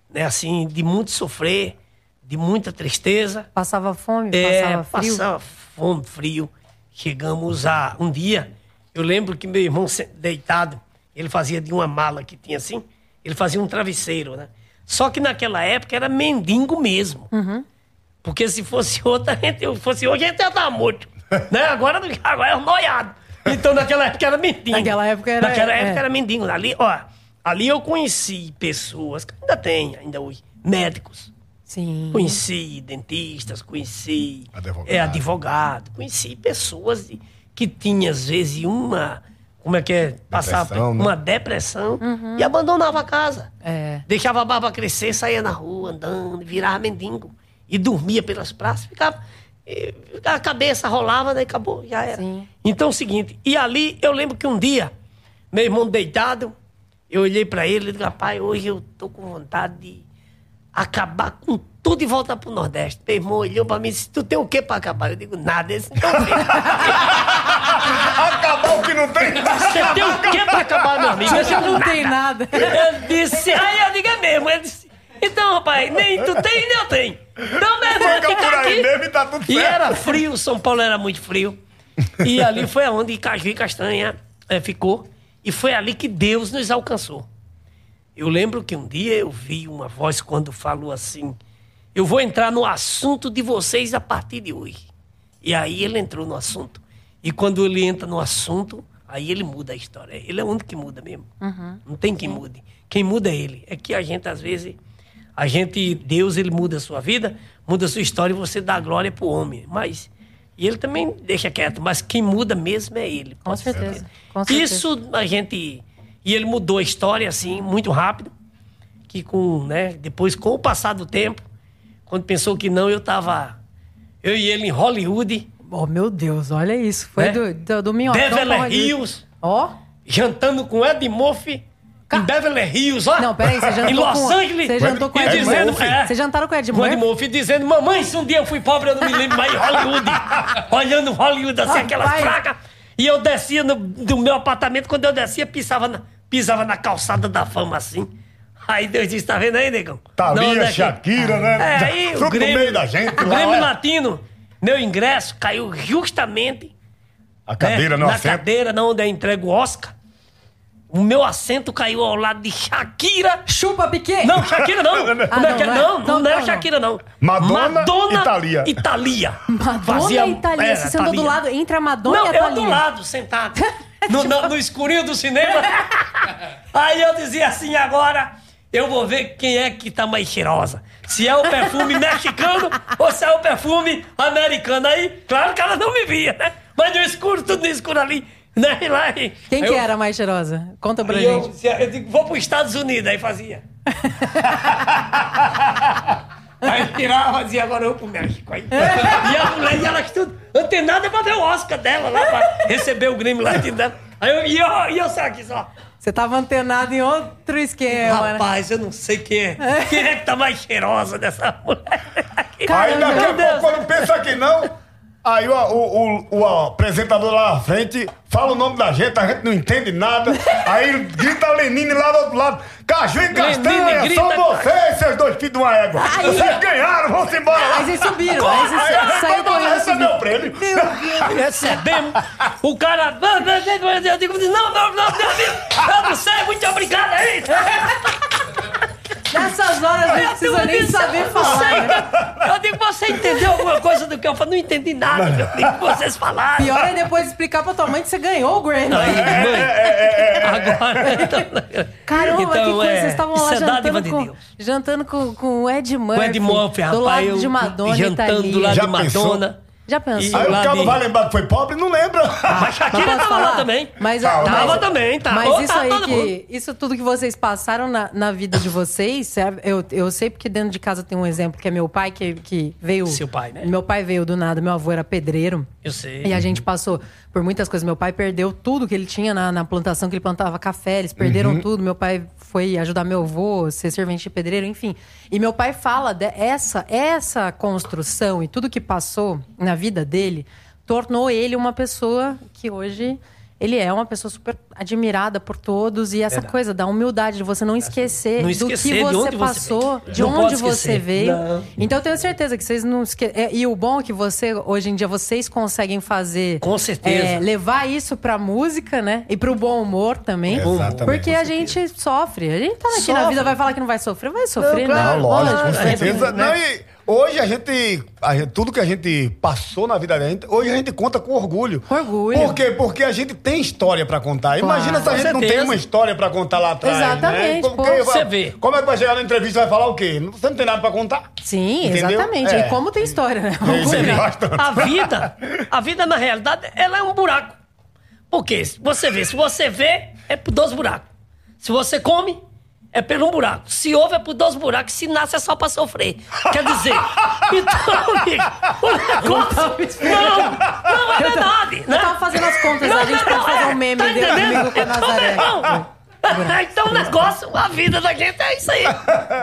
né, assim, de muito sofrer, de muita tristeza.
Passava fome,
É,
passava frio.
passava fome, frio. Chegamos a. Um dia, eu lembro que meu irmão se- deitado, ele fazia de uma mala que tinha assim, ele fazia um travesseiro, né? Só que naquela época era mendigo mesmo.
Uhum.
Porque se fosse [laughs] outra, a gente, fosse hoje, a gente ia estar morto. né? agora, não- agora é um noiado. Então naquela época era mendigo.
Naquela época era-
Naquela
é.
época era mendigo. Ali, ó, ali eu conheci pessoas, que ainda tem, ainda hoje, médicos.
Sim.
Conheci dentistas, conheci
Advogado.
é, advogado, conheci pessoas de- que tinham, às vezes, uma. Como é que é? Passava
Depressão, né?
uma depressão e abandonava a casa.
Uhum. É.
Deixava a barba crescer, saía na rua andando, virava mendigo. E dormia pelas praças, ficava. eh, A cabeça rolava, daí acabou, já era.
Sim.
Então é o seguinte, e ali eu lembro que um dia, meu irmão deitado, eu olhei pra ele e disse, rapaz, hoje eu tô com vontade de acabar com tudo e voltar pro Nordeste. Meu irmão olhou pra mim e disse, tu tem o que pra acabar? Eu digo, nada, esse [laughs] não tem.
Acabar o que não tem. [laughs]
Você tem o que pra acabar, meu amigo?
Você já não tem nada.
Eu disse, aí eu digo é mesmo. Ele disse, então, rapaz, nem tu tem, nem eu tenho. Então, meu irmão,
Fica por
fica
aí
aqui.
mesmo e tá tudo
E
certo.
era frio, São Paulo era muito frio. E ali foi onde Caju e Castanha eh, ficou. E foi ali que Deus nos alcançou. Eu lembro que um dia eu vi uma voz quando falou assim: Eu vou entrar no assunto de vocês a partir de hoje. E aí ele entrou no assunto. E quando ele entra no assunto, aí ele muda a história. Ele é o único que muda mesmo.
Uhum.
Não tem quem mude. Quem muda é ele. É que a gente, às vezes, a gente, Deus, ele muda a sua vida, muda a sua história e você dá glória pro homem. Mas. E ele também deixa quieto, mas quem muda mesmo é ele.
Com
pode ser
certeza,
ele.
com certeza.
Isso a gente. E ele mudou a história, assim, muito rápido. Que com, né? Depois, com o passar do tempo, quando pensou que não, eu tava. Eu e ele em Hollywood.
Oh, meu Deus, olha isso. Foi
Né?
do, do, do Minhocão.
Beverly
pra Hollywood.
Hills.
Ó.
jantando com Ed Murphy em Beverly Hills, ó.
Não, peraí, você jantou
Em Los
com...
Angeles.
Você jantou com
E
Ed
dizendo,
Murphy?
é,
Vocês jantaram com Ed
com Ed
Murphy?
Murphy dizendo, mamãe, se um dia eu fui pobre, eu não me lembro mais
[laughs]
de Hollywood. Olhando Hollywood, assim, aquelas
Rapaz.
fracas. E eu descia no- do meu apartamento, quando eu descia, pisava na, pisava na calçada da fama, assim. Aí Deus disse, tá vendo aí, negão? Não,
Thalia,
né, que-
Shakira, né?
É, aí
Tudo
o
no
Grêmio,
meio da gente.
o
lá,
Grêmio
olha.
Latino, meu ingresso caiu justamente
A cadeira
né?
não
Na
assenta.
cadeira, não, onde eu entrego o Oscar. O meu assento caiu ao lado de Shakira.
Chupa, Piquet!
Não, Shakira
[laughs]
não. Como é que é?
não,
não,
não é?
não,
Não,
é
não,
Shakira não.
Ah, Madonna, e Thalia.
Italia. É,
Madonna é e Thalia.
era,
Você sentou do
Thalia.
lado entre a Madonna
Não,
e a Tipo-
eu
Thalia.
do
[laughs]
lado, sentado. No, no, no escurinho do cinema. Aí eu dizia assim, agora eu vou ver quem é que tá mais cheirosa. Se é o perfume mexicano ou se é o perfume americano. Aí, claro que ela não me via, né? Mas no escuro, tudo no escuro ali. Né? E lá, e-
Quem
aí
que
eu-
era a mais cheirosa? Conta pra
Aí eu,
gente.
dizia, eu digo, vou para os Estados Unidos.
[laughs]
Aí fazia. Aí tirava e dizia, agora eu pro México. Aí.
É.
E a mulher, e ela que tudo, antenada pra ver o Oscar dela lá, pra receber o Grêmio lá de dentro. Aí eu, e eu, e eu saio aqui só.
Você tava antenado em outro esquema, né?
Rapaz, eu não sei quem é. Quem é que tá mais cheirosa dessa mulher?
Aí
Caramba,
daqui
meu
a
Deus.
pouco, quando pensa que não, aí o, o- o- o apresentador lá à frente fala o nome da gente, a gente não entende nada. Aí grita Lenine lá do outro lado. Caju e Castanha,
grita,
são
cara."
vocês, seus dois filhos de uma égua.
Aí-
Vocês ganharam, vão se embora lá.
Aí
é
vocês subiram, aí vocês
Aí a
saíram
gente vai
correndo.
receber
subiram.
o prêmio.
Meu Deus.
Recebemos. O cara. Eu digo, não, não, não, meu amigo. Eu não sei, muito obrigado aí.
Nessas horas não precisa nem saber falar. né?
Eu digo, você entendeu alguma coisa do que eu falei? Não entendi nada meu amigo, que vocês falaram.
Pior é depois explicar pra tua mãe que você ganhou o Grammy.
Aí, mãe, Agora. então,
Caramba, né? que
então,
coisa.
é,
Vocês estavam lá
isso é dádiva
jantando
de
com,
Deus.
jantando com, com o Ed Murphy.
O Ed Murphy,
Do
rapaz,
lado
eu-
de Madonna e
jantando
Thalia.
do lado
Já
de Madonna.
Já pensou?
Aí o
Lá Ah,
cabo
vem.
vai lembrar que foi pobre, não lembra. [laughs]
A
Mas
Shakira
posso
tava lá
falar?
também.
Mas,
Tava.
mas-
Tava também, tá.
Mas
Ô,
isso
tá
aí
todo
que.
mundo.
Isso tudo que vocês passaram na, na vida de vocês, sabe? eu, eu sei porque dentro de casa tem um exemplo que é meu pai, que, que veio.
Seu pai, né?
Meu pai veio do nada, meu avô era pedreiro.
Eu sei.
E a gente passou por muitas coisas. Meu pai perdeu tudo que ele tinha na, na plantação, que ele plantava café, eles perderam
Uhum.
tudo. Meu pai foi ajudar meu avô, ser servente de pedreiro, enfim. E meu pai fala de, essa, essa construção e tudo que passou na vida dele tornou ele uma pessoa que hoje. Ele é uma pessoa super admirada por todos e essa coisa da humildade, de você não esquecer, do
Não esquecer
que
de
você
onde você
passou,
veio.
de
Não
onde
pode
você
esquecer.
veio.
Não.
Então eu tenho certeza que vocês não esque... é, E o bom é que você, hoje em dia, vocês conseguem fazer.
Com certeza.
é, levar isso pra música, né? E pro bom humor também.
Exatamente,
Porque
com
a gente sofre. A gente tá aqui na
Sofre.
vida, vai falar que não vai sofrer, vai sofrer, né?
Não, lógico, com certeza.
né?
Não, e hoje a gente, a gente- Tudo que a gente passou na vida da gente, hoje a gente conta com orgulho.
Com orgulho.
Por quê? Porque a gente tem história pra contar. Imagina se a
Com
gente não tem
certeza.
uma história pra contar lá atrás.
Exatamente,
Né?
pô.
Porque vai-
Você vê.
Como é que vai chegar na entrevista e vai falar o quê? Você não tem nada pra contar?
Sim,
Entendeu?
exatamente.
É.
E
[laughs]
como tem história, né?
Isso é aí,
Orgulho.
bastante.
A vida, a vida na realidade, ela é um buraco. Porque se você vê, se você vê, é por dois buracos. Se você come, é pelo um buraco. Se ouve, é por dois buracos. Se nasce, é só pra sofrer.
[laughs]
Quer dizer, então, amigo, o negócio... Não, não é verdade. é tá
Eu tava fazendo as contas, a gente pode
é,
fazer um
tá
meme dele comigo com a Nazaré.
[laughs] Então o negócio, a vida da gente é isso aí.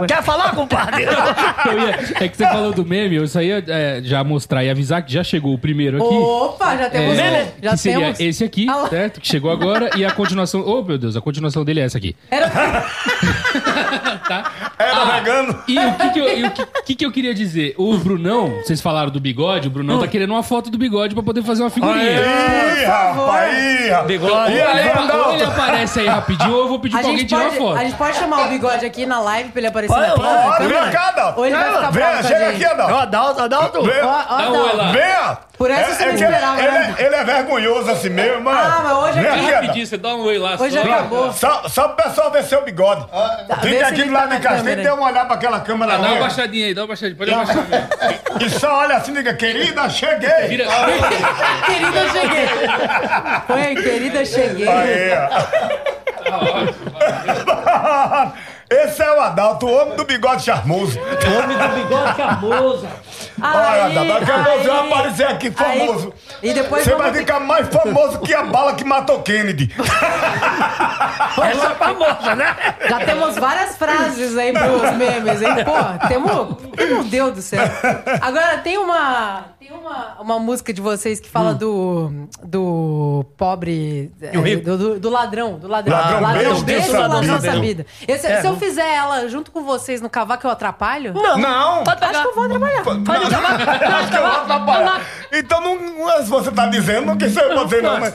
Quer falar,
[laughs]
compadre?
Eu ia- é que você falou do meme, eu só ia é, já mostrar e avisar que já chegou o primeiro aqui.
Opa, já temos. um.
É,
Já
que seria
temos.
esse aqui,
Ah lá.
certo? Que chegou agora e a continuação. Oh, meu Deus, a continuação dele é essa aqui.
Era vegano.
E o que que eu, e o que, que que eu queria dizer? O Brunão, vocês falaram do bigode, o
Hum.
Brunão tá querendo uma foto do bigode pra poder fazer uma figurinha.
Ih, rapaz, ih, rapaz.
Ah, Bigode.
E
Ou
aí,
ele, apa- ou ele
Randall?
aparece aí rapidinho, ou eu vou pedir
A
pra alguém
gente,
tirar
pode,
uma foto.
a gente pode chamar o bigode aqui na live pra ele aparecer
Olha,
na tela?
olha,
da
Vem
câmera?
cá, Adalto.
Ou ele vai ficar bravo
Venha,
com a
chega
gente?
aqui, Adalto.
Adalto, Adalto.
Venha.
Ó, tá.
Dá
ó,
um
Adalto.
oi lá.
Venha. É,
Por essa você não
que
esperava,
ele,
né?
ele é vergonhoso assim mesmo, mano.
Ah, mas hoje
Vem
aqui-
aqui, Adalto.
Rapidinho, você dá um oi lá.
Hoje
só.
acabou.
Só, só pro pessoal ver seu bigode.
vê se
Fica aqui
ele
do
tá
lado
na
de cá. Tem
câmera.
que dar uma olhada pra aquela câmera
Ah, Dá
lá.
uma baixadinha aí, dá uma baixadinha. Pode abaixar mesmo.
E só olha assim e diga, querida, cheguei.
Vira.
Querida, eu cheguei. Foi, querida, eu cheguei.
Aí,
Tá
ó. [laughs] Esse é o Adalto, o homem do bigode charmoso.
Homem do bigode famoso.
Olha,
Aí,
Adalto, daqui a pouco você vai
aí,
aparecer aqui famoso.
aí. E depois
Você
vamos
vai
ter-
ficar mais famoso que a bala que matou
[laughs]
Kennedy.
Essa é famosa, né?
Já temos várias frases aí pros memes, hein? Pô, temos. Meu Deus do céu. Agora, tem uma. Tem uma, uma música de vocês que fala do. Do pobre. eh,
rico.
do, do- do ladrão. Do ladrão.
Ladrão, Deus
deixa
dessa
o ladrão
vida.
sabida. Esse- se eu fizer ela junto com vocês no cavaco, eu atrapalho?
Não.
Não.
Pode pegar.
Acho que eu vou trabalhar.
Não, acho que eu vou atrapalhar. Então, não, não- você tá dizendo que isso eu vou dizer, não, mas...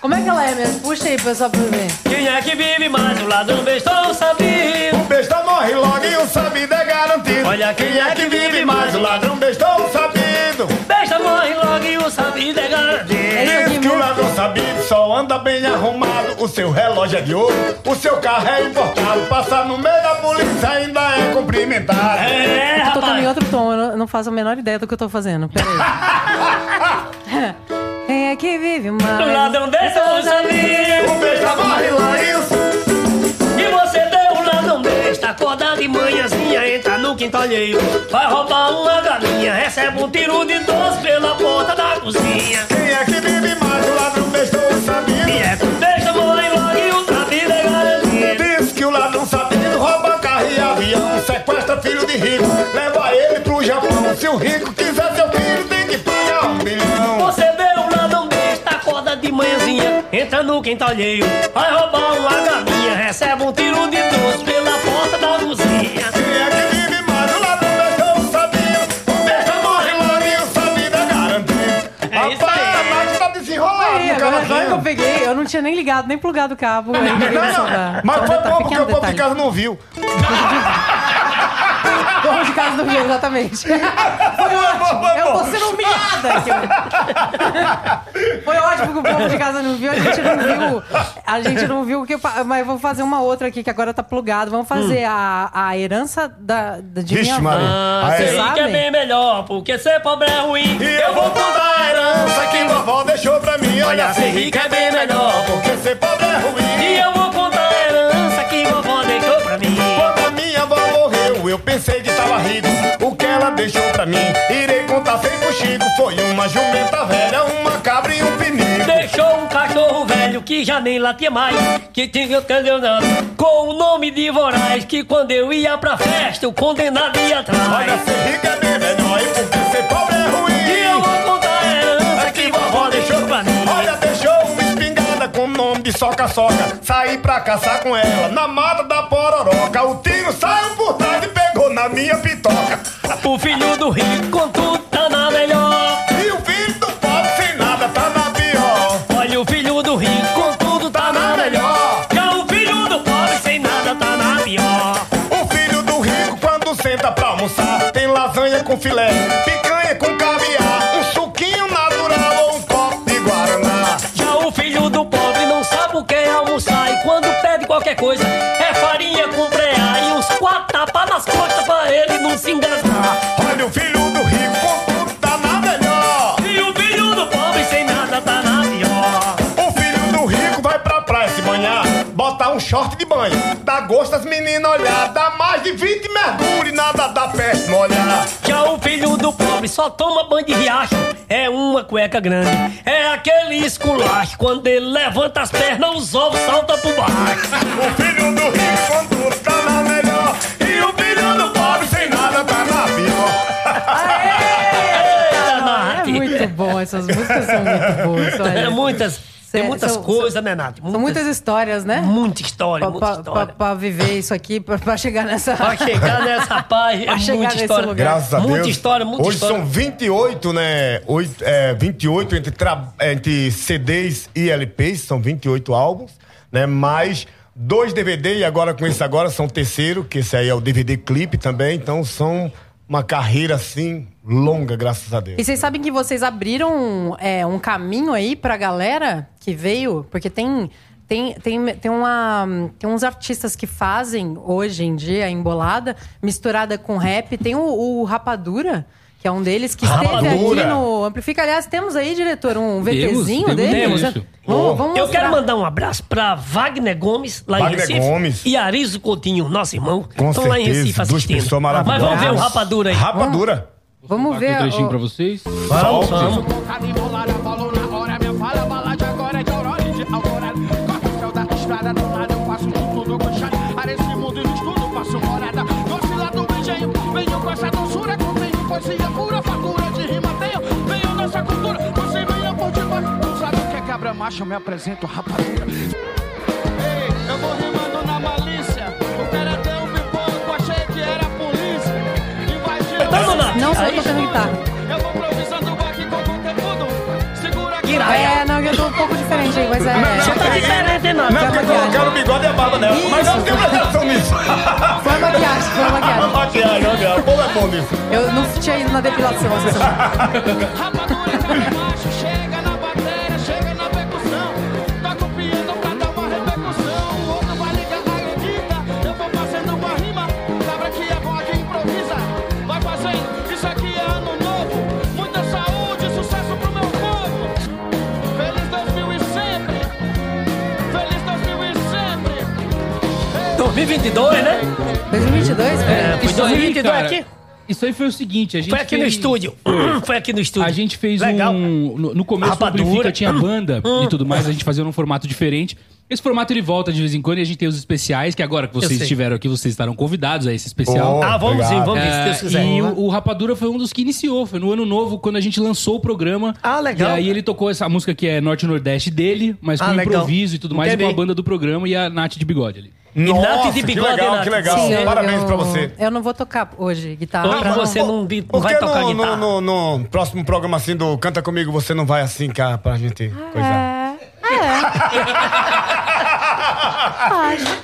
Como é que ela é mesmo? Puxa aí, pessoal, pra ver.
Quem é que vive mais o lado do bestão sabido?
O um besta morre logo e o sabido é garantido.
Olha quem é que vive mais,
o ladrão bestão sabido.
Besta morre logo e o sabido é garantido.
Esse
Diz
aqui
que o
mesmo.
ladrão sabido só anda bem arrumado. O seu relógio é de ouro, o seu carro é importado. Passar no meio da polícia ainda é cumprimentado.
É,
Eu tô tocando em
rapaz.
outro tom, eu não- eu não faço a menor ideia do que eu tô fazendo.
[laughs]
Peraí. Quem é que vive mais?
Do ladrão desse eu não sabia.
O Um besta morre logo e um o
E você deu um ladrão besta. Acorda de manhãzinha, entra no quintal alheio. Vai roubar uma galinha. Recebe um tiro de doce pela porta da cozinha.
Quem é que vive mais? O ladrão bestão
E
sabido.
é com besta
rico, leva ele pro Japão. Se o rico quiser seu filho, tem que pagar um bilhão.
Você vê o ladrão besta, acorda de manhãzinha, entra no quintal alheio, vai roubar uma galinha, recebe um tiro de doce pela porta da cozinha.
Se é que vive mais, o ladrão deixa o sabinho. O besta morre logo e o sabinho é garantido.
É isso
Rapaz,
aí.
a máquina tá desenrolada
Aí,
no tá
agora, agora que eu
cavaquinho.
peguei, eu não tinha nem ligado, nem plugado o cabo. Não,
Não, não, mas
tá
foi bom porque o povo de casa não viu.
Vamos de casa do Rio, exatamente. Foi ótimo.
boa,
Eu tô
boa.
sendo humilhada aqui. Foi ótimo que o povo de casa não viu. A gente não viu. A gente não viu o que. Mas eu vou fazer uma outra aqui que agora tá plugado. Vamos fazer a, a herança da, da, de
Vixe,
minha
Maria.
avó.
Ah,
Sei
vocês
é.
sabem?
que é bem melhor, porque ser pobre é ruim.
E eu vou contar a herança que vovó deixou pra mim. Olha, ser rico é bem melhor, porque ser pobre é ruim.
E eu vou contar a herança que vovó deixou pra mim.
Quando a minha avó morreu, eu pensei que tava rico. O que ela deixou pra mim, irei contar sem pro Chico. Foi uma jumenta velha, uma cabra e um pinico.
Deixou um cachorro velho que já nem latia mais, que tinha condenado com o nome de Voraz, que quando eu ia pra festa, o condenado ia
Olha,
atrás.
ser rico é bem melhor, e porque ser pobre é
E eu
ruim. É
vou contar a herança que vovó deixou pra mim.
Olha, deixou uma espingarda com o nome de soca-soca. Saí pra caçar com ela na mata da pororoca. O tiro saiu por trás e pegou na minha pitoca.
O filho do rico, contudo, tá na melhor.
E o filho do pobre sem nada tá na pior.
Olha, o filho do rico, contudo, tá na melhor. Já o filho do pobre, sem nada, tá na pior.
O filho do rico quando senta pra almoçar tem lasanha com filé, picanha com caviar, um suquinho natural ou um copo de guaraná.
Já o filho do pobre não sabe o que é almoçar e quando pede qualquer coisa é farinha com breá e uns quatro tapas nas costas pra ele não se engasgar.
Olha o filho do rico com tudo tá na melhor.
E o filho do pobre sem nada tá na pior.
O filho do rico vai pra praia se banhar, botar um short de banho, dá gosto às meninas olhar, dá mais de 20 mergulhos e nada dá peste no olhar.
Já o filho do pobre só toma banho de riacho, é uma cueca grande, é aquele esculacho. Quando ele levanta as pernas, os ovos saltam pro baixo.
O filho do rico com tudo tá na melhor. E o filho do pobre sem nada tá na pior. [laughs]
Eita,
É
Nath!
muito bom, essas músicas são muito boas. olha.
É muitas, tem
Cê-
muitas
são-
coisas, né, Nath?
São muitas histórias, né?
Muita história,
Pra,
muita
pra- pra-
história.
pra viver isso aqui, pra, pra chegar nessa.
Pra chegar nessa paz, é
Pra chegar
muita
nesse
história.
lugar.
Graças a
Muita
Deus.
história, muita
Hoje
história.
são 28, né? Oito, é, 28 entre, tra- entre CDs e LPs, são 28 álbuns, né? Mais dois DVD e agora com esse agora são o terceiro, que esse aí é o DVD clipe também, então são uma carreira assim longa, graças a Deus.
E vocês sabem que vocês abriram é, um caminho aí pra galera que veio? Porque tem, tem, tem, tem, uma, tem uns artistas que fazem hoje em dia a embolada misturada com rap. Tem o, o Rapadura. Que é um deles que esteve
Rapadura.
aqui no Amplifica. Aliás, temos aí, diretor, um
Temos,
VTzinho
temos
dele?
isso.
Vamos, vamos
Eu
mostrar.
quero mandar um abraço pra Wagner Gomes, lá
Wagner
em Recife.
Gomes.
E Arizo Coutinho, nosso irmão.
Com
Estão lá em
certeza,
Recife
duas
assistindo.
pessoas
Mas
maravilhosas.
vamos ver o Rapadura aí.
Rapadura.
Aqui
Vamos
um
ver.
trechinho
ó,
pra vocês.
Vamos,
Volte.
vamos.
A embolada falou na hora, minha fala balade agora é de aurora e de aurora. Corta o céu da estrada, do lado eu passo de tudo com chá. Para esse mundo e estudo, passo morada. Doce lá do engenho, venho com essa doçura, comigo poesia pura, fartura de rima tenho. Venho nossa cultura, você venha por debaixo. Tu sabe o que é cabra macho, eu me apresento, rapadura. Ei, eu vou rimando na malícia. O cara deu um pipoco, achei que era a polícia. Invadiram
Tá, dona?
Não sou eu
Aí.
tocando guitarra.
eu vou improvisando o baque com conteúdo. Segura aqui.
Irá.
É, não, eu tô um pouco diferente aí, mas é.
Só tá diferente, não.
Não é porque colocaram o bigode e a barba nela. Mas eu tenho uma relação nisso. [laughs]
Foi maquiagem, foi
A
maquiagem.
maquiagem, olha, o povo é bom nisso.
Eu não tinha ido na depilação essa semana.
Rapadura cara macho, chega na bateria, chega na percussão. Toca o piano pra dar uma repercussão. O outro vai ligar a grita. Eu vou fazendo uma rima. Cabra que é bode, improvisa. Vai fazendo, isso aqui é ano novo. Muita saúde, sucesso pro meu povo. Feliz 2000 e sempre. Feliz 2000 e sempre.
2022, né?
2022?
É, foi
Isso aí,
2022
Então, cara,
aqui.
Isso aí foi o seguinte, a gente
Foi aqui no
fez-
estúdio. [clears throat] Foi aqui no estúdio.
A gente fez
Legal.
um. No, no começo do
Rapadura. Hum.
Amplifica tinha banda e tudo mais, a gente fazia num formato diferente. Esse formato ele volta de vez em quando e a gente tem os especiais, que agora que vocês
sei.
estiveram aqui, vocês estarão convidados a esse especial.
Boa.
Ah, vamos sim,
Obrigado.
vamos ver se Deus
É,
quiser.
E o, o Rapadura foi um dos que iniciou, foi no ano novo, quando a gente lançou o programa.
Ah, legal.
E aí ele tocou essa música que é Norte e Nordeste dele, mas com
Ah, legal.
improviso e tudo mais, e com a
Entendi.
banda do programa e a Nath de bigode ali.
Nath de
que
bigode,
legal,
Nath.
que legal.
Sim, eu-
Parabéns pra você.
Eu não vou tocar hoje guitarra.
Ah, pra
não.
você não-
Por-
não
por
vai
que
tocar
no,
guitarra?
no- no- no próximo programa assim do Canta Comigo você não vai assim cá pra gente coisar?
É. É. Acho.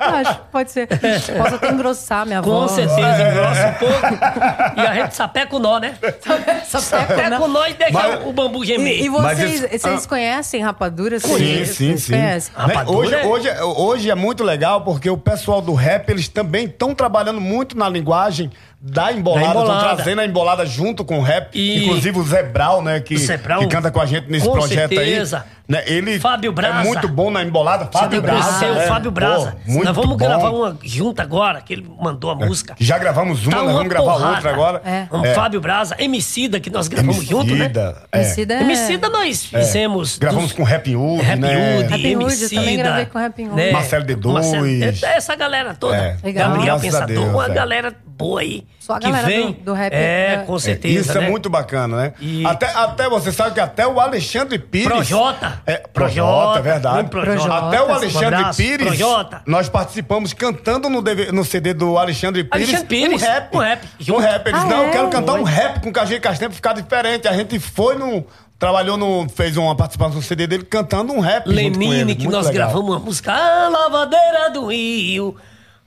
Acho, pode ser. Posso até engrossar minha
Com
voz.
certeza,
É.
engrossa um pouco. E a gente sapeca o nó, né?
Só pega,
Sapeca
né?
o nó e deixa
Mas-
o bambu gemer.
E, e
Mas
vocês,
isso-
vocês
ah.
conhecem rapadura?
Sim,
Vocês-
sim,
vocês
sim.
conhecem?
Né?
Rapadura
Hoje,
é-
hoje, hoje é muito legal porque o pessoal do rap, eles também estão trabalhando muito na linguagem da embolada,
Da
estão
embolada.
trazendo a embolada junto com o rap.
E-
Inclusive o Zé Brau, né, que,
O Zé Brau,
que canta com a gente nesse
com
projeto
certeza.
aí. Né, ele
Fábio Braza.
é muito bom na embolada. Fábio Braza.
Seu
é.
Fábio Braza.
Pô, muito
Nós vamos
bom. É,
gravar um uma junta agora, que ele mandou a música.
Já gravamos uma,
Tá
nós
uma
vamos gravar
porrada.
outra agora. É
É.
Um Fábio Braza, Emicida, que nós gravamos junto, né?
Emicida, é.
Emicida é-
Emicida nós fizemos...
Gravamos
dos-
com Rap Hood,
Rap
né?
Hood,
Rap Hood, eu
Emicida, né?
também gravei com Rap Hood.
Marcelo D2.
é, essa galera toda.
É.
Legal.
Gabriel
Graças a
Pensador,
Deus,
uma
é.
galera boa aí.
Só a
que
galera
vem.
do- do rap,
É,
né?
com
É,
certeza,
Isso
né?
é muito bacana, né?
E-
Até, até você sabe que até o Alexandre Pires.
Projota.
É, Projota,
Projota,
é verdade.
grande Projota.
Até o Alexandre
Um abraço,
Pires.
Projota.
Nós participamos cantando no, DV no CD do Alexandre Pires.
Alexandre Pires,
Um rap.
um rap,
Um
junto.
rap. Eles,
Ah,
não,
é?
eu quero cantar um
Foi.
rap com o Cajê Castanho pra ficar diferente. A gente foi no. Trabalhou no. Fez uma participação no CD dele cantando um rap. junto com ele.
Lenine, que
Muito
nós
legal.
gravamos uma música, a lavadeira do rio.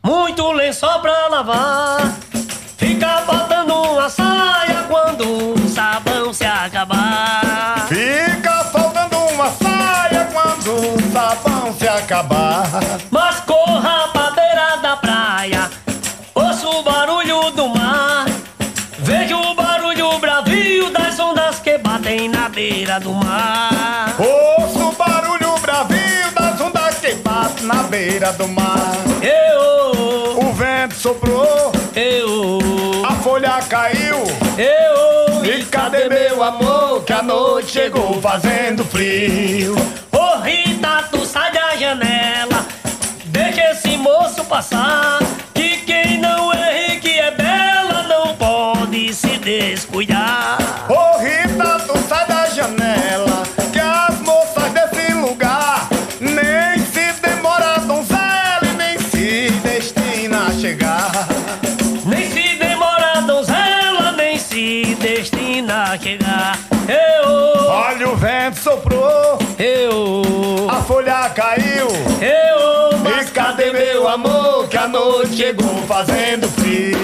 Muito lençol pra lavar. Fica botando uma saia quando o sabão se acabar.
Fica faltando uma saia quando o sabão se acabar.
Mas corra pra beira da praia, ouço o barulho do mar. Vejo o barulho bravio das ondas que batem na beira do mar.
Ouço o barulho bravio das ondas que batem na beira do mar.
Eu,
O vento soprou,
eu,
a folha caiu.
eu.
E cadê meu amor que a noite chegou fazendo frio?
Ô Rita, tu sai da janela, deixa esse moço passar. Que quem não é rico e é bela não pode se descuidar.
Ô Rita, tu sai da janela, que as moças desse lugar nem se demora a donzela e nem se destina a chegar.
Nem se demora a donzela, nem se destina a chegar. Eu,
Olha o vento soprou,
eu,
a folha caiu.
eu, mas
E cadê meu amor que a noite chegou fazendo frio?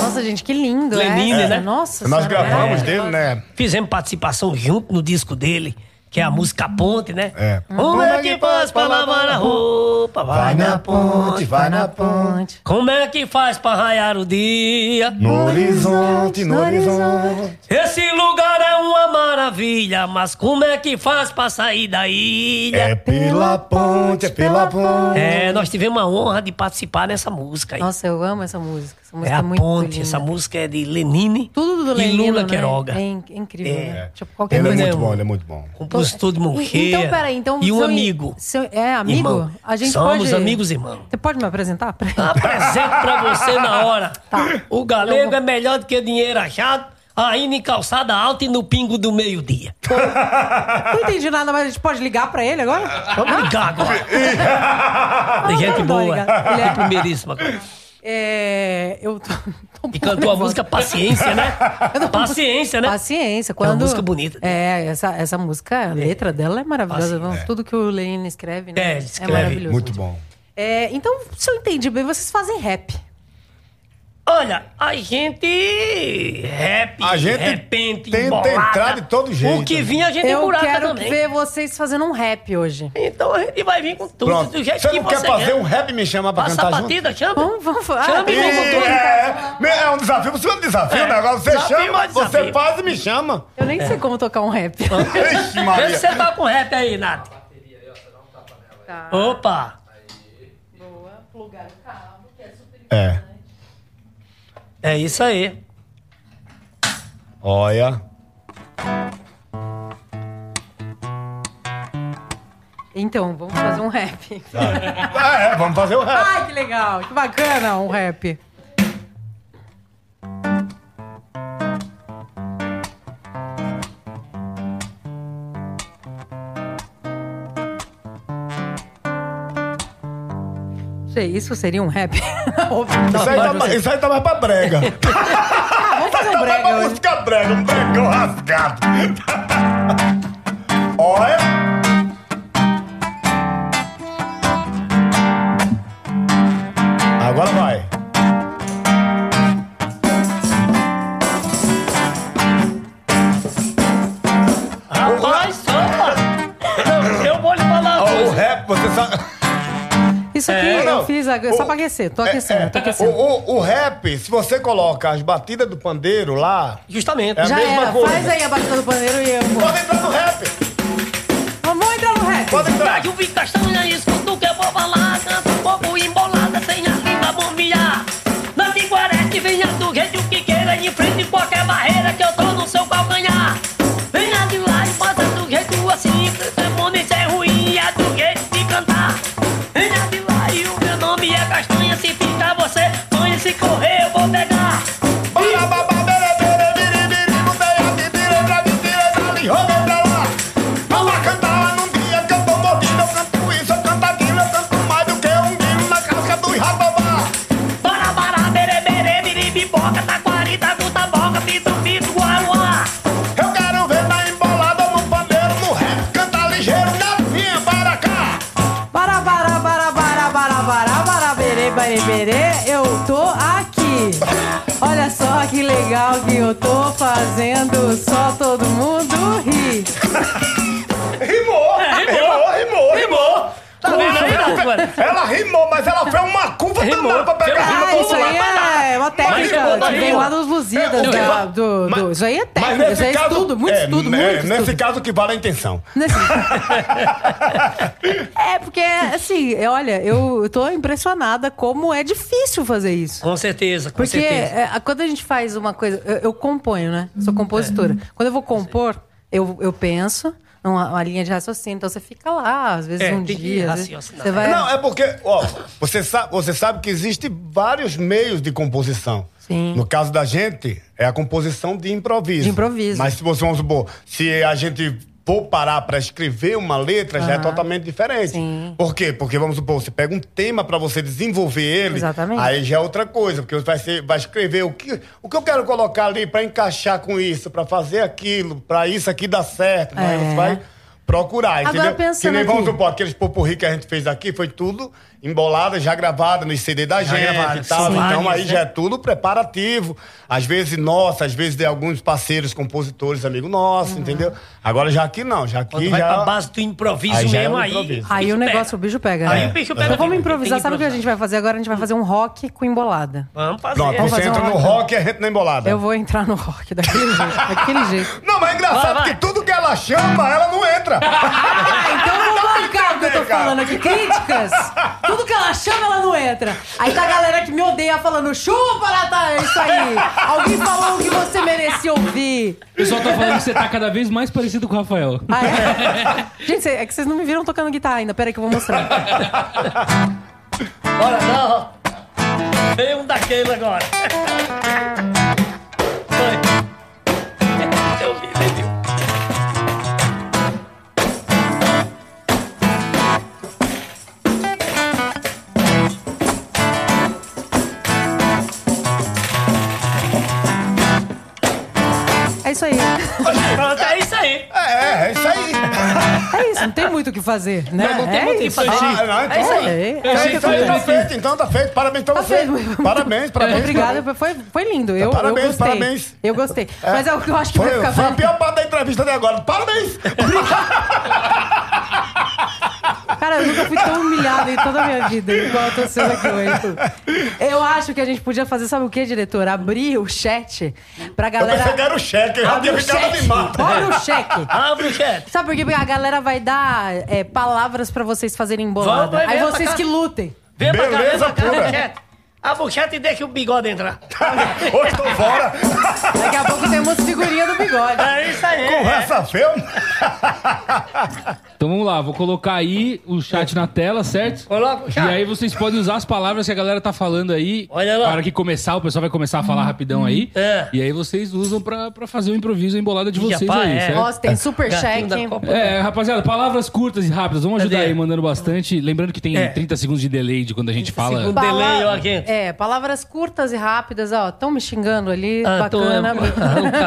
Nossa, gente, que lindo.
Lenine,
essa.
né?
Nossa
Nós
senhora,
gravamos
é.
dele, né?
Fizemos participação junto no disco dele, que é a música Ponte, né?
É.
Como é que faz pra lavar a roupa? Vai na ponte.
vai
Na Tá ponte.
Como é que faz pra raiar o dia?
No
horizonte, no horizonte.
Esse lugar é uma maravilha, mas como é que faz pra sair da ilha?
pela ponte, é pela ponte.
É, nós tivemos a honra de participar nessa música aí.
Nossa, eu amo essa música. Essa música
É a
muito
ponte,
linda.
essa música é de Lenine
Tudo do
e
Lenino,
Lula
né?
Queiroga.
É in- incrível,
É.
né? Tipo, qualquer
Ele é
coisa.
muito bom, ele é muito bom.
Compositor de Monreia
Então, peraí, então...
e um
seu-
amigo.
seu- é, amigo?
Irmão.
A gente
Somos
pode...
amigos, irmão. Ah,
Você pode me apresentar? Peraí.
Apresento Tá pra você na hora.
Tá.
O galego é melhor do que dinheiro achado, ainda em calçada alta e no pingo do meio-dia.
Não entendi nada, mas a gente pode ligar pra ele agora?
Vamos
[laughs]
ligar agora. Tem gente
não dói,
boa.
cara. Ele é-
De primeiríssima. cara.
É... Eu tô... tô um pouco
E cantou a
nervosa.
música Paciência, né? Paciência, né?
Paciência. Quando...
música bonita. né?
É, essa, essa música, a letra dela é maravilhosa.
Paciência.
Vamos, Tudo que o Lenine escreve, né?
É, ele escreve.
maravilhoso.
Muito bom.
É, então, se eu entendi bem, vocês fazem rap.
Olha, a gente rap,
A gente
repente,
tenta
embolada.
entrar de todo jeito.
O que vinha a gente
eu
curava
quero
também.
ver vocês fazendo um rap hoje.
Então a gente vai vir com tudo
Pronto.
do jeito
Você
que
não quer
você
fazer
quer.
um rap e me chamar pra
Passa a
cantar junto?
batida, chama.
Vamos, vamos.
Chama
Ah,
e
Ih,
vamos
eu-
junto.
É, é, é um desafio, você é um desafio,
É.
o negócio. Você
Desafio
chama,
é desafio.
você faz e me chama.
Eu nem sei como tocar um rap.
Ixi,
Vê se
Maria.
você tá com rap aí, Nath. Opa!
É.
É isso aí.
Olha.
Então, vamos fazer um rap.
Ah, é, vamos fazer o rap.
Ai, que legal, que bacana um rap. Sei, isso seria um rap. [laughs]
Isso aí, tá, mais- isso aí tá mais pra brega.
Vamos fazer um
tá mais
brega
pra
hoje.
música brega, um bregão rasgado. [laughs] Olha. Agora vai.
Rapaz, sopa! Não, eu vou lhe falar uma
Ó, o
coisa.
rap, você sabe.
Isso aqui
É,
eu
não. é,
fiz agora, só pra aquecer. Tô aquecendo, tô
O,
aquecendo.
o, o rap, se você coloca as batidas do pandeiro lá.
Justamente.
É.
Já
mesma
era,
coisa.
faz aí a batida do bandeiro e eu vou.
Pode entrar no rap!
Vamos entrar no rap.
Pode entrar!
Que o Vic Castanha escuta o que eu vou falar Canta um pouco embolada, tem a linda bombinha Na minguarete venha do jeito que queira Em frente qualquer barreira que eu tô no seu calcanhar Venha de lá e bota do jeito assim Demônio isso é ruim, é do jeito de cantar Venha de lá e o meu nome é Castanha Se ficar você, sonha se correr eu vou pegar
um
Bora, bora, bere, bere, biri, biboca Taquari, tacu, taboca, pitu, pitu, guauá
Bará, bará, bará, bará, bará, bará, bará, berê, barê, berê, eu tô aqui. Olha só que legal que eu tô fazendo, só todo mundo ri.
Rimou! Rimou, rimou, rimou!
É, Tá vendo aí, Taquari?
Ela rimou, mas ela fez uma curva
Rimou.
danada pra pegar
Rimou.
a rima
Ah, isso
popular.
aí é uma técnica
mas
que vem
eu-
lá dos buzidas,
eu-
da-
eu-
do,
mas-
do- isso aí é
Mas
técnica, isso aí é
caso-
estudo, muito
é,
estudo,
né,
muito
Nesse
estudo.
caso que vale a intenção.
[laughs] Nesse- é, porque, assim, olha, eu tô impressionada como é difícil fazer isso.
Com certeza, com
Porque
certeza. Hum,
é, a- quando a gente faz uma coisa. Eu, eu componho, né? Sou
é.
compositora. Quando eu vou compor, eu, eu penso numa uma linha de raciocínio. Então você fica lá, às vezes
É,
um
tem que
dia. às vezes
raciocinar.
Você vai.
Não, é porque, ó, você sabe, você sabe que existem vários meios de composição.
Sim.
No caso da gente, é a composição de improviso.
De improviso.
Mas se você, vamos supor, se a gente for parar pra escrever uma letra, já é
Aham.
totalmente diferente.
Sim.
Por quê? Porque, vamos supor, você pega um tema pra você desenvolver ele,
Exatamente.
aí já é outra coisa, porque você vai, ser- vai escrever o que, o que eu quero colocar ali pra encaixar com isso, pra fazer aquilo, pra isso aqui dar certo. né?
É.
Você vai procurar,
Agora,
entendeu? que
pensando
nem, vamos
aqui.
supor, Pô, aqueles popurri que a gente fez aqui foi tudo embolada, já gravada nos CD da gente
gravado,
e tal.
sim.
Então
Várias,
né?
aí já é tudo preparativo. Às vezes nossa, às vezes de alguns parceiros, compositores, amigo nosso,
Uhum.
entendeu? Agora já aqui não, já
Quando
aqui
vai pra
já.
base do improviso
Aí já é
mesmo,
um
aí.
improviso.
Aí o negócio, o
pega.
bicho pega. né?
Aí o bicho pega.
Então vamos
Tem que
improvisar. Sabe o que a
improvisar.
gente vai fazer agora? A gente vai fazer um rock com embolada.
Vamos fazer.
Pronto,
Vamos
você
fazer
entra
um
no
rock.
rock e a gente na embolada.
Eu vou entrar no rock daquele jeito. daquele jeito.
Não,
Vai,
mas é engraçado
vai.
porque tudo que ela chama, ela não
[laughs]
entra.
Ah, então eu vou marcar o que eu tô
cara.
falando aqui. Críticas. Tudo que ela chama, ela não entra. Aí tá a galera que me odeia falando, chupa, Natália, isso aí. Alguém falou o que você merecia ouvir.
O pessoal tá falando que você tá cada vez mais parecido com o Rafael.
Ah, é? Gente, cê- é que vocês não me viram tocando guitarra ainda. Pera aí que eu vou mostrar.
Bora, não. Vem um daquele agora. [laughs] Vai. Eu vi, entendeu?
É isso aí.
Pronto, é isso aí.
[laughs] É, é isso aí.
É isso, não tem muito o que fazer, né?
Não, não tem
é
muito o que
isso.
fazer.
Ah, não,
É isso
então,
aí. É
então,
isso que
então tá
acontece.
feito, então tá feito. Parabéns pra
Tá
você.
feito.
Parabéns, parabéns.
Obrigada, foi, foi lindo. Eu,
Parabéns,
eu gostei.
parabéns.
Eu gostei. Mas é o que eu acho que vai
Foi,
ficar
foi a
falando.
pior parte da entrevista até agora. Parabéns!
Cara, eu nunca fui tão humilhada em toda a minha vida, igual eu tô sendo aqui hoje. Eu acho que a gente podia fazer, sabe o que, diretor? Abrir o chat pra
Eu pensei
galera.
que era Então o cheque, eu já
Abre
tinha
o
ficado
cheque.
animado.
Olha o cheque.
Abre o chat.
Sabe por quê? Porque a galera vai dar é, palavras pra vocês fazerem embolada.
Vamos, vai
Aí
ver,
vocês
pra cá.
que lutem.
Vem pra cá, vem
Beleza
pra cá,
pura.
chat. a bucheta e deixa o bigode
[laughs]
entrar.
Hoje tô fora.
Daqui a pouco temos figurinha do bigode.
É isso aí.
Conversa feia.
Então vamos lá, vou colocar aí o chat na tela, certo?
Coloca o
E
chat.
aí vocês podem usar as palavras que a galera tá falando aí.
Olha lá.
Na hora que começar, o pessoal vai começar a falar rapidão aí.
É.
E aí vocês usam pra, pra fazer o improviso, a embolada de
Ih,
vocês
rapaz,
aí,
é.
certo?
Nossa, tem super check.
Gatinho da Copa.
É, rapaziada, palavras curtas e rápidas. Vamos ajudar
Cadê?
aí, mandando bastante. Lembrando que tem
É.
30 segundos de delay de quando a gente fala.
segundos. delay, ó, aqui.
É, palavras curtas e rápidas, ó. Estão me xingando ali,
Ah, tô-
[laughs] bacana.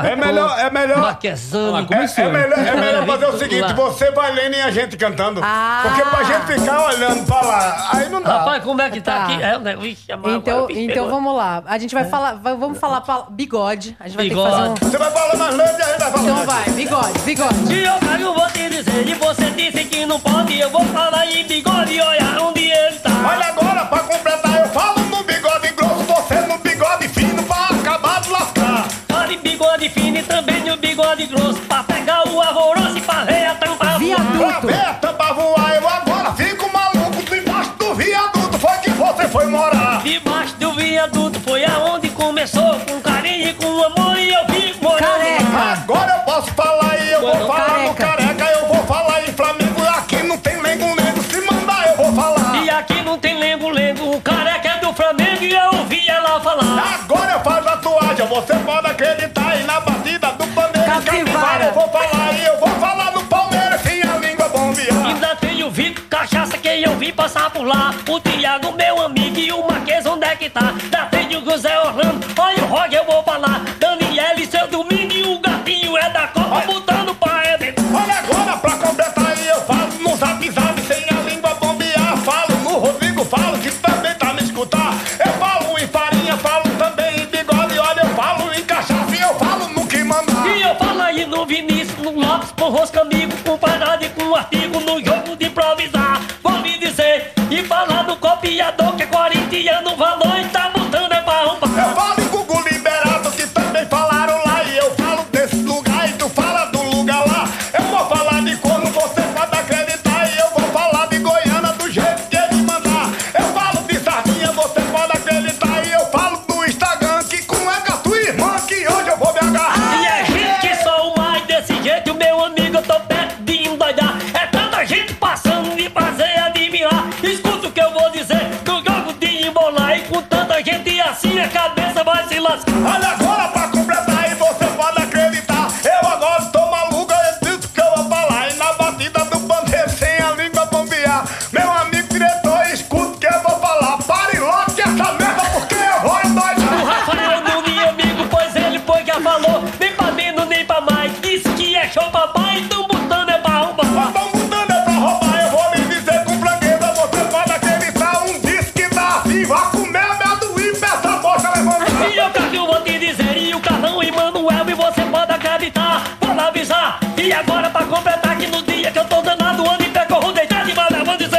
É melhor, é melhor.
Maquiazando.
Olha lá,
É,
Começou,
é
né?
melhor, é melhor
Maravilha,
fazer o
tudo
seguinte,
lá.
você vai lendo e a gente cantando.
Ah.
Porque pra gente ficar olhando pra lá, aí não dá.
Rapaz, como é que tá,
Tá.
aqui? É, né? Ixi, a mão
Então,
agora me
então
pegou. É.
vamos lá. A gente vai falar, vai- vamos falar pa- bigode. A gente vai ter que
Bigode.
fazer um.
Você vai falar mais lento e a gente vai assim. falar
Então
mais
vai, bigode, bigode.
E eu, Caio, vou te dizer, e você disse que não pode, eu vou falar em bigode, olha onde ele tá.
Olha agora, pra completar, eu falo no bigode grosso, você no bigode fino, pra acabar de lascar.
Olha em bigode fino e também no bigode grosso, pra pegar o alvoroço e pra ver a tampa.
Pra
Viaduto.
ver a tampa voar, eu agora fico maluco, debaixo do viaduto, foi que você foi morar.
Debaixo do viaduto foi aonde começou, com carinho e com amor, e eu fico morando.
Careca.
Agora eu posso falar e eu vou
Mano,
falar no
careca.
careca, eu vou falar em Flamengo, aqui não tem lengo nego, se mandar eu vou falar.
E aqui não tem lengo-lengo, o careca é do Flamengo e eu ouvi ela falar.
Agora eu faço tatuagem, você pode acreditar e na batida do é pandeiro
Capivara.
capivara eu vou falar e eu vou falar no Palmeiras sem a língua bombear.
Ainda tem o Vico, cachaça que eu vi passar por lá. O Tiago, meu amigo, e o Marquês, onde é que tá? Ainda tem o José Orlando, olha o Roger, eu vou falar. Daniel e seu domingo, e o gatinho é da Copa, botando pra ele.
Olha agora pra completar e eu falo no zap zap sem a língua bombear. Falo no Rodrigo, falo que também tá me escutar. Eu falo em farinha, falo também em bigode, olha eu falo em cachaça e eu falo no que mandar.
E eu falo aí no Vinícius, no Lopes, com rosca amigo, com parada e com artigo, no jogo de improvisar. Vou me dizer, e falar do copiador, que é corintiano, valor e tá botando é pra arrombar.
Eu falo em Gugu Liberato, que também falaram lá. E eu falo desse lugar e tu fala do lugar lá. Eu vou falar de corno, você pode acreditar. E eu vou falar de Goiânia do jeito que ele mandar. Eu falo de sardinha, você pode acreditar. E eu falo do Instagram, que com a tua irmã, que hoje eu vou me agarrar.
E é gente que só o mais desse jeito, meu amigo, eu tô perto de endoidar. É tanta gente passando de prazer admirar. Escuta o que eu vou dizer, no jogo de embolar. E com tanta gente assim, a cabeça vai se lascar.
Olha agora pra completar e você pode acreditar. Eu agora tô maluco, eu disse que eu vou falar. E na batida do bandeiro sem a língua bombear. Meu amigo diretor, escuta o que eu vou falar. Pare logo de essa merda porque eu vou
O
endoidar.
Rafael do meu amigo, pois ele foi que falou. Nem pra menos, nem pra mais. Disse que é show papai, tão botando é pra
Mas
arrumar.
tão mudando é pra roubar, eu vou lhe dizer com franqueza. Você pode acreditar, um disco que tá assim. Vá comer amendoim pra essa bosta levantar.
E eu, Cacil, vou te dizer. E o Carrão e Manuel, e você pode acreditar. Vou lá avisar. E agora pra completar que no dia que eu tô danado, ando em pé, corro deitado e balé, vou dizer.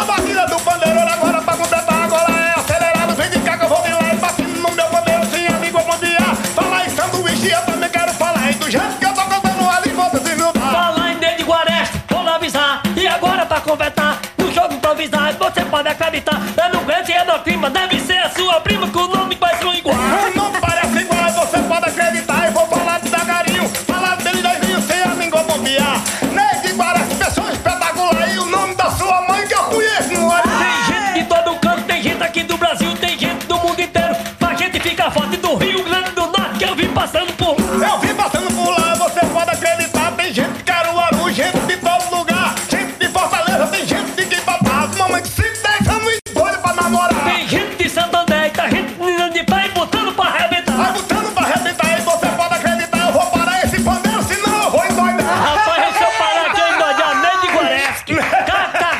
A batida do bandeiro olha agora pra completar, agora é acelerado. Vem de cá que eu vou me lá e batendo no meu bandeiro sem a língua bombear. Falar em sanduíche, eu também quero falar. E do jeito que eu tô cantando ali, você se não dá.
Falar em dentro de Guareste, vou lá avisar. E agora pra completar, no jogo improvisado, você pode acreditar. É no grande, é no clima, deve ser a sua prima com o nome mais um igual.
Eu Não parece igual, você pode acreditar. Eu vou falar devagarinho, falar dele doidinho sem a língua bombear. Nem que parece pessoa espetacular. E o nome da sua mãe que eu conheço, não é?
Tem gente de todo canto, tem gente aqui do Brasil, tem gente do mundo inteiro. Pra gente ficar forte do Rio Grande do Norte, que eu vim passando por lá.
Eu vim passando por lá, você pode acreditar. Tem gente de Caruaru, gente de todo lugar. Gente de Fortaleza, tem gente de Guibatá. Mamãe que se dez anos escolhe pra namorar.
Tem gente de Santander, tá gente menina de pé e botando pra
Vai
arrebentar.
botando pra arrebentar e você pode acreditar. Eu vou parar esse pandeiro, senão eu vou
Rapaz, se eu parar aqui, eu
endoidar.
ainda nem de Goreste.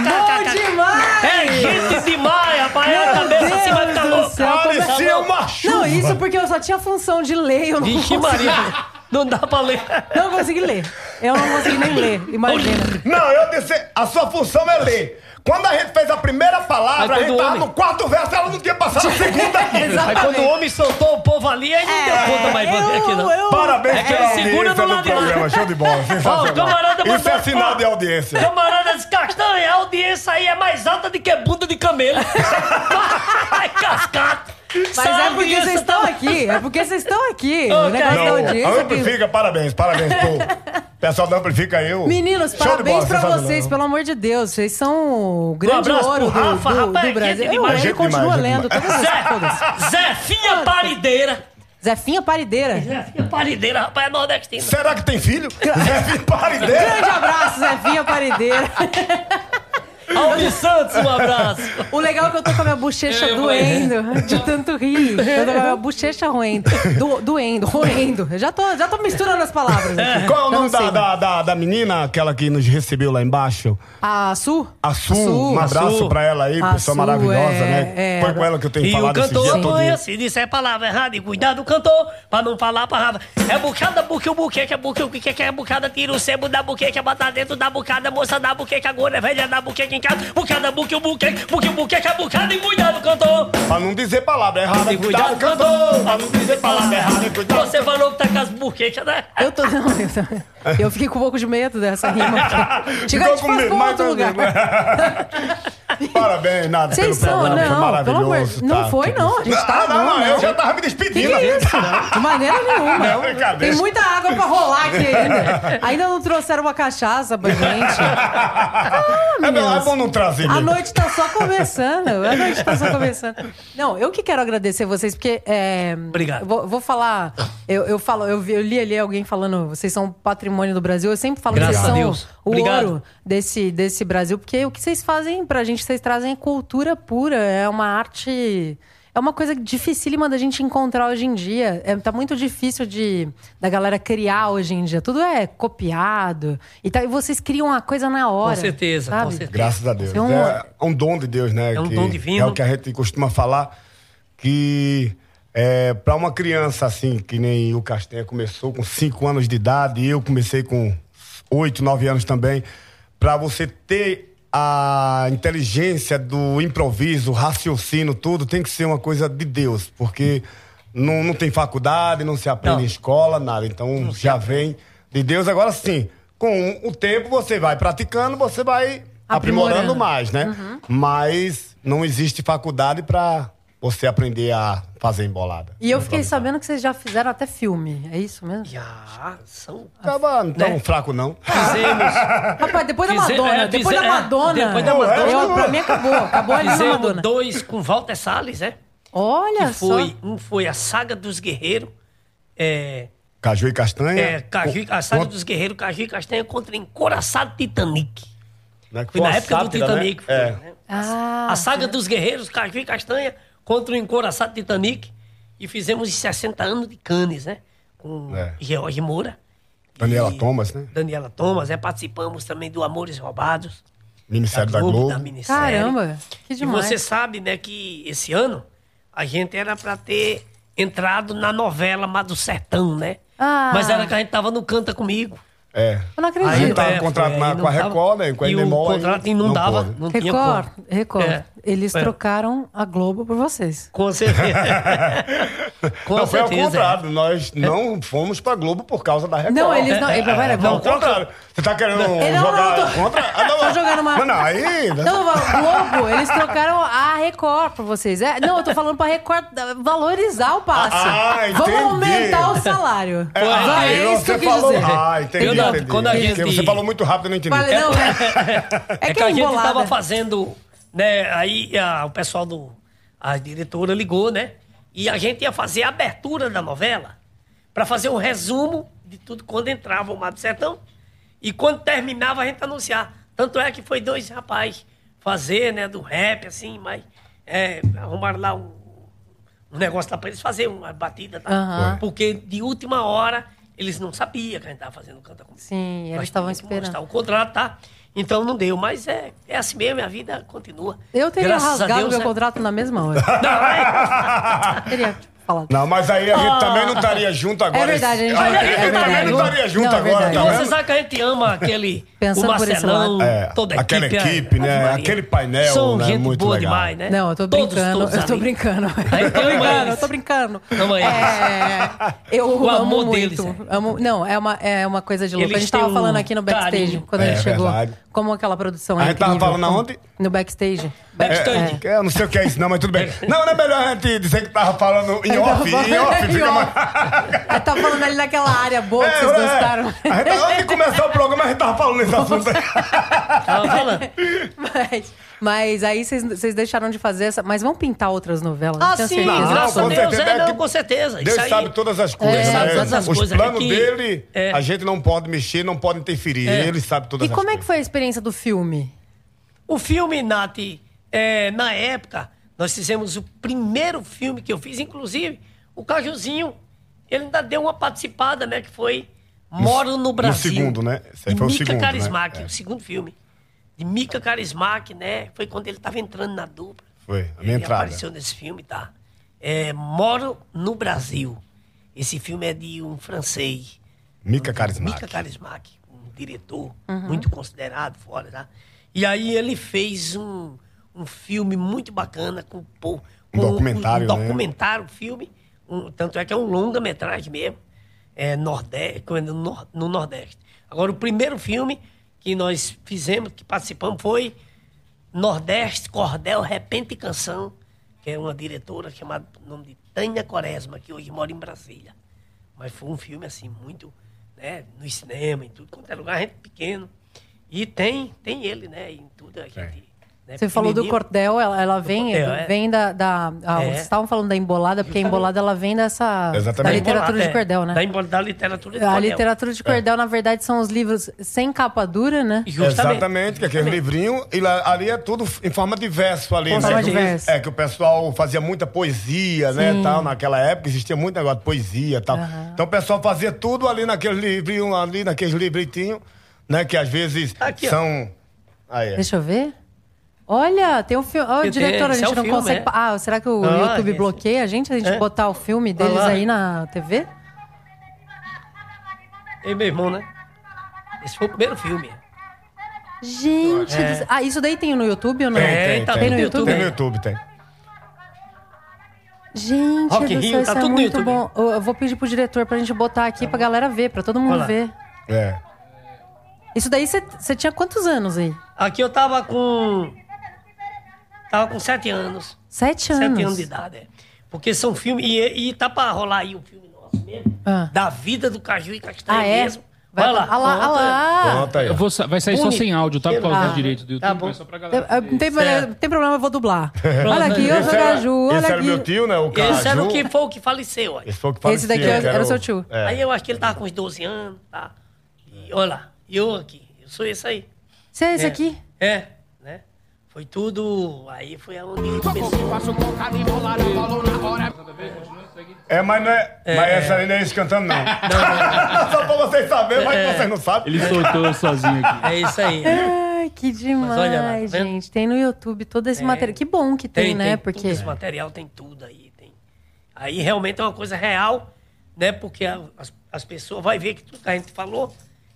Bom demais!
É gente demais, rapaz. É a
Meu
cabeça assim vai
Deus
ficar
do
louca.
céu. é
Parecia é uma chuva.
Não, isso porque eu só tinha função de ler, eu não,
Vixe,
consegui,
Maria, não dá pra ler.
[laughs] não consegui ler. Eu não consegui nem ler, imagina.
Não, eu disse, a sua função é ler. Quando a gente fez a primeira palavra,
Aí
a gente
quando
tava
o
no
homem-
quarto verso, ela não
[laughs]
tinha passado a segunda ainda.
Aí É quando o homem soltou o povo ali, aí não
É.
deu conta mais fazer aqui, não.
Parabéns
É que
pela
ele segura do
audiência do
lado de lá.
programa, show de bola,
Ó, o camarada
sensacional. Isso
mandou-
é sinal de audiência.
Camarada disse, Castanha, a audiência aí é mais alta do que bunda de camelo. Vai, cascata.
Mas é porque vocês estão aqui. É porque vocês estão aqui. o negócio da
Não,
audiência. é aqui.
amplifica, parabéns, parabéns pro pessoal da Amplifica eu.
Meninos,
Show de bola,
parabéns pra
sensacional. Um
vocês, pelo amor de Deus. Vocês são o grande
abraço pro
ouro do,
Rafa,
do-
rapaz,
do
é
Brasil.
gente
Eu,
demais,
ele
gente
continua
demais,
lendo
gente
todas as coisas.
Zé, Zefinha Parideira.
Zefinha Parideira.
Zefinha Parideira, rapaz, é nordestino.
Será que
[laughs]
tem filho? Deve pare
Grande abraço, Zefinha Parideira.
Alves Santos, um abraço.
O legal é que eu tô com a minha bochecha
Eu ia falar
doendo, de tanto rir. Eu tô com a minha bochecha roendo. Do, doendo, roendo. Eu já tô, já tô misturando as palavras. aqui.
Qual é o
Eu
nome
não sei.
da, da, da, da menina, aquela que nos recebeu lá embaixo?
A Su?
A Su, um abraço
Su.
pra ela aí,
A
pessoa
Su,
maravilhosa,
é,
né?
é.
Foi com ela que [laughs] eu tenho
E o
falado esse dia
cantor
todo.
apanha se disser é palavra errada e cuidado cantor pra não falar palavra. É bucada, buque, o buque, que é buque, o que que é bucada, tira o sebo da buque, que é botar dentro da bucada, moça da buque, que agora é velha da buque, que em casa, bucada, buque, o buque, buque, o buque, que é bucada e cuidado cantor.
Pra não dizer palavra errada,
E
cuidado,
cuidado
cantor!
cantor,
Pra não dizer palavra errada, cuidado,
Você falou que tá com as buquechas, né?
Eu tô. Não, eu, tô- eu fiquei com um pouco de medo dessa rima. [laughs]
[laughs]
aqui. Chega, a
Ficou
gente passa
com medo,
pra um
mas
outro
tranquilo.
lugar.
[laughs] Parabéns, nada,
Vocês
pelo
são,
programa, foi
não, pelo amor-
maravilhoso.
não foi, não, a gente tá
Ah, não,
bom, né?
eu já tava me
Que que
despedindo.
é isso? cara? De maneira nenhuma.
né? Não, é brincadeira.
Tem muita água pra rolar aqui ainda. Ainda não trouxeram uma cachaça pra gente.
[laughs] [laughs] é, bom, é
meninos.
bom
[laughs]
não trazer
Ah, A
mesmo.
noite tá só começando. A noite tá só começando. Não, eu que quero agradecer vocês, porque. é,
Obrigado.
eu Vou, vou falar. Eu, eu falo, eu, vi- eu li ali alguém falando, vocês são patrimônio do Brasil. Eu sempre falo que
Graças
vocês
a
são
Deus.
o
Obrigado.
ouro desse, desse Brasil, porque o que vocês fazem pra gente, vocês trazem cultura pura, é uma arte. É uma coisa dificílima da gente encontrar hoje em dia. É, tá muito difícil de da galera criar hoje em dia. Tudo é copiado. E, tá- e vocês criam a coisa na hora.
certeza, com
sabe?
certeza.
Graças a Deus.
É um-
É um dom de Deus, né?
É um
que
dom divino.
É o que a gente costuma falar que é, para uma criança assim, que nem o Castanha começou com 5 anos de idade, e eu comecei com 8, 9 anos também, para você ter a inteligência do improviso, raciocínio, tudo, tem que ser uma coisa de Deus, porque não, não tem faculdade, não se aprende
Não.
em escola, nada. Então já vem de Deus. Agora sim, com o tempo você vai praticando, você vai aprimorando,
Aprimorando. Uhum.
mais, né? Mas não existe faculdade pra você aprender a fazer embolada.
E eu fiquei sabendo que vocês já fizeram até filme, é isso mesmo?
Já, são...
Ah.
Tava não tão
Né?
fraco, não.
Fizemos,
Rapaz, depois da
Fize-
Madonna,
é,
depois,
fize-
da
é,
Madonna,
depois da
Eu-
Madonna.
eu- pra mim acabou, acabou ali na Madonna.
fizemos dois com Walter Salles, né?
Olha
Que
É só.
foi, um foi a Saga dos Guerreiros, é...
Caju e castanha.
É, Caju,
o-
a saga
o-
dos guerreiros Caju e Castanha contra Encoraçado Titanic.
né, que
Foi na
uma
época do
sátira, né?
Titanic. foi,
É.
né?
Ah,
A saga dos guerreiros Caju e Castanha contra o Encoraçado Titanic. E fizemos os 60 anos de Cannes, né? Com
É.
George Moura.
Daniela
e
Thomas, né?
Daniela Thomas, é, participamos também do Amores Roubados.
Minissérie da Globo.
da minissérie.
caramba, que
E
demais.
você sabe, né, que esse ano a gente era pra ter entrado na novela Mar do Sertão, né?
Ah.
Mas era que a gente tava no Canta Comigo.
É.
Eu
[laughs]
não
A gente
acredito.
tava
É,
com contrato
foi,
na-
aí
com a
não tava-
Record, né? Com a
e o
Endemol. aí
contrato não dava.
pode.
Não tinha
Record,
como.
Record.
É.
Eles
É.
trocaram a Globo por vocês.
Com certeza. Com
não, foi ao
é.
certeza.
contrário. Nós não fomos pra Globo por causa da Record.
Não, eles não-
É,
ele- pera,
é,
vamos-
ao contrário. Você tá querendo
não,
jogar
não, tô-
contra? Ah, não,
[laughs] Tô jogando uma-
Mas não, aí...
Não, a Globo, eles trocaram a Record por vocês. É, não, eu tô falando pra Record da- valorizar o passe.
Ah, entendi.
Vamos aumentar o salário.
É, ah,
Vai, é
aí
isso que
você
eu quis
falou...
dizer.
Ah, entendi,
Eu não-
entendi.
quando a
Porque
gente-
Você falou muito rápido, eu não entendi.
Falei, não,
[laughs]
é, é
É
que
que
é
a gente
embolada.
tava fazendo, né? Aí a- o pessoal do. A diretora ligou, né? E a gente ia fazer a abertura da novela pra fazer um resumo de tudo quando entrava o Mato Sertão. E quando terminava, a gente anunciar. Tanto é que foi dois rapazes fazer, né? Do rap, assim, mas é, arrumaram lá um, um negócio lá pra eles fazerem, uma batida. Tá?
Aham.
Porque de última hora eles não sabiam que a gente tava fazendo canta comigo.
Sim, eles
Nós
estavam
tínhamos que mostrar
esperando.
o contrato, tá? Então não deu, mas é, é assim mesmo, a vida continua.
Eu teria
Graças a
rasgado
Deus,
meu
é. [laughs] né?
Tá
contrato na mesma hora.
Não, é.
Teria. falar.
[laughs] Não, mas aí a gente também não estaria junto agora.
verdade, a gente não-
Ah, a
é
gente também
verdade.
não estaria junto
Não, é
agora,
verdade.
tá
Vocês
Então, Você
vendo?
sabe que a gente ama aquele.
[laughs] Pensando
o
por esse
Marcelão,
lado.
É,
toda a
aquela
equipe. a-
equipe, né?
Ave Maria.
Aquele painel,
São
né?
gente
Muito
boa
legal.
demais, né?
Não, eu tô
Todos,
brincando.
todos
eu tô
ali.
brincando. [laughs]
Aí então
Eu tô
tem
brincando,
mais.
eu tô brincando.
Não, mas-
É, eu amo
O amor
muito.
deles, é.
Amo, não, é uma, é uma coisa de louco. a
Eles
gente tava
têm um
falando aqui no backstage,
carinho.
quando a
É,
gente chegou.
verdade.
Como aquela produção é
A gente tava
incrível.
falando aonde?
No backstage.
Backstage.
É, eu não sei o que é isso, não, mas tudo bem. Não, não é melhor a gente dizer que tava
[laughs]
falando
Então
em off. Em off fica mais.
Eu tava falando ali naquela área boa que
É,
vocês
é.
gostaram.
A gente, antes de começar o programa, a gente tava falando nesse assunto aí.
Tava tá
[laughs]
falando.
Mas, mas aí vocês- vocês deixaram de fazer essa. Mas vão pintar outras novelas.
Ah,
tenho
sim,
certeza.
Não,
graças
com
a Deus.
certeza,
É,
é
não,
que
com certeza.
Deus
Isso aí.
sabe todas as coisas.
Deus sabe
né?
todas as
Os
coisas,
planos
é que-
dele,
é.
a gente não pode mexer, não pode interferir. Ele sabe todas
E
as
como é que
coisas.
foi a experiência do filme?
O filme, Nath, é, na época, nós fizemos o primeiro filme que eu fiz, inclusive, o Cajuzinho, ele ainda deu uma participada, né? Que foi Moro no Brasil.
segundo, né? Esse aí
De
foi o
Mica
segundo, né?
Carismac,
É.
o segundo filme. De Mica Carismac, né? Foi quando ele tava entrando na dupla.
Foi, a
Ele
minha entrada.
apareceu nesse filme, tá? É, Moro no Brasil. Esse filme é de um francês.
Mica Carismática.
Mika Karismak, um diretor muito considerado fora, tá? E aí ele fez um, um filme muito bacana com, po- com
documentário,
um,
né?
documentário, filme, um- tanto é que é um longa-metragem mesmo, é, nordeste, no, nor- no Nordeste. Agora, o primeiro filme que nós fizemos, que participamos, foi Nordeste, Cordel, Repente e Canção, que é uma diretora chamada pelo nome de Tânia Quaresma, que hoje mora em Brasília. Mas foi um filme, assim, muito, né, no cinema, em tudo quanto é lugar, a gente pequeno. E tem, tem ele, né, em tudo a gente... né,
Você falou do
pequenininho.
cordel, ela, ela vem,
cordel, é.
vem da. da ah,
É.
Vocês estavam falando da embolada, porque a embolada ela vem dessa. Da
Exatamente.
literatura
Embolada,
de cordel,
é, Da,
né?
embol- da literatura de
A
cordel.
literatura de cordel,
É.
na verdade, são os livros sem capa dura, né?
Exatamente, que é aquele livrinho, e lá- ali é tudo em forma de verso ali,
Com
né?
forma
Que-
de verso.
É, que o pessoal fazia muita poesia, né,
Sim.
tal, naquela época existia muito negócio de poesia e tal. Então o pessoal fazia tudo ali naquele livrinho, ali naqueles livretinhos, né, que às vezes
Aqui, ó.
são... Aí, é.
Deixa eu ver. Olha, tem um filme. Ó,
Tem,
diretor, a
esse é
gente
o
não
filme,
consegue.
é.
Ah, será que o
Ah,
YouTube
esse.
bloqueia a gente? A gente
É.
botar o filme deles
lá.
aí na TV?
Ei, meu irmão, né? Esse foi o primeiro filme.
Gente,
É.
do céu. ah, isso daí tem no YouTube ou não?
Tem, tem,
tá tudo
tem.
Tem no YouTube?
Tem no
né?
YouTube, tem.
Gente,
Rock in
do céu,
Rio, tá
isso é
tudo no
muito
YouTube. Tá
bom. Eu, eu vou pedir pro diretor pra gente botar aqui pra galera ver, pra todo
Olha
mundo
lá.
ver.
É.
Isso daí você tinha quantos anos aí?
Aqui eu tava com... Tava com sete anos.
Sete anos.
Sete anos de idade, é. Porque são filmes. E, e tá pra rolar aí um filme nosso mesmo.
Ah.
Da vida do Caju e Castanha
Ah, é?
mesmo.
Vai
Vai
Ah
lá.
lá, ah
conta.
lá.
Pronto aí, ó.
Eu vou sa- vai sair só
Bonito.
sem áudio, tá? Por causa
Ah,
dos direitos do YouTube.
tá bom.
mas só pra
Tem,
galera.
tem, tem
Certo.
problema, eu vou
[laughs]
dublar. olha aqui, eu sou
era-
Caju,
esse
olha
era meu
aqui.
tio, né, o Caju.
Esse era o que foi o que faleceu, olha.
Esse foi o que faleceu,
Esse daqui
que
era- era o seu tio.
É.
Aí eu acho que ele tava com uns 12 anos, tá? E olha lá, eu aqui, eu sou esse aí.
Você é esse
É.
aqui?
É, né? Foi tudo. Aí foi onde
Tocou que
começou.
faço com cara embolada, falou na hora.
É, mas não é. Mas essa aí não é isso cantando, [laughs] não. Só pra vocês saberem, mas
É.
vocês não sabem.
Ele soltou sozinho aqui.
É isso aí. [laughs]
Ai, que demais,
olha lá, tá vendo? É.
gente. Tem no YouTube todo esse
Tem.
material. Que bom que tem, né?
tudo
Porque.
esse material tem tudo aí, tem. Aí realmente é uma coisa real, né? Porque a- as, as pessoas vão ver que tudo que a gente falou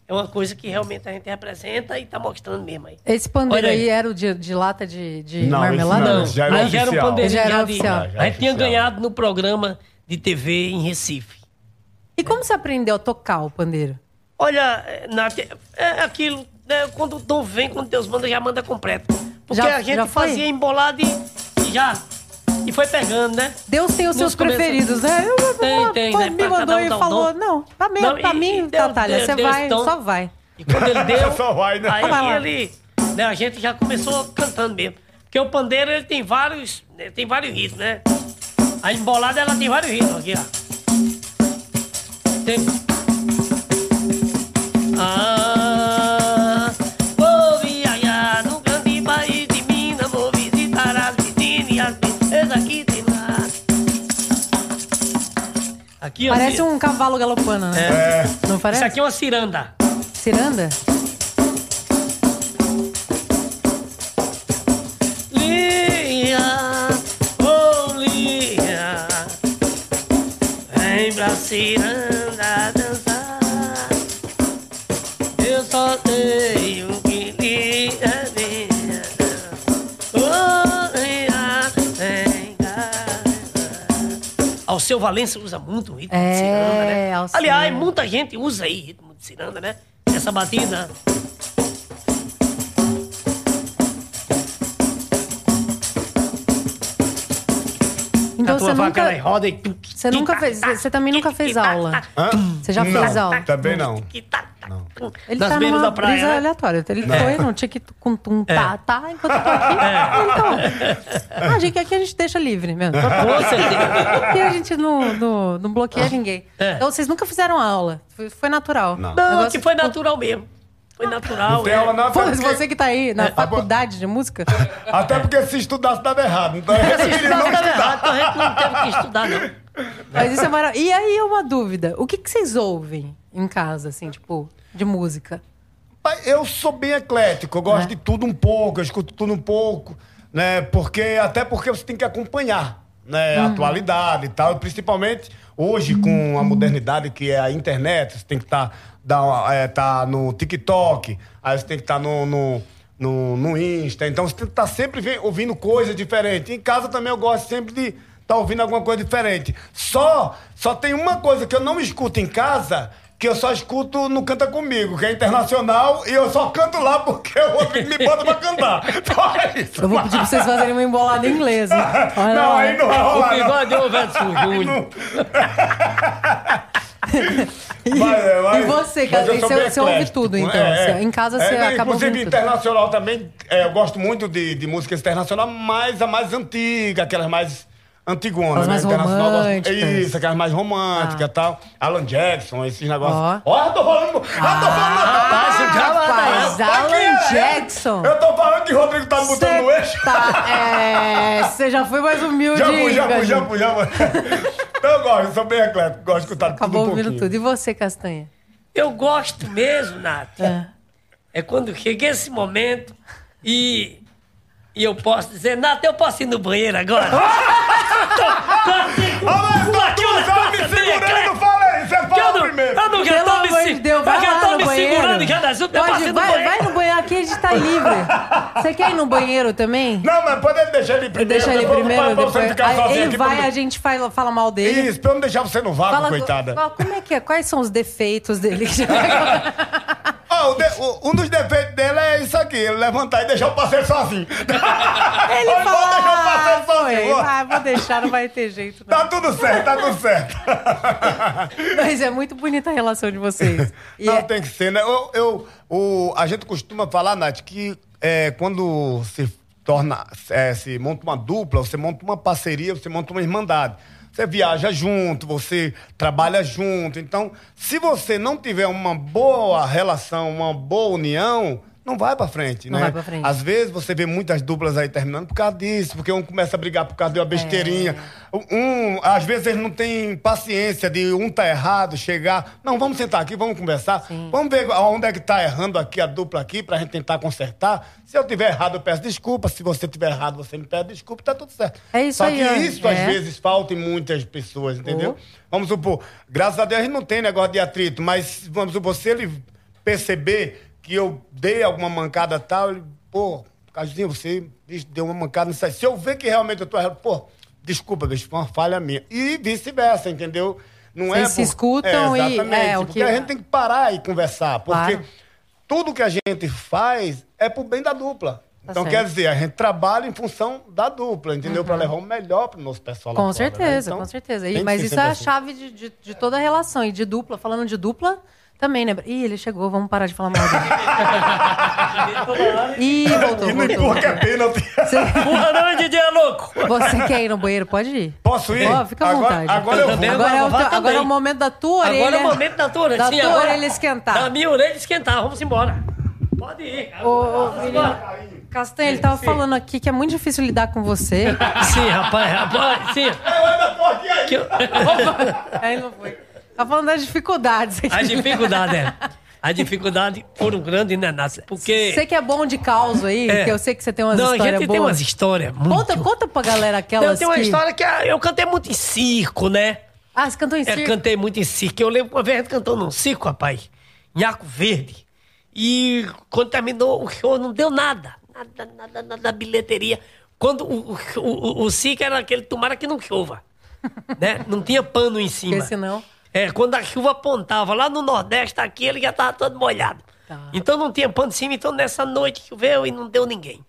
é uma coisa que realmente a gente representa e tá mostrando mesmo aí.
Esse pandeiro
Olha
aí.
aí.
era o de, de lata de, de
Não, esse
marmelada?
não,
Não,
esse já era
aí já era um
oficial.
pandeirinho
Já era
de-
oficial.
A
Já era
gente tinha
oficial.
ganhado no programa de TV em Recife.
E como você aprendeu a tocar o pandeiro?
Olha, eh, Nath, é aquilo, né? Quando o dom vem, quando Deus manda, já manda completo. Porque
Já-
a gente
já foi?
fazia embolado e, e já. E foi pegando, né?
Deus tem os
Nos
seus
começa-
preferidos, né? Eu- eu-
Tem, tem,
pô,
né?
Me
Pra
mandou
cada um
e
dá um
falou,
dom.
não, pra mim,
Não,
pra
e-
mim,
e Deus-
Natália,
Deus-
você
Deus
vai,
tão-
só vai.
E quando
[laughs]
ele deu,
Só vai, né?
aí
Ah, Vai lá.
ele, né, a gente já começou cantando mesmo. Porque o pandeiro ele tem vários, né, tem vários ritmos, né? A embolada ela tem vários ritmos aqui, ó. Tem. Ah, vou viajar no grande país de Minas, vou visitar as vizinhas e as princesas aqui tem lá. Aqui, ó,
Parece
ci-
um cavalo galopando, né?
É.
Não
Isso é
parece?
aqui é uma ciranda.
Ciranda?
Linha, oh linha, ciranda dançar. Eu só sei o que lhe é minha. Olha, Oh, vem cá. Alceu Valença usa muito o ritmo
É,
de ciranda, né?
Alceu.
Aliás, muita gente usa aí ritmo de ciranda, né? Essa batida.
Então
a tua
você
vaca né? ela é
nunca,
roda e...
você nunca fez, você também nunca fez aula.
Hã?
Você já
não,
fez aula?
[laughs]
Também não.
Ele
Nas
tá
beiras
numa
da praia,
brisa
né? É.
aleatória. Ele foi no tic-tum-tum, tá, tá, enquanto eu tô aqui. Então, a gente, aqui a gente deixa livre mesmo.
Então,
Com certeza.
Aqui a gente não, não, não bloqueia ninguém.
É. É.
Então, vocês nunca fizeram aula. Foi, foi natural.
Não,
Não.
é tipo,
Negócio-
que foi natural mesmo. Foi natural.
Não tem
é.
aula não, até
Foda-se,
porque,
você que tá aí na
tá bom.
faculdade de
[laughs]
música.
até porque se estudasse dava errado. Então eu
Se
preferi não
estudar, tava errado, então a
estudar.
gente não teve que estudar, não.
Mas isso é maravilhoso. E aí, uma dúvida. O que, que vocês ouvem em casa, assim, tipo, de música?
Mas Eu sou bem eclético, eu gosto de tudo um pouco, eu escuto tudo um pouco, né? Porque até porque você tem que acompanhar, né, a atualidade e tal, e principalmente hoje com a modernidade que é a internet, você tem que tá, estar é, tá no TikTok, aí você tem que estar no, no, no, no Insta, então você tem que estar sempre ve- ouvindo coisas diferentes. Em casa também eu gosto sempre de estar Tá ouvindo alguma coisa diferente. Só só tem uma coisa que eu não escuto em casa que eu só escuto no Canta Comigo, que é internacional, e eu só canto lá porque o outro me bota pra cantar. [laughs] Só isso.
Eu vou pedir pra vocês fazerem uma embolada em
[laughs]
inglês. Né? Olha
Não,
lá.
aí não vai
O
rolar, não.
bigode é o verso Júnior.
Mas, é, mas-
e você,
mas
Cadê?
eu sou
Você,
bem
você ouve
eclético.
tudo, então.
É, é.
Você- em casa
É,
você
né,
acaba ouvindo
Inclusive,
tudo.
internacional também, é, eu gosto muito de, de música internacional, mas a mais antiga, aquelas mais antigonas. né?
As mais
Internacional, eu gosto-
românticas. Ah.
Isso, aquelas mais românticas e tal. Alan Jackson, esses negócios.
Ó.
Ó, eu tô falando... Ah, tô falando...
rapaz,
Tá
Alan
aqui, é.
Jackson.
Eu tô falando que o Rodrigo tá me botando no eixo.
Você tá, é, você já foi mais humilde.
Já fui, já fui,
Cadu.
já fui, já fui. Então eu gosto, eu sou bem eclético, gosto de escutar tudo
Acabou
um pouquinho.
ouvindo tudo. E você, Castanha?
Eu gosto mesmo, Nath.
É.
É quando chega esse momento e, e eu posso dizer, Nath, eu posso ir no banheiro agora?
Ah, mas tu, tu,
Aquela
tá me
coisa
segurando,
bem,
fala aí, você
Que eu
fala
não,
primeiro.
eu não já
Pelo
tô me,
amor
se-
de Deus, vai
eu já
lá
tô
no
me
banheiro.
segurando já das últimas, eu posso
Pode,
ir no
vai,
banheiro.
vai no banheiro aqui, a gente tá livre.
[laughs]
Você quer ir no banheiro também?
Não, mas pode deixar ele primeiro.
Deixa ele
depois eu
primeiro,
falo pra você
depois.
ficar
Aí
sozinho
ele
aqui,
vai,
pra-
a gente fala, fala mal dele.
Isso, pra eu não deixar você no vácuo,
Fala,
coitada.
fala, como é que é? Quais são os defeitos dele?
[laughs] Ó, o de- o- um dos defeitos dele é isso aqui, ele levantar e deixar o parceiro sozinho.
[laughs] Ele
Vou
fala,
deixar o
ah,
parceiro sozinho,
foi.
vou."
Ah, vou deixar, não vai ter jeito. não."
Tá tudo certo, tá tudo certo.
[laughs] Mas é muito bonita a relação de vocês. E
não,
é-
tem que ser, né? Eu, eu- o, a gente costuma falar, Nath, que é, quando se torna, é, se monta uma dupla, você monta uma parceria, você monta uma irmandade. Você viaja junto, você trabalha junto. Então, se você não tiver uma boa relação, uma boa união, não vai pra frente,
Não
né?
vai pra frente.
Às vezes você vê muitas duplas aí terminando por causa disso, porque um começa a brigar por
É.
causa de uma besteirinha. Um, às vezes eles não têm paciência de um tá errado, chegar. Não, vamos sentar aqui, vamos conversar. Vamos ver onde é que tá errando aqui a dupla aqui pra gente tentar consertar. Se eu tiver errado, eu peço desculpa. Se você tiver errado, você me pede desculpa, tá tudo certo.
É isso
Só
aí,
que
é.
isso às
É.
vezes falta em muitas pessoas, entendeu?
Oh.
Vamos supor, graças a Deus a gente não tem negócio de atrito, mas vamos supor, se ele perceber que eu dei alguma mancada tal, ele, pô, Cajinho, você bicho, deu uma mancada nisso aí. Se eu ver que realmente eu tô errado, pô, desculpa, bicho, foi uma falha minha. E vice-versa, entendeu? Não é.
Vocês se escutam e-
exatamente,
é, o
porque
que-
a gente tem que parar e conversar, porque
Claro.
tudo que a gente faz é pro bem da dupla.
Tá
então,
certo. Uhum.
quer dizer, a gente trabalha em função da dupla, entendeu? Pra levar o melhor pro nosso pessoal lá
Com
fora,
certeza,
né? Então,
com certeza. E-
tem que
mas
ser
isso é
sempre
a
assim.
chave de, de- de toda a relação. E de dupla, falando de dupla, também, né? Ih, ele chegou, vamos parar de falar mal dele. Ih, voltou,
[laughs] E não
voltou.
empurra que é pênalti.
[laughs] Você,
Porra, não, DJ é louco.
você quer ir no banheiro? Pode ir.
Posso ir?
Ó, fica à
Agora-
vontade.
agora eu vou.
Agora é, o
Vá
teu- agora
também.
é o momento da tua orelha.
Agora é o momento da tua
da
orelhinha,
tua
agora-
orelha esquentar.
Da minha orelha esquentar, vamos embora. Pode ir.
Tá. Ô, ô, menino, Castanha, ele tava falando aqui que é muito difícil lidar com você. [laughs]
Sim, rapaz, rapaz, sim.
Eu ainda tô aqui aí.
[laughs]
Que eu-
Aí não foi. Tava falando das dificuldades aqui.
A dificuldade, é. A dificuldade foram grandes, né, Nath? Porque...
Você que é bom de caos aí,
É.
que eu sei que você tem umas
não, a
histórias
gente tem
boas.
umas histórias muito...
Conta, conta pra galera aquelas
Eu tenho uma
que...
história que ah, eu cantei muito em circo, né?
Ah, você cantou em
É,
circo?
cantei muito em circo. Eu lembro que uma vez a gente cantou num circo, rapaz, em Arco Verde. E quando terminou o show, não deu nada. Nada, nada, nada da bilheteria. Quando o, o, o- o circo era aquele, tomara que não chova. né? Não tinha pano em cima.
Esse não.
É, quando a chuva apontava lá no Nordeste, aqui ele já tava todo molhado.
Tá.
Então não tinha pano em cima, então nessa noite choveu e não deu ninguém.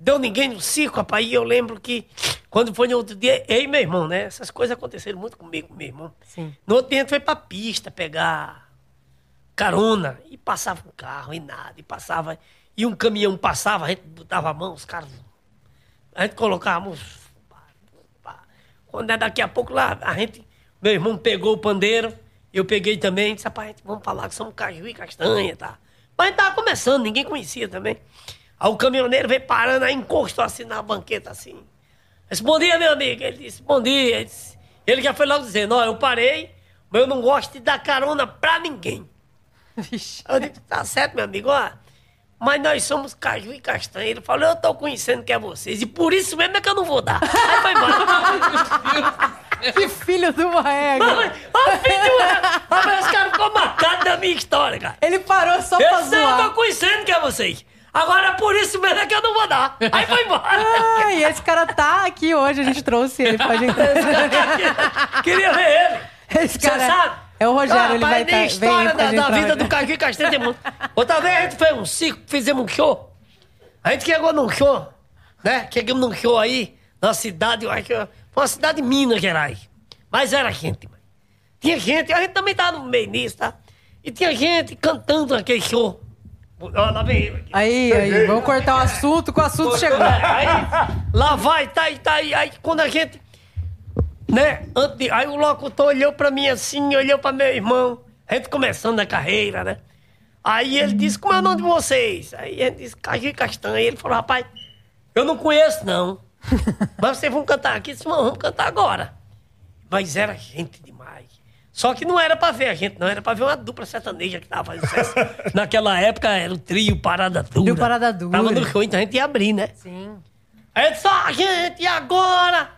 Deu ninguém no circo, rapaz. E eu lembro que quando foi no outro dia, eu e meu irmão, né? Essas coisas aconteceram muito comigo, meu irmão.
Sim.
No outro dia a gente foi pra pista pegar carona e passava um carro e nada, e passava. E um caminhão passava, a gente botava a mão, os caras. A gente colocava a mão. pá, pá. Quando é daqui a pouco lá, a gente. Meu irmão pegou o pandeiro, eu peguei também, disse, rapaz, gente, vamos falar que somos caju e castanha, tá? Mas tava começando, ninguém conhecia também. Aí o caminhoneiro veio parando, aí encostou assim na banqueta assim. Eu disse, bom dia, meu amigo. Ele disse, bom dia. Ele, disse- ele já foi logo dizendo, ó, eu parei, mas eu não gosto de dar carona pra ninguém.
Vixe.
Eu disse, tá certo, meu amigo, ó. Mas nós somos caju e castanha. Ele falou, eu tô conhecendo que é vocês. E por isso mesmo é que eu não vou dar. Aí foi embora.
Que filho de uma égua.
Mas, Ó, filho, é- Ah, mas os caras ficou matado da minha história, cara.
Ele parou só pra
Eu sei, eu tô
zoar.
conhecendo que é vocês. Agora, por isso mesmo é que eu não vou dar. Aí foi embora.
Ai, esse cara tá aqui hoje, a gente trouxe ele pra gente.
[laughs] Queria ver ele.
Esse cara
Cê sabe? Ah,
é o Rogério, ele
Rapaz,
vai
nem
tá- vem
história
pra
da,
gente
da
pra
vida
hoje.
do Caju e Castanha tem muito. Outra vez a gente fez um circo, fizemos um show. A gente chegou num show, né? Chegamos num show aí, na cidade, eu acho que foi uma cidade de Minas Gerais. Mas era gente, mano. Tinha gente, a gente também tava no meio nisso, tá? E tinha gente cantando aquele show. Ó, lá vem ele aqui.
Aí, aí, vamos cortar o assunto, que o assunto chegou.
Aí, lá vai, tá aí, tá aí. Aí quando a gente. Né? antes de- aí o locutor olhou pra mim assim, olhou pra meu irmão. A gente começando a carreira, né? Aí ele disse: Como é o nome de vocês? Aí ele disse: Caju e Castanha. Ele falou: Rapaz, eu não
[laughs]
conheço não. Mas vocês vão cantar aqui? Eu Disse, "Vamos, vamos cantar agora. Mas era gente demais. Só que não era pra ver a gente, não. Era pra ver uma dupla sertaneja que tava fazendo
[laughs]
sucesso. Naquela época era o trio Parada Dura.
Trio Parada Dura.
Tava no show, então a gente ia abrir, né?
Sim.
É só, gente, e agora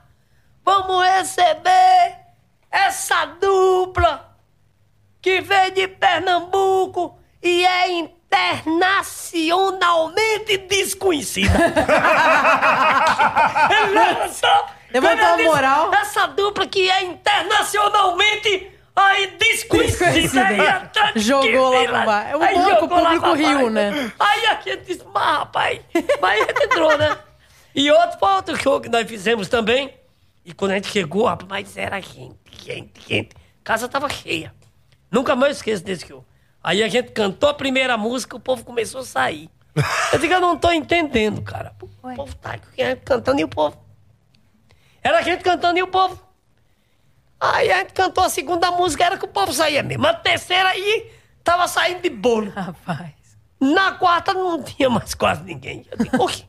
vamos receber essa dupla que vem de Pernambuco e é internacionalmente
[laughs]
desconhecida. Ele era só-
Levantou
ele
a
disse,
moral.
Essa dupla que é internacionalmente aí desconhecida.
Desconhecida.
Aí, até que
Jogou lá
vira.
pro bar. É um
Aí
banco,
jogou
o
lá
público
pra
riu,
baixo.
né?
Aí a gente disse, é mas rapaz, mas a gente entrou, né? E outro, foi outro show que nós fizemos também. E quando a gente chegou, rapaz, mas era gente, gente, gente. A casa tava cheia. Nunca mais esqueço desse show. Aí a gente cantou a primeira música, o povo começou a sair. Eu digo, eu não tô entendendo, cara. O
Ué.
povo tá aqui, a gente cantando e o povo. Era a gente cantando e o povo. Aí a gente cantou a segunda música, era que o povo saía mesmo. A terceira aí tava saindo de bolo.
Rapaz.
Na quarta não tinha mais quase ninguém. Eu digo, "Oxe."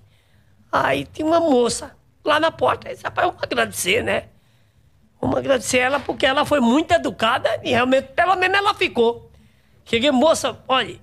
Aí tinha uma moça lá na porta. Eu disse, rapaz, vamos agradecer, né? Vamos agradecer ela porque ela foi muito educada e realmente, pelo menos, ela ficou. Cheguei, moça, olha,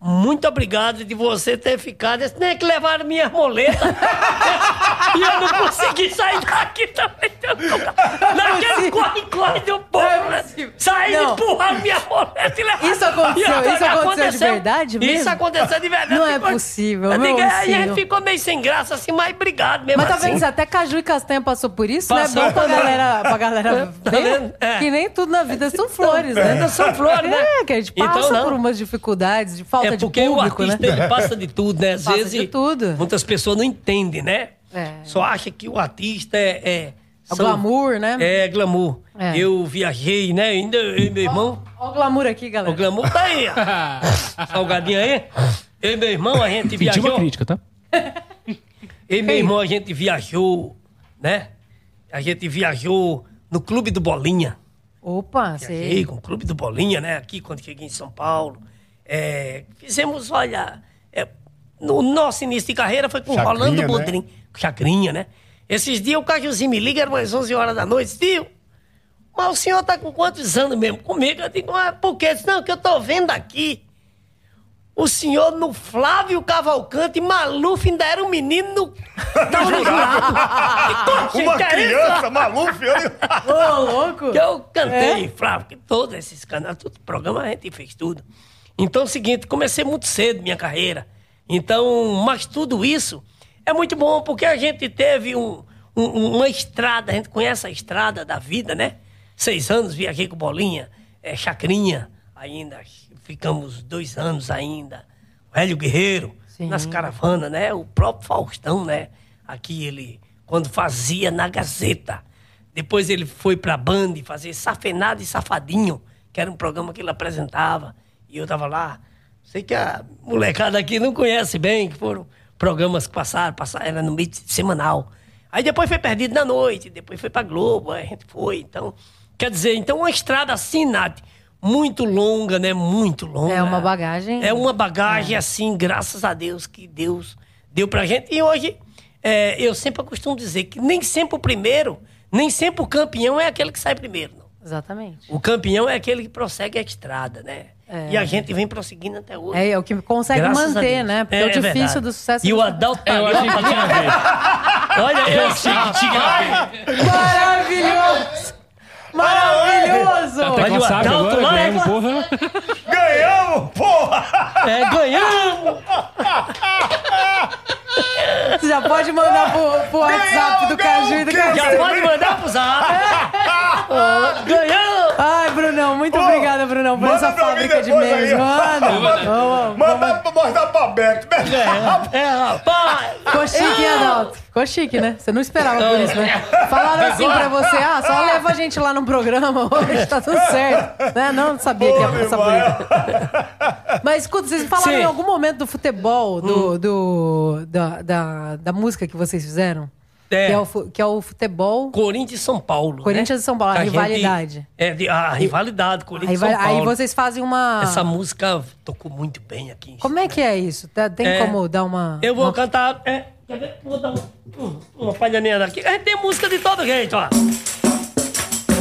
muito obrigado de você ter ficado. Eu disse, nem é que levaram minha moleta. [laughs] e eu não consegui sair daqui também. [laughs] Naquele
possível.
corre-corre do povo,
Não é
né?
possível.
Saí,
Não.
empurraram minha moleta e levaram.
Isso aconteceu,
E agora
isso aconteceu de verdade mesmo?
Isso aconteceu de verdade.
Não é
Ficou-
possível,
Eu
meu
digo, é, aí a
Ciro.
gente ficou meio sem graça, assim, mas obrigado mesmo
Mas tá
assim.
vendo, até Caju e Castanha passou por isso,
Passou.
né? Bom pra galera, pra galera
Tá
ver
vendo? É.
que nem tudo na vida são flores, né?
Ainda são flores, né?
É, que a gente passa
Então, não.
por umas dificuldades de falta
é
de
porque o
público, né?
artista ele passa de tudo, né? Às
Passa
vezes
de tudo.
muitas pessoas não entendem, né?
É.
Só acha que o artista é é,
É o glamour, né?
É glamour.
É.
Eu viajei, né? Ainda eu e meu irmão,
Ó o glamour aqui, galera.
o glamour tá aí. ó.
Ah,
Salgadinho aí. Eu e meu irmão a gente
Pediu uma
viajou.
crítica, tá?
Eu e meu irmão, a gente viajou, né? A gente viajou no Clube do Bolinha.
Opa,
Viajei
sei.
com o Clube do Bolinha, né? Aqui, quando cheguei em São Paulo. É, fizemos, olha... é, no nosso início de carreira foi com o
Chacrinha,
Rolando
né?
Bodrim. Chacrinha, né? Esses dias o Cajuzinho me liga, era umas 11 horas da noite. Tio, mas o senhor tá com quantos anos mesmo? Comigo? Eu digo, ah, por quê? Eu disse, Não, que eu tô vendo aqui O senhor no Flávio Cavalcante, Maluf ainda era um menino
[laughs]
no. Tá no jurado. Que coisa
Uma
que é
criança, Maluf, olha.
Ô, louco!
que eu
É?
cantei, Flávio, que todos esses canais, todo programa a gente fez tudo. Então, é o seguinte, comecei muito cedo minha carreira. Então, mas tudo isso é muito bom porque a gente teve um- um- uma estrada, a gente conhece a estrada da vida, né? Seis anos viajei com Bolinha, é, Chacrinha ainda, ficamos dois anos ainda. Hélio Guerreiro,
Sim.
nas caravanas, né? O próprio Faustão, né? Aqui ele, quando fazia na Gazeta. Depois ele foi pra Band fazer Safenado e Safadinho, que era um programa que ele apresentava. E eu tava lá. Sei que a molecada aqui não conhece bem, que foram programas que passaram, passaram era no meio de semanal. Aí depois foi perdido na noite, depois foi pra Globo, aí a gente foi. Então, quer dizer, então uma estrada assim, Nath, muito longa, né? Muito longa.
É uma bagagem.
É uma bagagem assim, graças a Deus, que Deus deu pra gente. E hoje, é, eu sempre costumo dizer que nem sempre o primeiro, nem sempre o campeão é aquele que sai primeiro, não.
Exatamente.
O campeão é aquele que prossegue a estrada, né? E a gente vem prosseguindo até hoje.
É, é o que consegue
Graças a
manter,
Deus.
né? Porque
É,
o
é
difícil
verdade.
do sucesso.
E
é
o
do-
Adalto... tá
Eu achei que tinha a
Olha,
ver. Eu
eu
achei que tinha a ver.
Maravilhoso! Maravilhoso!
Até
Olha o
cansado
Adalto
agora,
lá,
ganhamos,
é-
porra.
Ganhamos, porra!
É, ganhamos! tá.
Você já pode mandar pro, pro WhatsApp do Caju e do
ganhou.
Caju.
Já pode mandar pro
[laughs]
zap! Ó, ganhamos!
Ai, Brunão, muito obrigada, Brunão, por
manda
essa
pra mim
fábrica de
depois
memes.
aí.
Manda! Vamos,
Manda pra mostrar pra Beto. Beto,
É, rapaz!
Ficou chique, hein, Adalto? Ficou chique, né? Você não esperava por isso, né? Falaram assim pra você, ah, só leva a gente lá no programa [laughs] hoje, tá tudo certo. Né? Não sabia que ia
Pô,
passar por
meu
isso. Mas escuta, vocês falaram
Sim. Hum.
em algum momento do futebol, do, do- da, da, da música que vocês fizeram?
É.
Que, é o, fu- que é o futebol.
Corinthians e São Paulo.
Corinthians
né?
e São Paulo, a
gente-
rivalidade.
é, de- a rivalidade, Corinthians
Aí,
e São
vai- aí
Paulo.
vocês fazem uma.
Essa música tocou muito bem aqui.
Ah. Como Ah. é que é isso? Tá- Tem
É.
como dar uma.
Eu vou
uma-
cantar. É, quer ver? Vou dar um- um- uma palhaninha daqui. É, tem música de todo jeito, ó.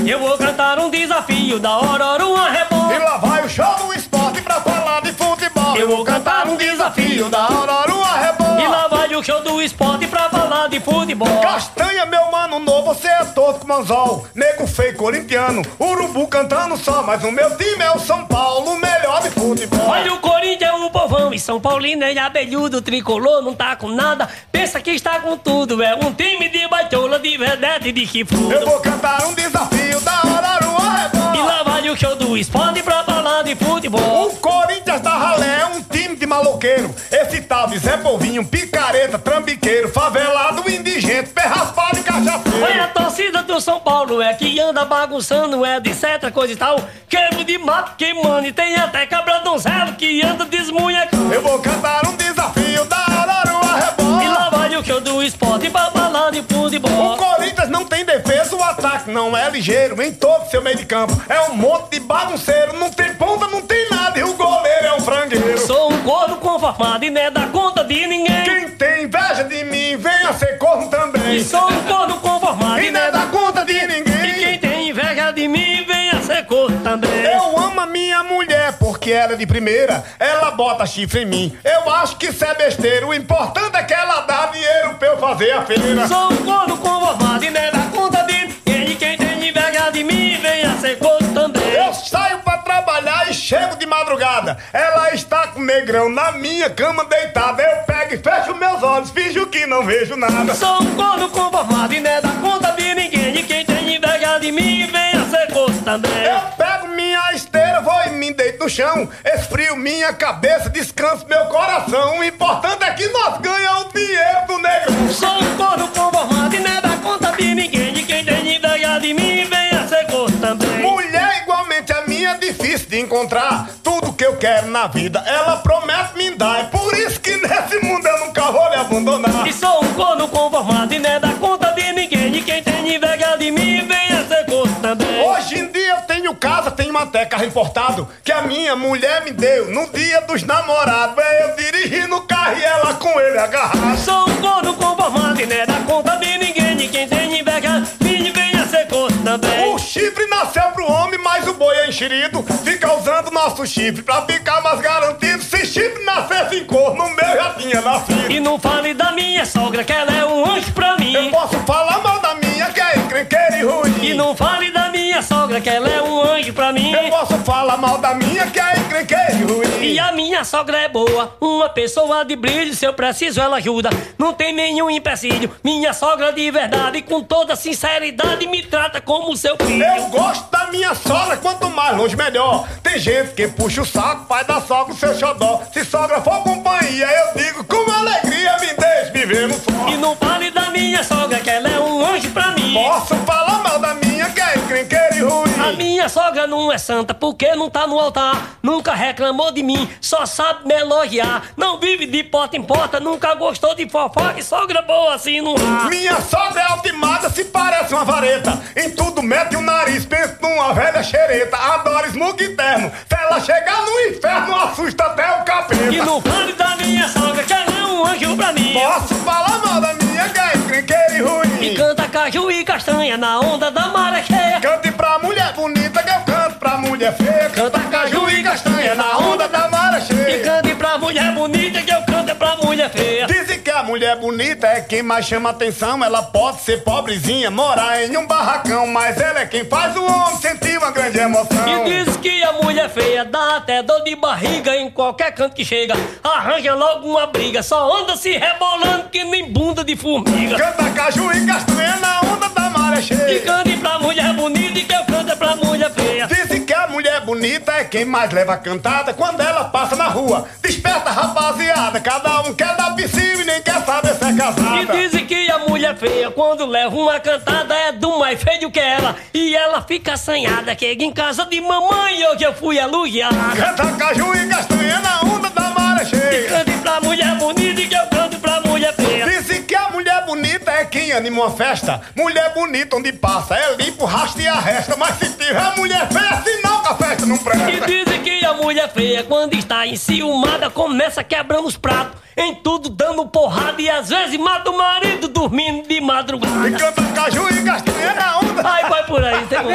Eu vou cantar um desafio da Aurora, uma
E
rebota.
lá vai o show do esporte pra falar de futebol.
Eu vou cantar um
Filho
desafio da.
da Aurora, uma
E
rebola.
lá vai o show do esporte pra falar de futebol.
Castanha, meu mano novo, você é todo com manzol. Nego feio, corintiano, urubu cantando só. Mas o meu time é o São Paulo, melhor de futebol.
Olha o Corinthians, o povão e São Paulino é abelhudo, tricolor, não tá com nada. Pensa que está com tudo, é um time de baitola, de vedete e de
Eu
chifrudo.
vou cantar um desafio da Aurora, uma
E
rebola.
lá vai o show do esporte pra falar de futebol.
O Corinthians da Ralé é um time de maloqueiro. Esse tal de Zé Povinho, picareta, trambiqueiro, favelado, indigente, pé raspado
Foi
e cachaceiro.
a torcida do São Paulo, é que anda bagunçando, é de etc, coisa e tal. Queimo de mato, queimando, e tem até cabra donzelo que anda desmunhecando.
Eu vou cantar um desafio da Aurora, uma
E
rebola.
lá vai o show do esporte pra falar de
O
futebol.
Corinthians não tem defesa, o ataque não é ligeiro em todo seu meio de campo. É um monte de bagunceiro, não tem ponta, não tem nada, e o goleiro é um frangueiro.
Sou um gordo conformado e não é da conta de ninguém.
Quem tem inveja de mim, venha ser corno
E
também.
sou um gordo conformado
E
e não
não
é da
dá conta de
E quem
ninguém.
tem inveja de mim, venha ser corno também.
Eu amo a minha mulher porque ela é de primeira, ela bota chifre em mim. Eu acho que isso é besteira, o importante é que ela dá dinheiro pra eu fazer a feira.
Sou um gordo conformado e não é da conta de ninguém. E quem tem inveja de mim, venha ser corno também.
Eu saio pra trabalhar e chego de madrugada. Ela está com o negrão na minha cama deitada. Eu pego e fecho meus olhos, finjo que não vejo nada.
Sou um corno conformado e não é da conta de ninguém. E quem tem inveja de mim, venha ser corno também.
Eu pego minha esteira, vou e me deito no chão. Esfrio minha cabeça, descanso meu coração. O importante é que nós ganhamos o dinheiro do negrão.
Sou um corno conformado e não é da conta de ninguém. E quem tem inveja de mim, venha ser corno também.
Mulher igualmente a minha é difícil de encontrar. Tudo que eu quero na vida, ela promete me dar. É por isso que nesse mundo eu nunca vou lhe abandonar.
E sou um corno conformado e não é da conta de ninguém. E quem tem inveja de mim, venha ser corno também.
Hoje em dia eu tenho casa, tenho até carro importado que a minha mulher me deu no dia dos namorados. É eu dirigindo o carro e ela com ele agarrada.
Sou um corno conformado e não é da conta de ninguém. E quem tem inveja de mim, venha ser corno também.
O chifre nasceu pro homem, mas o boi é enxerido, fica usando nosso chifre pra ficar mais garantido. Se chifre nascesse em cor, no meu já tinha nascido.
E não fale da minha sogra, que ela é um anjo pra
Eu
mim.
posso falar mal da minha, que é encrenqueira e ruim.
E não fale da minha sogra, que ela é um anjo pra mim.
Eu posso falar mal da minha, que é encrenqueira e ruim.
E a minha sogra é boa, uma pessoa de brilho, se eu preciso ela ajuda, não tem nenhum empecilho. Minha sogra de verdade, com toda sinceridade, me trata como seu
Eu
filho.
gosto da minha sogra, quanto mais longe melhor. Tem gente que puxa o saco, faz da sogra o seu xodó. Se sogra for companhia, eu digo com alegria, me deixe viver no
E
sol.
não fale da minha sogra, que ela é um anjo pra mim.
Posso falar mal da minha, que é encrenqueira e
A
ruim.
minha sogra não é santa porque não tá no altar. Nunca reclamou de mim, só sabe me elogiar. Não vive de porta em porta, nunca gostou de fofoca e sogra boa assim não há.
Minha sogra é altimada, se parece uma vareta. Em tudo mete o nariz, pensa numa velha xereta. Adora smoke terno. Se ela chegar no inferno, assusta até o capeta.
E não fale da minha sogra que ela é um anjo pra mim.
Posso falar mal da minha, que é encrenqueira e
E
ruim.
canta caju e castanha na onda da maré cheia.
Cante pra mulher bonita que eu canto pra mulher feia.
Canta caju e castanha na onda
da mara
E
cheia.
cante pra mulher bonita que eu canto é pra mulher feia.
Dizem que a mulher bonita é quem mais chama atenção. Ela pode ser pobrezinha, morar em um barracão. Mas ela é quem faz o homem sentir uma grande emoção.
E diz que a mulher feia dá até dor de barriga em qualquer canto que chega. Arranja logo uma briga, só anda se rebolando que nem bunda de formiga.
Canta caju e castanha na onda da mara
E
cheia.
cante pra mulher bonita e que eu canto é pra mulher feia.
Dizem que a mulher bonita é quem mais leva cantada quando ela passa na rua. Desperta, rapaziada, cada um quer dar piscina e nem quer saber se é
E
casada.
dizem que a mulher feia, quando leva uma cantada, é do mais feio que ela. E ela fica assanhada, chega em casa de mamãe, hoje eu fui elogiada.
Canta caju e castanha na onda da mara
E
cheia.
cante pra mulher bonita e que eu canto pra mulher feia.
Disse que a mulher bonita é quem anima uma festa. Mulher bonita onde passa, é limpo, rasta e arresta. Mas se tiver mulher feia, sinal que a festa não
E
presta.
dizem que a mulher feia, quando está enciumada, começa quebrando os pratos, em tudo dando porrada e às vezes mata o marido dormindo de
E
madrugada.
canta caju e castanha na onda.
Ai, vai por aí, tem,
Meu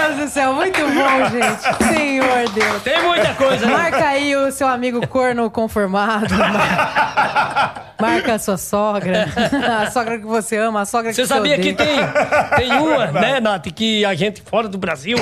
Deus do céu, muito
[laughs]
bom, gente. Senhor Deus.
tem muita coisa. né?
Marca aí o seu amigo corno
[laughs]
conformado. Mar- Marca a sua sogra. [laughs] A sogra que você ama, a sogra que
Você sabia que
odeia.
tem, tem uma, né, Nath, que a gente fora do Brasil,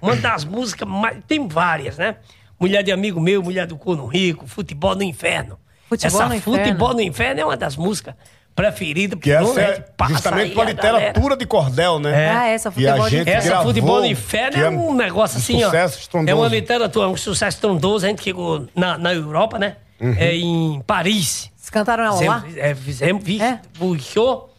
uma das músicas mais. Tem várias, né? Mulher de amigo meu, mulher do corno rico, futebol no inferno.
Futebol
Essa
no Inferno.
futebol no inferno é uma das músicas preferidas
Que essa é
passa
justamente
aí,
com a
a galera.
literatura de cordel, né?
Ah, essa
E a
futebol de
gente
inferno.
É. Essa
gravou,
futebol no inferno
que
é um negócio assim,
sucesso
ó. É
estrondoso.
uma literatura, um sucesso estrondoso. A gente chegou na, na Europa, né?
Uhum.
É, em Paris.
Vocês cantaram ela lá?
Fizemos, é, fizemos, vi-
É?
o show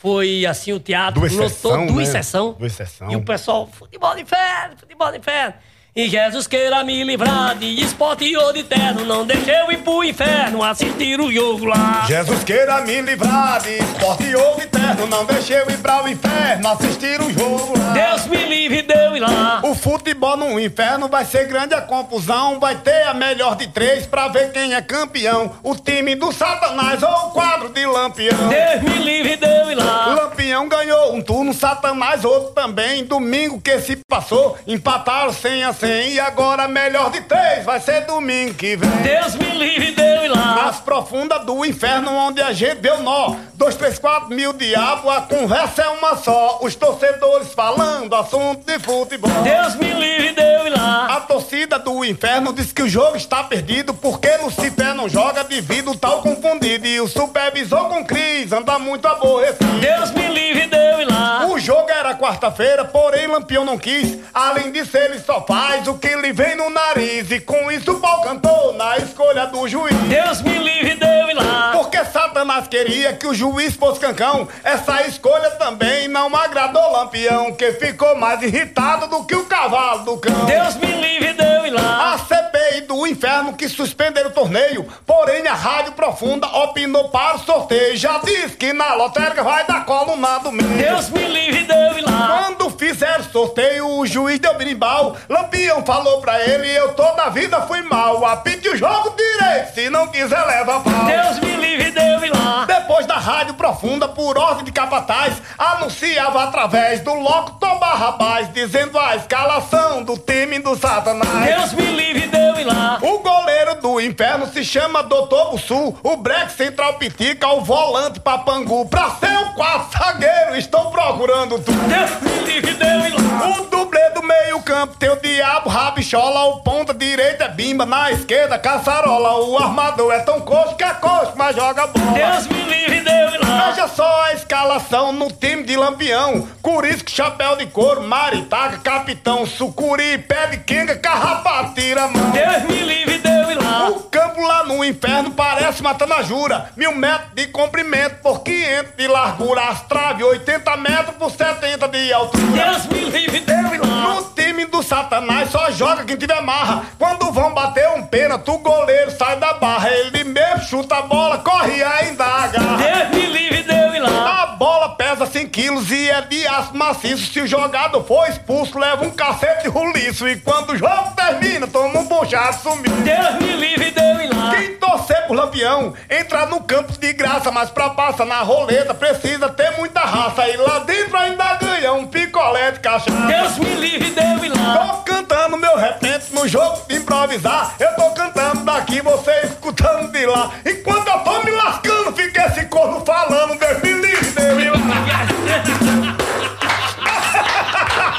foi assim, o teatro
Duas sessão,
duas
né?
sessões.
Duas sessão.
E o pessoal, futebol de inferno, futebol de inferno. E Jesus queira me livrar de esporte ou de terno. Não deixe eu ir pro inferno assistir o jogo lá.
Jesus queira me livrar de esporte ou eterno. Não deixe eu ir pra o inferno assistir o jogo lá.
Deus me livre de eu ir lá.
O futebol no inferno vai ser grande a confusão. Vai ter a melhor de três pra ver quem é campeão. O time do Satanás ou o quadro de Lampião.
Deus me livre de eu ir lá.
Lampião ganhou um turno, Satanás outro também. Domingo que se passou, empataram 100 a 100. E agora a melhor de três vai ser domingo que vem.
Deus me livre de eu ir lá.
As profundas do inferno onde a gente deu nó. Dois, três, quatro mil diabo, a conversa é uma só. Os torcedores falando assunto de futebol.
Deus me livre de eu ir lá.
A torcida do inferno diz que o jogo está perdido porque Lucifer não joga devido tal confundido. E o supervisor com Cris anda muito aborrecido.
Deus me livre de eu ir lá.
O jogo era quarta-feira, porém Lampião não quis. Além disso, ele só faz o que lhe vem no nariz. E com isso o pau cantou na escolha do juiz.
Deus me livre de eu ir lá.
Porque Satanás queria que o juiz fosse cancão. Essa escolha também não agradou Lampião, que ficou mais irritado do que o cavalo do cão.
Deus me livre de eu ir lá.
A CPI do inferno que suspenderam o torneio, porém a Rádio Profunda opinou para o sorteio. Já disse que na lotérica vai dar coluna do meio.
Deus me livre de eu ir lá.
Quando fizeram sorteio, o juiz deu birimbau. Lampião falou pra ele, eu toda a vida fui mal. Apite o jogo direito, se não quiser leva pau.
Deus me livre, Deus me lá.
Depois da rádio profunda, por ordem de capataz, anunciava através do locutor Barrabás, dizendo a escalação do time do Satanás.
Deus me livre, Deus me lá.
O goleiro do inferno se chama Doutor Bussu, o breque central pitica, o volante papangu. Pra ser o quarto zagueiro, estou procurando tu.
Deus me livre, Deus me lá.
O dublê do meio campo tem o diabo, rabichola, o ponta direita é bimba, na esquerda caçarola, o armador é tão coxo que é coxo, mas joga bola.
Deus me livre, Deus me lá.
Veja só a escalação no time de Lampião. Curisco, chapéu de couro, maritaca, capitão, sucuri, pé de quenga, carrapato, tira a mão.
Deus me livre, Deus me lá.
O campo lá no inferno parece matando a jura. Mil metros de comprimento por 500 de largura. As traves 80 metros por 70 de altura.
Deus me livre, Deus me lá.
No time do satanás só joga quem tiver marra. Quando vão bater um pênalti, o goleiro sai da barra. Ele mesmo chuta a bola, corre e ainda agarra.
Deus me livre, Deus me lá.
A bola pesa 5 quilos e é de aço maciço. Se o jogado for expulso, leva um cacete roliço. E quando o jogo termina, toma um puxado sumido.
Deus me livre, Deus me lá.
Quem torcer por Lampião, entra no campo de graça, mas pra passar na roleta precisa ter muita raça. E lá dentro ainda ganha um picolé de cachaça.
Deus me livre, Deus me lá.
Tô cantando meu repente no jogo de improvisar. Eu tô cantando daqui, você escutando de lá. Enquanto eu tô me lascando, fica esse corno falando. Deus me livre, Deus me livre.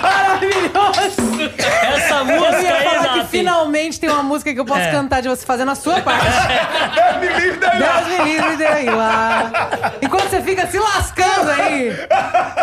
Maravilhoso!
Essa música
Eu ia
aí,
falar que
Nath.
finalmente tem uma música que eu posso
É.
cantar de você fazendo a
[laughs]
sua parte.
Deus me livre, Deus me livre.
Deus me livre daí lá. Enquanto você fica se lascando aí,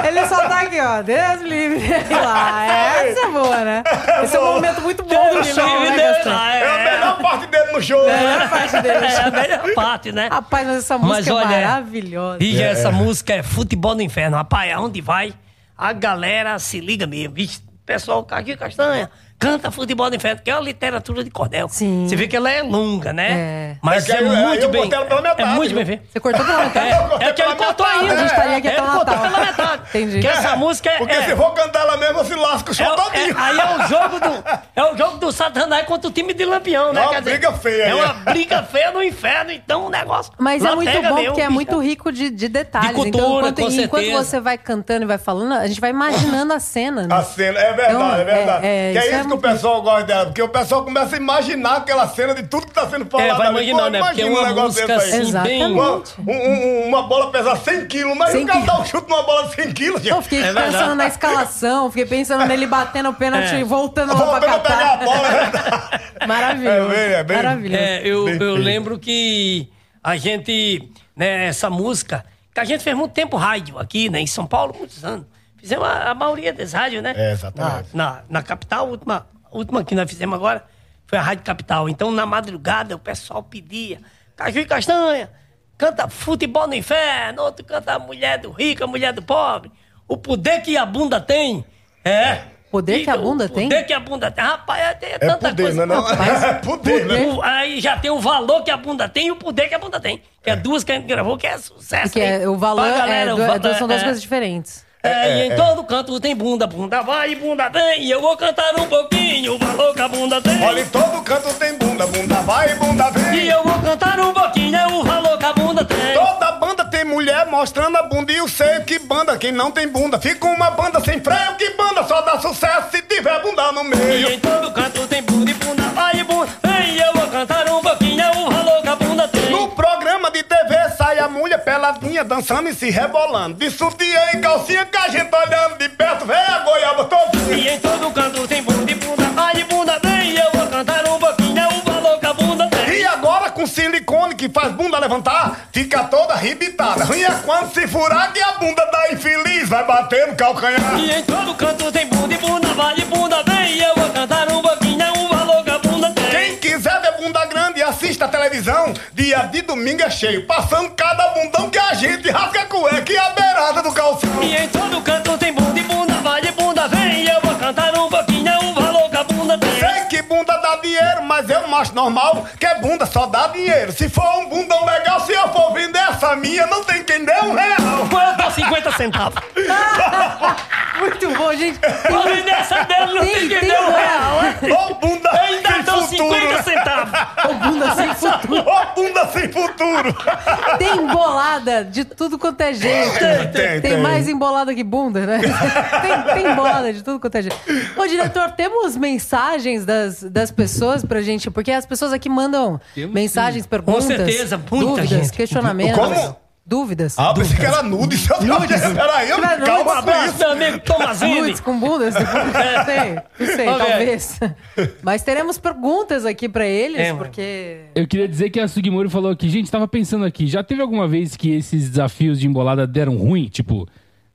ele só tá aqui, ó. Deus me livre daí lá. Essa é boa, né? Esse é um momento muito bom do
Deus me
show,
livre,
né,
Deus me
Gastão?
lá.
É a
É.
melhor parte dele no jogo. né?
É a parte dele.
É a melhor parte, né?
Rapaz, mas essa
Mas
música
olha,
é maravilhosa.
E essa música é Futebol no Inferno. Rapaz, aonde vai, a galera se liga mesmo. Vixe, pessoal, aqui Castanha, canta Futebol no Inferno, que é uma literatura de cordel.
Sim.
Você vê que ela é longa, né?
É.
Mas
É
é,
que eu-
muito
eu
bem.
botei ela pela
é
metade,
muito
viu?
bem
[laughs]
feito.
Você cortou tá? pela
É,
metade?
é que ele
pela
cortou
metade,
A
ainda.
gente estaria aqui
Ele
até o
cortou pela
Natal.
metade.
Entendi.
Que essa música é...
Porque
é-
se for cantar ela mesmo, se lasca o
é-
show
é-
todinho.
aí é o jogo do é o jogo do Satanás contra o time de Lampião, né?
É uma
Quer dizer,
briga feia,
É
né?
uma briga feia no inferno, então o negócio.
Mas é muito
latega
bom,
mesmo,
porque é
bicho.
muito rico de, de detalhes.
De cultura,
então, enquanto,
com
e enquanto
certeza.
você vai cantando e vai falando, a gente vai imaginando a cena. Né?
Assim,
A cena, é verdade, é
Então,
verdade.
é- é,
que é
isso
isso
é
que o
muito-
pessoal gosta dela, porque o pessoal começa a imaginar aquela cena de tudo que tá sendo falado.
É, vai
ali.
imaginar,
Pô,
né? Porque é
imagina
uma
um negócio
música
desse aí.
assim, bem...
Exatamente.
Uma, um- um- uma bola pesar 100 quilos, mas
100
o cara dá um
quilos.
chute numa bola de 100 quilos, gente.
Então, Eu
é
fiquei pensando na escalação, fiquei pensando nele batendo o pênalti
É.
e voltando lá
Voltando
pra
a pegar a
catar.
bola, é verdade.
Maravilhoso.
É bem- é bem-
Maravilhoso.
É, eu,
Bem
eu
feito.
lembro que a gente, né, essa música, que a gente fez muito tempo rádio aqui, né, em São Paulo, muitos anos. Fizemos a, a maioria das rádios, né?
É, exatamente.
Na, na, na capital, a última, a última que nós fizemos agora foi a Rádio Capital. Então, na madrugada, o pessoal pedia Caju e Castanha, canta Futebol no Inferno, outro canta Mulher do Rico, a Mulher do Pobre. O poder que a bunda tem. É.
Poder que a bunda
O poder
tem?
que a bunda tem. Rapaz, é, é
É
tanta
poder,
coisa.
né? Não,
Rapaz,
é poder, né?
O- aí já tem o valor que a bunda tem e o poder que a bunda tem. Que é, duas que a gente gravou, que é sucesso.
Porque é,
hein?
o valor
Pra galera,
é,
o
do-
valor
do- são duas
é-
coisas diferentes.
é, e em todo canto tem bunda, bunda vai e bunda vem. E eu vou cantar um pouquinho o valor que a bunda tem.
Olha, em todo canto tem bunda, bunda vai e bunda
E
vem.
eu vou cantar um pouquinho é o valor que a bunda tem.
Toda banda tem mulher mostrando a bunda e eu sei que banda, quem não tem bunda, fica uma banda sem freio, que banda só dá sucesso se tiver bunda no
E
meio.
em todo canto tem bunda e bunda vai e bunda vem. E eu vou cantar um pouquinho é o valor que a bunda
No
tem.
programa de TV sai a mulher peladinha, dançando e se rebolando. De sutiã e calcinha que a gente tá olhando de perto, vem a goiaba todinha.
E em todo canto tem bunda e bunda vai e bunda vem. E eu vou cantar um pouquinho é o valor que a bunda tem.
E agora com silicone que faz bunda levantar, fica toda arrebitada. E é quando se furar que a bunda da infeliz vai bater no calcanhar.
E em todo canto tem bunda e bunda, vale bunda vem. E eu vou cantar um pouquinho, é um valor que a bunda tem.
Quem quiser ver bunda grande, assista a televisão. Dia de domingo é cheio, passando cada bundão que a gente rasga a cueca e a beirada do calção.
E em todo canto tem bunda e bunda, vale bunda vem. E eu vou cantar um pouquinho, é um valor que a bunda tem.
Sei que bunda dá dinheiro, mas eu não acho normal que bunda só dá dinheiro. Se for um bundão legal, se eu for vender essa minha, não tem quem dê um real.
Quanto a 50 centavos?
Muito bom, gente. Tem-
Porém, nessa dele não
Tem,
tem que
tem
deu um real.
moral.
Ó é? bunda
Ainda
sem
dão
futuro.
50
né?
centavos.
Ô, [laughs] bunda sem futuro.
Ó bunda sem futuro.
Tem embolada de tudo quanto é jeito.
Tem, tem, tem.
mais embolada que bunda,
[laughs]
né? tem, tem embolada de tudo quanto é jeito. Ô, diretor, temos mensagens das, das pessoas pra gente? Porque as pessoas aqui mandam
Temos,
mensagens, perguntas.
certeza, muita
dúvidas,
gente.
questionamentos.
Como?
Dúvidas.
Ah, pensei que era nude. Peraí, eu-
Nudes.
calma com isso.
Meu amigo Tomazini.
Nudes com bundas?
[laughs]
Não sei, não sei,
Ô, velho.
talvez. Mas teremos perguntas aqui pra eles,
É, mano.
porque...
Eu queria dizer que a Sugimori falou aqui, gente, tava pensando aqui, já teve alguma vez que esses desafios de embolada deram ruim? Tipo,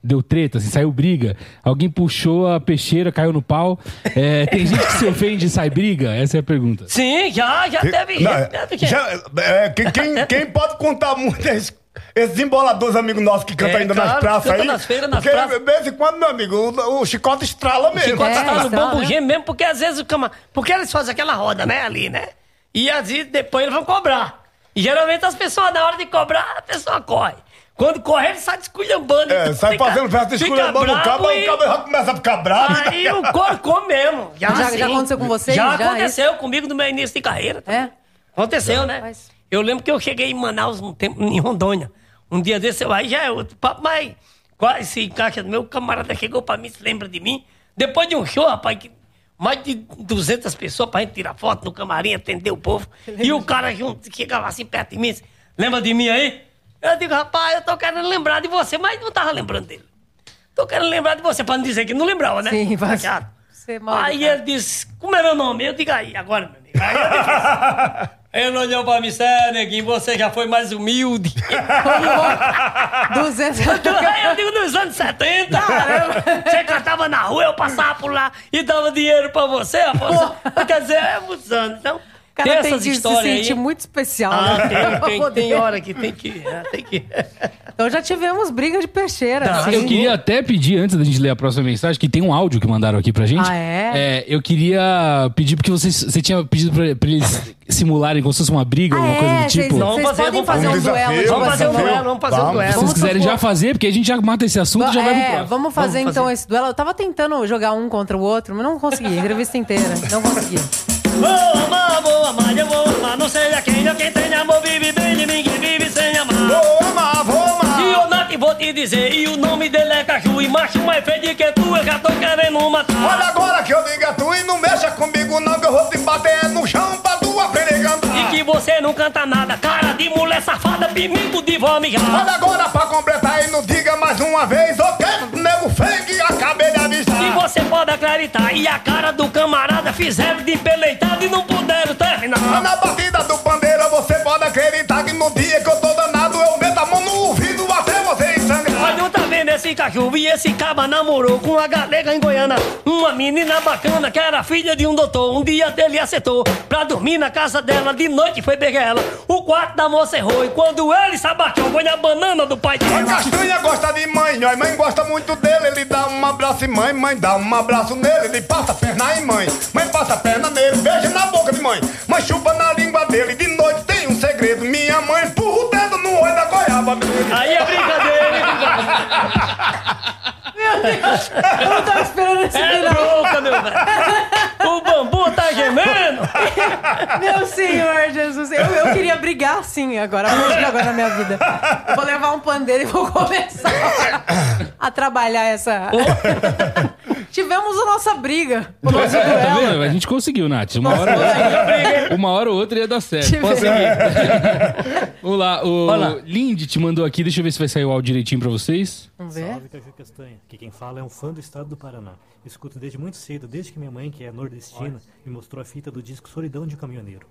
deu treta, assim, saiu briga, alguém puxou a peixeira, caiu no pau. É, tem gente que se ofende e sai briga? Essa é a pergunta.
Sim, já, já teve.
Não,
já teve que-
já- é, que- quem, quem pode contar muito é es- esses emboladores amigos nossos que cantam
É,
ainda nas
claro,
praças
canta
aí.
nas feiras, nas
porque
praças.
de vez em quando, meu amigo, o, o chicote estrala mesmo.
Enquanto
É,
tá no
então,
bambu
né?
gêmeo mesmo, porque às vezes o cama. Porque eles fazem aquela roda, né, ali, né? E às vezes depois eles vão cobrar. E geralmente as pessoas, na hora de cobrar, a pessoa corre. Quando corre, ele sai desculhambando.
É,
então
sai
fica-
fazendo festa
fica
esculhambando o
brabo
cabo, aí
e-
o cabo é já começa a ficar bravo.
Aí o couro come mesmo. Já,
Já-
sim.
já aconteceu com vocês?
Já,
Já,
aconteceu comigo no meu início de carreira.
É?
Aconteceu, né?
Mas-
Eu lembro que eu cheguei em Manaus um tempo, em Rondônia. Um dia desse, eu, aí já é outro papo, mas quase se encaixa. Meu camarada chegou pra mim, se lembra de mim. Depois de um show, rapaz, que mais de 200 pessoas pra gente tirar foto no camarim, atender o povo. E o cara junto, chegava assim perto de mim, disse, lembra de mim aí? Eu digo, rapaz, eu tô querendo lembrar de você, mas não tava lembrando dele. Tô querendo lembrar de você, pra não dizer que não lembrava, né?
Sim, vai-
Chato.
Você é mal
Aí ele disse, como é meu nome? Eu digo aí, agora, meu amigo. Aí ele disse, [laughs] ele olhou pra mim, sério, neguinho, você já foi mais [laughs] humilde.
200...
[laughs] Aí eu digo, nos anos 70, caramba, você cantava na rua, eu passava por lá e dava dinheiro pra você, Afonso. Quer dizer, é muitos anos. Então,
O cara
tem
tem,
essas
de se
histórias aí.
sentir muito especial,
Ah,
né?
tem,
[laughs] Pra
tem,
poder.
tem hora que tem que... é, tem que...
Então já tivemos briga de peixeira.
Tá,
assim.
Eu queria até pedir, antes da gente ler a próxima mensagem, que tem um áudio que mandaram aqui pra gente.
Ah, é?
eu queria pedir, porque vocês, você tinha pedido pra, pra eles simularem como se fosse uma briga,
Ah,
alguma coisa
é,
do tipo.
vocês,
Não,
vocês
fazer,
podem
vamos
fazer um
fazer um
duelo. assim. de
desafio.
Vamos fazer um
vocês.
duelo, vamos fazer um
Vamos.
duelo.
Se vocês
vamos
quiserem já
supor.
fazer, porque a gente já mata esse assunto e já vai pro
É,
próximo.
vamos fazer
Vamos
então
fazer.
esse duelo. Eu tava tentando jogar um contra o outro, mas não consegui. Entrevista inteira. Não consegui.
Vou amar, vou amar, eu vou amar, não sei a quem, eu quem tem amor, vive bem de mim, que vive sem amar.
Vou amar, vou amar.
E eu não te vou te dizer, e o nome dele é Caju E macho mais feio de que tu, eu já tô querendo
Olha
matar
agora que eu digo a tu e não mexa comigo não, que eu vou te bater no chão pra tu aprender a
E
cantar.
que você não canta nada, cara de mulher safada, pimico de vó mijada
Olha agora pra completar e não diga mais uma vez, ok? Nego feio que acabei de avisar.
E você pode acreditar, e a cara do camarada fizeram de empeleitado e não puderam
Mas
terminar
Tá Na batida do pandeiro você pode acreditar que no dia que eu tô danado eu meto a mão no ouvido até você
mas
sangrar.
não tá vendo esse cachorro e esse caba namorou com uma galega em Goiânia Uma menina bacana que era filha de um doutor Um dia dele acertou pra dormir na casa dela De noite foi pegar ela, o quarto da moça errou E quando ele se abaixou foi na banana do pai
A
dela
castanha gosta de mãe, ó, e mãe gosta muito dele. Ele dá um abraço em mãe, mãe dá um abraço nele. Ele passa a perna em mãe, mãe passa a perna nele. Beijo na boca de mãe, mãe chupa na língua dele. De noite tem um segredo, minha mãe empurra o dedo no olho da goiaba dele.
Aí é brincadeira,
Meu Deus! Eu não tava esperando esse
é
duelo.
bronca, meu velho. O bambu tá gemendo.
Meu Senhor Jesus. Eu, eu queria brigar sim agora, a partir de agora na minha vida. Eu vou levar um pandeiro e vou começar a trabalhar essa. Tivemos a nossa briga. O nosso
Tá
duelo.
vendo? A gente conseguiu, Nath. Uma hora, ou outra- uma hora ou outra ia dar certo.
Tive-
Vamos lá, o
Olha lá.
Lindy te mandou aqui, deixa eu ver se vai sair o áudio direitinho pra vocês.
Vamos
É?
ver.
Salve Caju Castanha, que quem fala é um fã do estado do Paraná. Escuto desde muito cedo, desde que minha mãe, que é nordestina, me mostrou a fita do disco Solidão de um Caminhoneiro.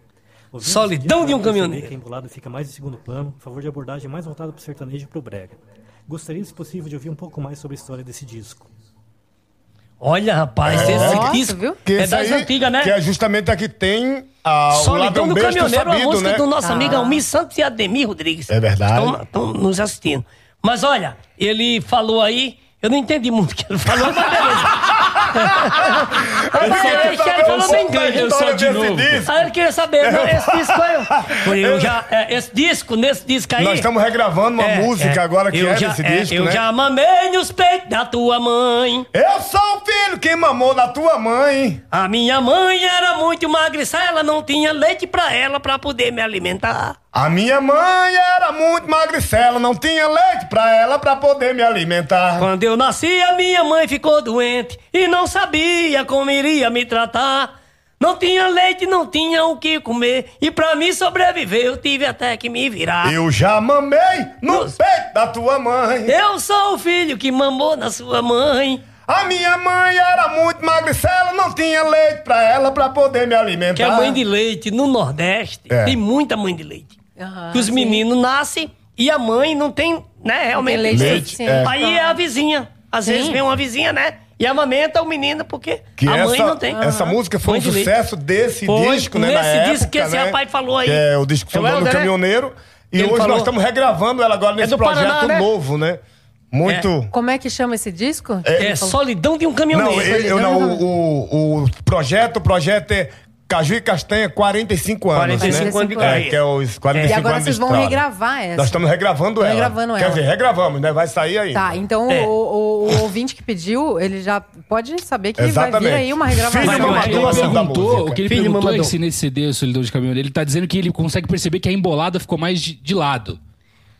Ouvindo
Solidão
esse disco,
de um
dá pra perceber
Caminhoneiro.
Que a embolada fica mais em segundo plano, a favor de abordagem mais voltada para o sertanejo e para o brega. Gostaria, se possível, de ouvir um pouco mais sobre a história desse disco.
Olha, rapaz, esse
Nossa,
disco
viu?
Que
é
esse
das
aí,
antigas, né?
Que é justamente a que tem a, Ah, o
Solidão
ladrão
do
besta
Caminhoneiro, a
sabido,
música
né?
do nosso amigo Almir Santos e Ademir Rodrigues.
É verdade.
Estão, estão nos assistindo.
[laughs]
Mas olha, ele falou aí, eu não entendi muito o que ele falou, mas beleza. Mas o Cristiano falou bem grande.
eu sou de novo.
Aí Ah, ele queria saber, não, esse disco
[laughs]
aí, eu- Foi eu já, é, esse disco, nesse disco aí...
Nós estamos regravando uma
é,
música
é,
agora que
eu
era
já-
esse
é,
disco,
Eu
né?
já mamei nos peitos da tua mãe.
Eu sou o filho que mamou na tua mãe.
A minha mãe era muito magriça, ela não tinha leite pra ela pra poder me alimentar.
A minha mãe era muito magricela, não tinha leite pra ela pra poder me alimentar.
Quando eu nasci, a minha mãe ficou doente e não sabia como iria me tratar. Não tinha leite, não tinha o que comer e pra mim sobreviver eu tive até que me virar.
Eu já mamei no
Nos- É.
peito da tua mãe.
Eu sou o filho que mamou na sua mãe.
A minha mãe era muito magricela, não tinha leite pra ela pra poder me alimentar.
Que a mãe de leite no Nordeste
Ah. É.
tem muita mãe de leite.
Aham,
que os
sim.
meninos nascem e a mãe não tem, né, realmente.
leite
Leite,
suficiente.
é.
Aí é a vizinha. Às
Sim.
vezes vem uma vizinha, né? E amamenta o menino porque
Que
a
essa,
mãe não tem.
Essa música foi
Mãe
um
de leite.
sucesso desse
Foi,
disco, né?
nesse
na
disco
época,
que esse
né?
rapaz falou aí.
Que é o disco
É o
Sambando do
Helder, né?
Caminhoneiro. E
Ele
hoje
falou.
nós estamos regravando ela agora nesse
do
projeto
Paraná, né?
novo, né? Muito.
Como é que chama esse disco?
É solidão de um
Não,
caminhoneiro.
ele- eu, não o, o, o projeto, o projeto é Caju e Castanha, 45 anos.
45
né?
anos de
É,
carreira.
que é os
E
45
agora
anos de
vocês vão
estrada.
regravar essa.
Nós estamos regravando ela.
Regravando
Quer
ela.
dizer, regravamos, né? Vai sair aí.
Tá, então
É.
o, o- o ouvinte que pediu, ele já pode saber que vai
Exatamente.
vir aí uma
Filho,
regravação.
mamãe.
Mas
Mamadou
ele
é o nome da
perguntou,
música.
o que ele
Filho
perguntou é
Mamadou.
se nesse CD, o Solidão de Caminhoneiro, ele tá dizendo que ele consegue perceber que a embolada ficou mais de, de lado.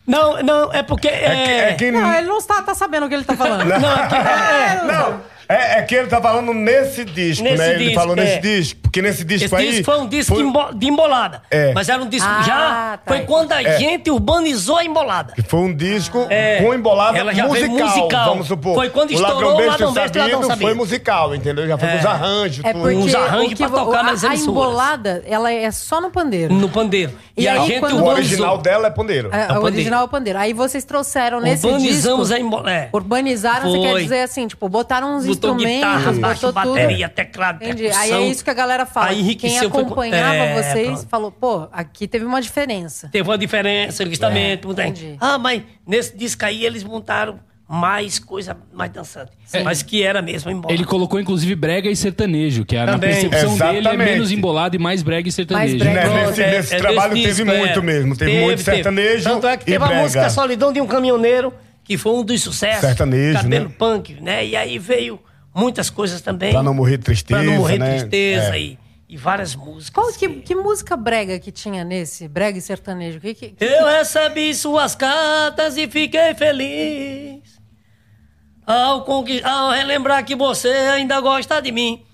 Não, não, é porque.
É que, é
É,
que-
Não, ele não está, tá sabendo o que ele tá falando.
Não, é que- é, é.
Não, é, é que ele tá falando nesse disco,
Nesse
né? Ele
disco,
falou
é.
nesse disco. Porque nesse disco
Esse
aí.
disco foi um disco
foi-
de embo- de embolada.
É.
Mas era um disco
Ah,
já.
tá.
Foi quando a gente urbanizou a embolada.
Foi um disco
É.
com embolada
Ela já veio
musical,
musical.
vamos supor.
Foi quando estourou o
Beijo e
Ladrão Beijo e Ladrão
Sabino
Sabino.
foi musical, entendeu? Já foi com os arranjos,
É
tudo.
porque
Uns arranjos
o que
pra
vo-
tocar
a,
nas
a
emissoras.
embolada, ela é só no pandeiro.
No pandeiro. E,
E
a
aí,
gente
quando-
O
urbanizou.
original dela é pandeiro.
É, o
pandeiro.
original é o pandeiro. Aí vocês trouxeram nesse
Urbanizamos
disco...
a embolada. É.
Urbanizaram, você
Foi.
quer dizer assim, tipo, botaram uns
Botou
instrumentos,
guitarra, baixo,
botou tudo.
bateria, teclado,
Entendi.
percussão.
Aí é isso que a galera fala.
Aí
que Quem
enriqueceu, foi-
acompanhava
É,
vocês
pronto.
falou, pô, aqui teve uma diferença.
Teve uma diferença, justamente. mudei.
É, entendi.
ah, mas nesse disco aí eles montaram mais coisa mais dançante.
É.
Mas que era mesmo embolada.
Ele colocou, inclusive, brega e sertanejo, que era na
Também.
percepção dele é
Exatamente.
menos embolado e mais brega e sertanejo.
brega.
Né,
Pronto,
nesse
é-
nesse
é
trabalho
desse
teve
disco, é.
muito mesmo. Teve, muito sertanejo.
Tanto é que
e
teve
brega.
a música Solidão de um Caminhoneiro, que foi um dos sucessos.
Sertanejo,
Cabelo
né?
punk, né? E aí veio muitas coisas também.
Pra não morrer de tristeza.
Pra não morrer de
né?
tristeza
É.
e, e várias músicas.
Qual que, que música brega que tinha nesse? Brega e sertanejo? Que, que- que-
Eu recebi suas cartas e fiquei feliz. Ao, conqui- ao relembrar que você ainda gosta de mim.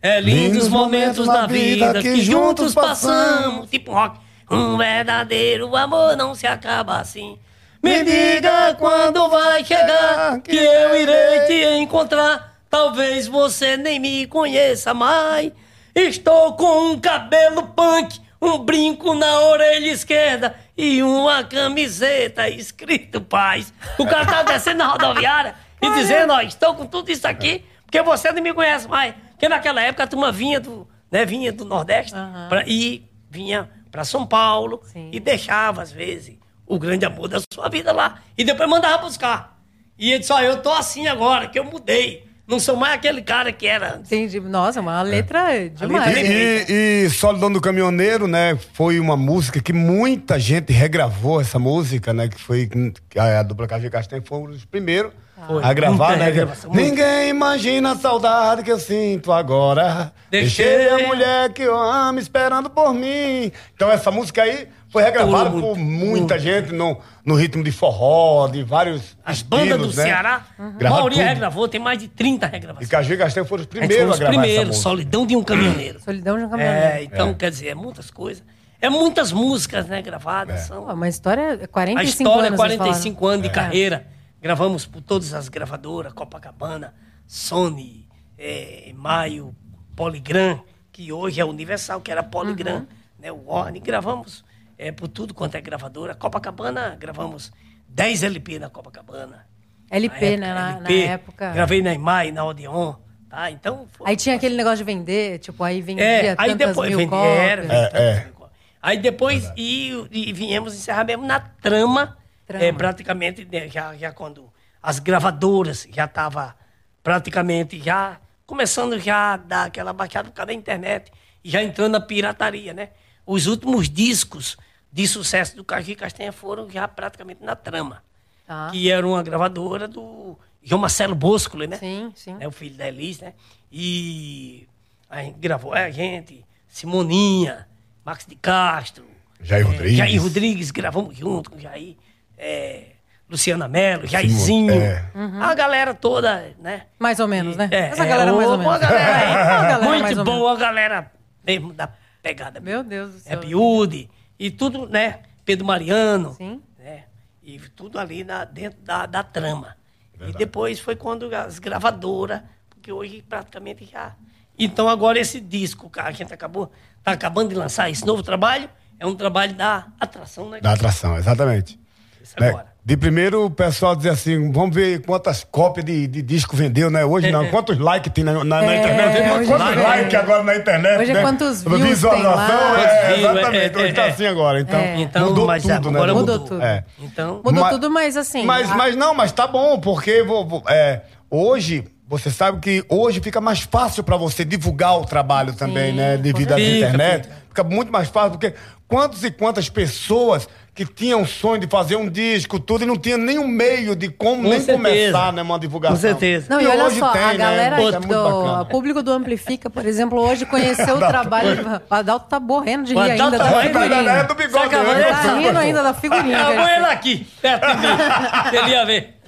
É lindos
Lindos
momentos
momentos
da
na
vida que, juntos passamos.
passamos.
Tipo rock. Um verdadeiro amor não se acaba assim. Me diga quando vai chegar que eu irei te encontrar. Talvez você nem me conheça mais. Estou com um cabelo punk, um brinco na orelha esquerda e uma camiseta escrito paz. O cara tá descendo na rodoviária e dizendo, ó, estou com tudo isso aqui porque você não me conhece mais. Porque naquela época a turma vinha do, né, vinha do Nordeste pra- e vinha para São Paulo
Sim.
e deixava, às vezes, o grande amor da sua vida lá. E depois mandava buscar. E ele disse, ó, eu tô assim agora, que eu mudei. Não sou mais aquele cara que era antes.
Entendi. Nossa, uma letra é demais.
É. letra
E, e Solidão do Caminhoneiro, né? Foi uma música que muita gente regravou essa música, né? Que foi que a, a dupla Caju e Castanho foi um dos primeiros
Foi.
a gravar,
Muita
né?
regravação, muita.
Ninguém imagina a saudade que eu sinto agora.
Deixei.
Deixei, a mulher que eu amo esperando por mim. Então essa música aí foi regravada
Todo
por
mundo,
muita gente no, no ritmo de forró, de vários
As bandas
estilos,
do
né?
Ceará, a
Gravaram
maioria
tudo.
regravou, tem mais de 30
E
regravações.
Caju e Castanho foram os
A gente foi
primeiros a
os
gravar essa
primeiros,
música.
Solidão de um Caminhoneiro.
Solidão de um caminhoneiro.
É, então, quer dizer, é muitas coisas. É muitas músicas, né,
É.
gravadas. São
Pô, Uma história, é 45
A história, é
anos. É. vocês
45 anos de carreira. Gravamos por todas as gravadoras, Copacabana, Sony, eh, Maio, Polygram, que hoje é Universal, que era
Uhum.
Polygram, né, o Warner. Gravamos eh, por tudo quanto é gravadora. Copacabana, gravamos 10 LP na Copacabana.
falaram. LP,
Na
né?
época,
Na, na
LP.
época.
Gravei na EMAI, na Odeon, tá? Então... foi-
Aí tinha aquele negócio de vender, tipo, aí vendia
é,
tantas
aí depois
mil
vende- era,
cópias.
vende tantas
É, é.
mil cópias. Aí depois e, e viemos encerrar mesmo na trama,
Trama.
É, praticamente né, já, já quando as gravadoras já tava praticamente já começando já a dar aquela baixada por causa da internet, e já entrando na pirataria, né? Os últimos discos de sucesso do Caju e Castanha foram já praticamente na trama.
Tá.
Que era uma gravadora do João Marcelo Boscoli, né?
Sim, sim.
né, o filho da Elis, né? E a gente gravou, é, a gente, Simoninha, Max de Castro.
Jair
é,
Rodrigues.
Jair Rodrigues, gravamos junto com o Jair. é, Luciana Mello, Jairzinho.
é.
Uhum.
A galera toda, né?
Mais ou menos, né?
É,
Essa galera
é,
mais ou
uma
menos.
galera aí,
Uma galera
muito
mais ou menos.
boa, a galera mesmo da pegada.
Meu Deus do céu.
É Biúde e tudo, né? Pedro Mariano.
Sim.
Né? E tudo ali na- dentro da, da trama. E depois foi quando as gravadoras, porque hoje praticamente já. Então agora esse disco, cara, a gente acabou, tá acabando de lançar esse novo trabalho, é um trabalho da atração, né?
Da atração, exatamente.
Esse
Né?
agora.
De primeiro o pessoal dizia assim, vamos ver quantas cópias de, de disco vendeu, né? Hoje
[laughs]
não, quantos likes tem na, na- na
É,
internet.
hoje
quantos
é.
likes agora na internet,
Hoje é
né?
quantos views tem
Visualização,
lá.
é,
Quantos views,
exatamente.
é, é,
hoje tá
é.
assim agora, então,
É.
Então,
mudou
mas
tudo, né?
agora
Mudou
mudou.
tudo.
É.
Então,
Mudou
Mas-
tudo, mas assim.
Mas,
a-
mas não, mas tá bom, porque vou- vou- é, hoje, você sabe que hoje fica mais fácil pra você divulgar o trabalho também, né? Devido à
certeza. Fica,
internet. Fica muito mais fácil, porque quantas e quantas pessoas que tinham o sonho de fazer um disco, tudo, e não tinha nenhum meio de como
Com
nem
certeza.
começar, né? Uma divulgação.
Com certeza.
Não, e
E
olha
hoje
só,
tem,
a
né?
galera
Isso é muito
do
bacana.
o público do Amplifica, por exemplo, hoje
[laughs]
conheceu o trabalho. O Adalto tá morrendo de
O
rir
Adalto
ainda
tá
da
morrendo de rir,
né?
figurinha.
Do bigode,
Sacanagem,
né?
Tá rindo ainda da
é,
figurinha.
a
cara.
mãe ela aqui, perto de mim. Ele ia ver.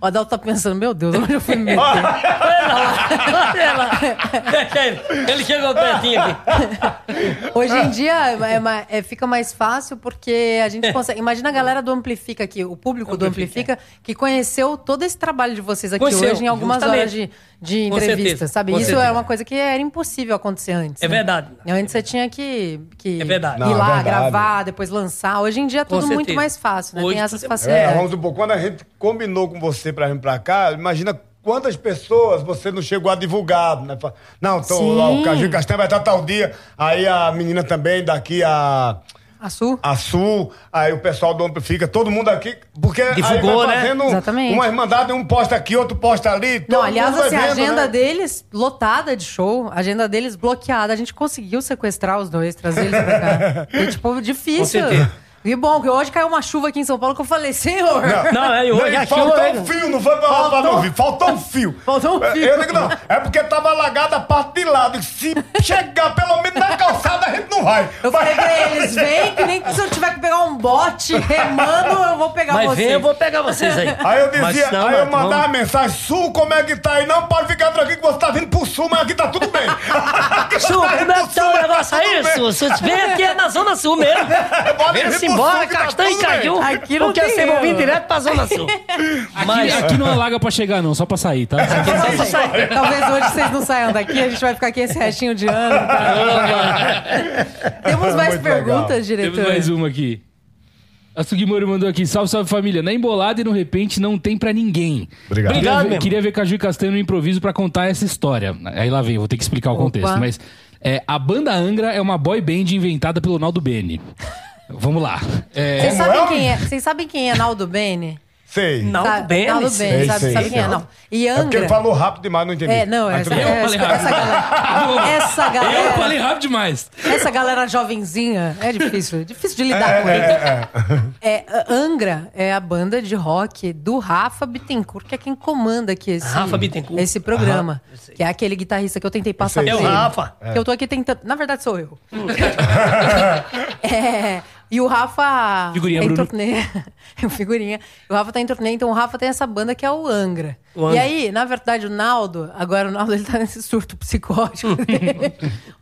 O Adalto tá pensando, meu Deus, onde eu fui
[laughs]
me meter?
Olha lá, olha lá. Deixa ele. Ele chegou pertinho aqui.
Hoje em dia é ma- é ma- é- fica mais fácil porque a gente consegue. Imagina a galera do Amplifica aqui, o público do
É. Amplifica,
Amplifica, que conheceu todo esse trabalho de vocês aqui
Conheceu,
hoje em algumas
justamente.
horas de, de
Com
entrevista,
certeza,
sabe?
com
Isso
certeza.
era uma coisa que era impossível acontecer antes.
É
né?
verdade.
Antes você tinha que, que
É verdade.
ir
Não, é
lá,
verdade.
gravar, depois lançar. Hoje em dia é
Com
tudo muito
certeza.
mais fácil, né?
Hoje
Tem essas
tudo é-
É,
facilidades.
vamos supor, quando a gente combinou com você pra vir pra cá, imagina quantas pessoas você não chegou a divulgar, né? Fala, Não, tô
Sim.
lá, o Caju e Castanha vai estar tal dia. Aí a menina também daqui, a,
A Su?
a Sul, aí o pessoal do Amplifica, todo mundo aqui, porque
Divulgou,
aí vai
né?
fazendo
Exatamente.
uma irmandade, um posta aqui, outro posta ali. todo
Não,
mundo
aliás,
vai
assim, a
vendo,
agenda
né?
deles lotada de show, a agenda deles bloqueada. A gente conseguiu sequestrar os dois, trazer eles pra cá.
[laughs]
Foi, tipo,
Com
difícil.
certeza.
E bom, que hoje caiu uma chuva aqui em São Paulo que eu falei, senhor...
Não, é hoje
Não,
aqui.
faltou
hoje.
um fio, não foi pra, faltou... pra não ouvir. Faltou um fio.
[laughs] Faltou um
É,
fio.
Eu digo, não, é porque tava alagada a parte de lá. Eu
[laughs]
digo, Se chegar pelo menos na calçada, a gente não vai.
Eu falei pra
[laughs]
eles, vem, que nem que se eu tiver que pegar um bote remando, eu vou pegar
Mas
vocês.
vem, eu vou pegar vocês aí.
Aí eu
Mas
dizia,
não,
aí eu
Marco,
mandava
vamos-
mensagem, Sul, como é que tá aí? Não, pode ficar tranquilo que você tá vindo pro Sul, mas aqui tá tudo
[laughs]
bem. Aqui
Sul,
tá vindo
como é
pro
que tá o
mas
negócio
[laughs] tudo
aí,
bem.
Sul? Vocês vêm aqui é na Zona Sul mesmo.
Pode vir
Vem-se
pro
embora,
Sul que tá
Castanho e
tudo bem.
Caju.
Aqui não
Porque
tem
vocês vão vir
erro.
direto pra Zona
[laughs]
Sul. Mas
Aqui não é laga pra chegar, não, só pra sair, tá?
só pra sair.
Talvez hoje vocês não saiam daqui, a gente vai ficar aqui esse restinho de ano. tá? Temos mais
Muito legal.
perguntas,
Temos
diretor?
um.
mais uma aqui. A Sugimori mandou aqui, salve, salve família. Na embolada e no repente não tem pra ninguém.
Obrigado.
Queria,
Obrigado
ver,
mesmo.
queria ver Caju e Castanho no improviso pra contar essa história. Aí lá vem, vou ter que explicar o
Opa.
contexto. Mas é, a banda Angra é uma boy band inventada pelo Naldo Bene. Vamos lá. É,
Vocês sabem
Como é?
quem é- Vocês sabem quem é Naldo Bene?
Sei.
Não.
Sabe-
Naldo Bene,
Naldo
sim.
Bene,
Sei,
Tá sabe,
sei,
sabe quem é,
sei.
não. E
É porque
Angra...
ele falou rápido demais, não entendi.
É, não,
Mas
essa,
tudo bem.
Eu falei
essa- essa galera, essa,
eu
galera
falei rápido demais.
essa galera jovenzinha é difícil, difícil de lidar
É,
com eles. É, a- Angra é a banda de rock do Rafa Bittencourt, que é quem comanda aqui esse,
Rafa Bittencourt.
esse programa. que é aquele guitarrista que eu tentei passar pra
sei. É o
ele.
Rafa.
Que eu tô aqui tentando... Na verdade, sou eu.
Hum.
[laughs] É, e o Rafa
Figurinha,
tá em
Bruno.
turnê. [laughs] O Figurinha. O Rafa tá em turnê, então o Rafa tem essa banda que é o Angra.
O Angra.
E aí, na verdade, o Naldo, agora o Naldo [laughs] ele tá nesse surto
Hum.
psicótico dele,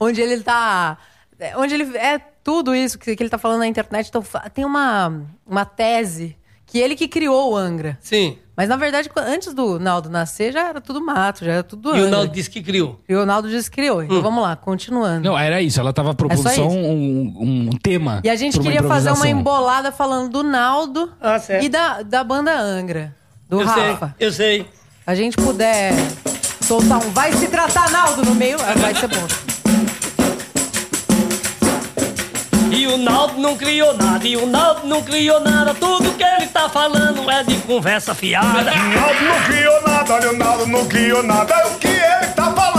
onde ele tá. é, Onde ele. É tudo isso que, que ele tá falando na internet. Então, fa- tem uma, uma tese que ele que criou o Angra.
Sim.
Mas na verdade, qu- antes do Naldo nascer, já era tudo mato, já era tudo
E
Angra.
o Naldo disse que criou.
E o Naldo disse que criou.
Hum.
Então vamos lá, continuando.
Não, era isso. Ela tava propondo
É só
só
isso.
um, um- um tema.
E a gente
pra
queria fazer uma
improvisação.
embolada falando do Naldo
Ah, certo.
e da, da banda Angra, do
Eu
Rafa.
sei, eu sei.
A gente puder soltar um Vai Se Tratar Naldo no meio, ah, vai ser
[laughs]
bom.
E o Naldo não criou nada, e o Naldo não criou nada. Tudo que ele tá falando é de conversa fiada.
Naldo não criou nada, olha o Naldo não criou nada. É o que ele tá falando.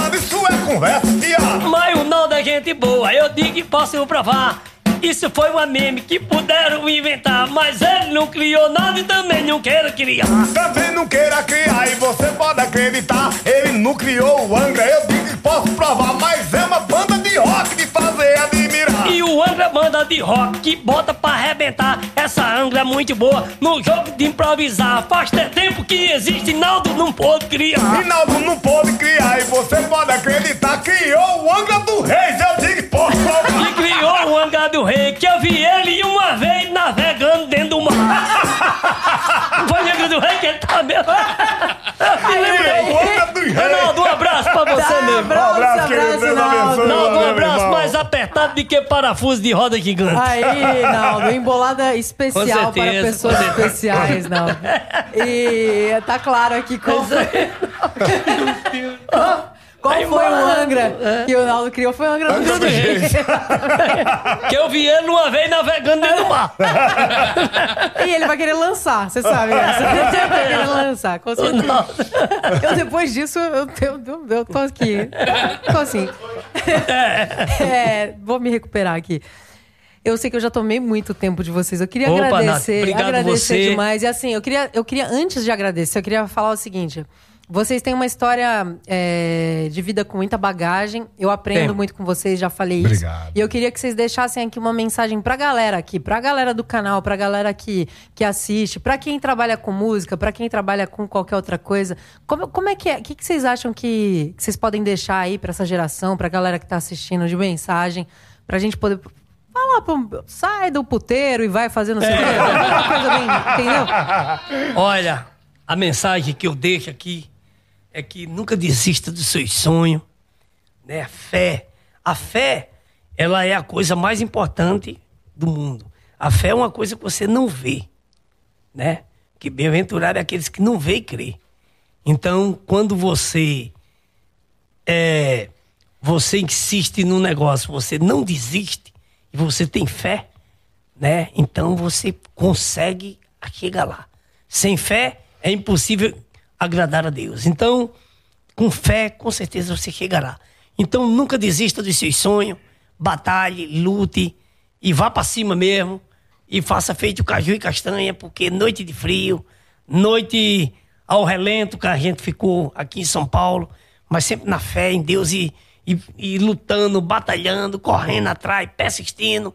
conversa, piada.
Mas o Naldo é gente boa, eu digo e posso provar. Isso foi uma meme que puderam inventar, mas ele não criou nada e também não quero criar.
Também não queira criar e você pode acreditar. Ele não criou o Angra, eu digo que posso provar. Mas é uma banda de rock de fazer admirar.
E o Angra é banda de rock que bota pra arrebentar. Essa Angra é muito boa no jogo de improvisar. Faz até tempo que existe, Naldo não pôde criar.
Rinaldo não pôde criar e você pode acreditar. Criou o Angra do Reis, eu digo que posso provar.
E criou o Angra do Rei, que eu vi ele uma vez navegando dentro do mar. Foi o Angra do Rei que ele tá mesmo. Eu me
Criou o
lembrei.
Angra do Reis.
Ronaldo, um abraço pra você
Tá,
mesmo.
Um
abraço,
abraço, querido.
abraço,
Deus abençoe.
Ronaldo.
Naldo, um
valeu, meu
abraço
irmão.
mais apertado do que parafuso de roda gigante.
Aí, Naldo, embolada
Com
especial
certeza,
para pessoas
com certeza.
especiais, Naldo. E tá claro aqui qual foi,
é.
[laughs] qual foi o
Tá embolado, É.
Angra que o Naldo criou. Foi o Angra do
Angra do
Reis.
Reis.
Que eu vi ele uma vez navegando dentro do mar.
E ele vai querer lançar, você sabe essa. Ele vai querer lançar, com certeza. Eu, depois disso, eu, eu, eu- eu tô aqui. Tô assim. É, vou me recuperar aqui. Eu sei que eu já tomei muito tempo de vocês. Eu queria
Opa, Nath,
agradecer,
obrigado
agradecer
você.
demais. E assim, eu queria, eu queria, antes de agradecer, eu queria falar o seguinte. Vocês têm uma história é, de vida com muita bagagem. Eu aprendo
Tem.
muito com vocês, já falei isso.
Obrigado.
E eu queria que vocês deixassem aqui uma mensagem pra galera aqui, pra galera do canal, pra galera que, que assiste, pra quem trabalha com música, pra quem trabalha com qualquer outra coisa. Como, como é que é? O que, que vocês acham que, que vocês podem deixar aí pra essa geração, pra galera que tá assistindo de mensagem, pra gente poder falar, pro- sai do puteiro e vai fazer
É.
não sei o quê. Uma [laughs] coisa bem, entendeu?
Olha, a mensagem que eu deixo aqui é que nunca desista dos seus sonhos, né? Fé. A fé, ela é a coisa mais importante do mundo. A fé é uma coisa que você não vê, né? Que bem-aventurado é aqueles que não vê e crê. Então, quando você é, você insiste num negócio, você não desiste e você tem fé, né? Então você consegue chegar lá. Sem fé é impossível agradar a Deus. Então, com fé, com certeza você chegará. Então nunca desista dos seus sonhos, batalhe, lute e vá para cima mesmo e faça feito caju e castanha, porque noite de frio, noite ao relento que a gente ficou aqui em São Paulo, mas sempre na fé em Deus e, e, e lutando, batalhando, correndo atrás, persistindo.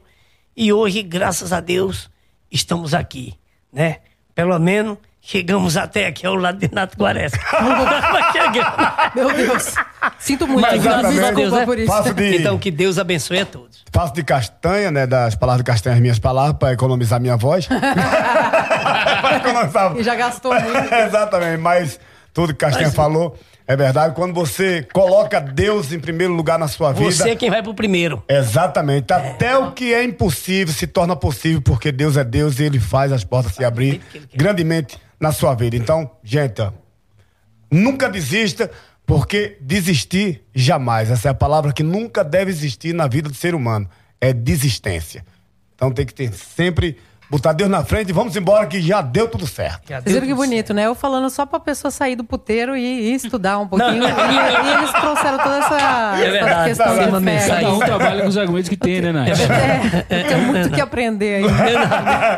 E hoje, graças a Deus, estamos aqui, né? Pelo menos chegamos até aqui ao lado de
[laughs]
Nato Guaresca. Mas chegamos.
Meu Deus. Sinto muito,
Mas
Ignacio,
exatamente.
desculpa por isso.
Faço de-
Então, que Deus abençoe a todos.
Faço de castanha, né? Das palavras de castanha, as minhas palavras, pra economizar
[laughs]
minha voz. Pra economizar.
E já
[laughs]
gastou muito.
Exatamente, mas tudo que Castanha falou é verdade. Quando você coloca Deus em primeiro lugar na sua vida.
Você é quem vai pro primeiro.
Exatamente. Até o que é impossível se torna possível, porque Deus é Deus e Ele faz as portas se abrir
jeito que Ele quer.
grandemente na sua vida. Então, gente, ó, nunca desista, porque desistir jamais. Essa é a palavra que nunca deve existir na vida do ser humano. É desistência. Então tem que ter sempre botar Deus na frente e vamos embora que já deu tudo certo.
Vocês
Vocês viram que bonito, né? Eu falando só pra pessoa sair do puteiro e, e estudar um pouquinho.
Não.
E, e eles trouxeram toda essa,
É
essa
verdade,
questão
tá
de
uma
fé.
mensagem.
Cada um trabalha com os argumentos que tem, né,
[laughs]
Nath?
É, tem muito o que aprender aí.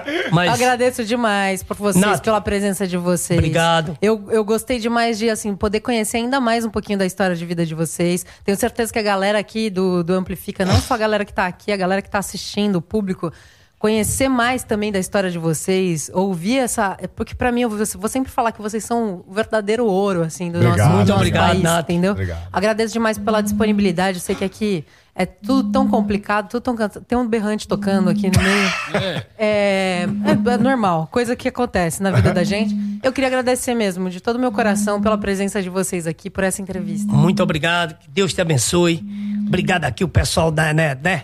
Eu
Mas
agradeço demais por vocês,
Nath.
pela presença de vocês.
Obrigado.
Eu, eu gostei demais de, assim, poder conhecer ainda mais um pouquinho da história de vida de vocês. Tenho certeza que a galera aqui do, do Amplifica, não só a galera que tá aqui, a galera que tá assistindo, o público, conhecer mais também da história de vocês, ouvir essa... é Porque pra mim, eu vou vou sempre falar que vocês são o verdadeiro ouro, assim, do
Obrigado,
nosso, do nosso
obrigado,
país,
Nath.
entendeu?
Obrigado.
Agradeço demais pela disponibilidade. Eu sei que aqui é tudo tão complicado, tudo tão cansa- Tem um berrante tocando aqui no meio. É, é- é normal, coisa que acontece na vida da gente. Eu queria agradecer mesmo, de todo o meu coração, pela presença de vocês aqui, por essa entrevista.
muito obrigado, que Deus te abençoe. Obrigado aqui o pessoal da né, né?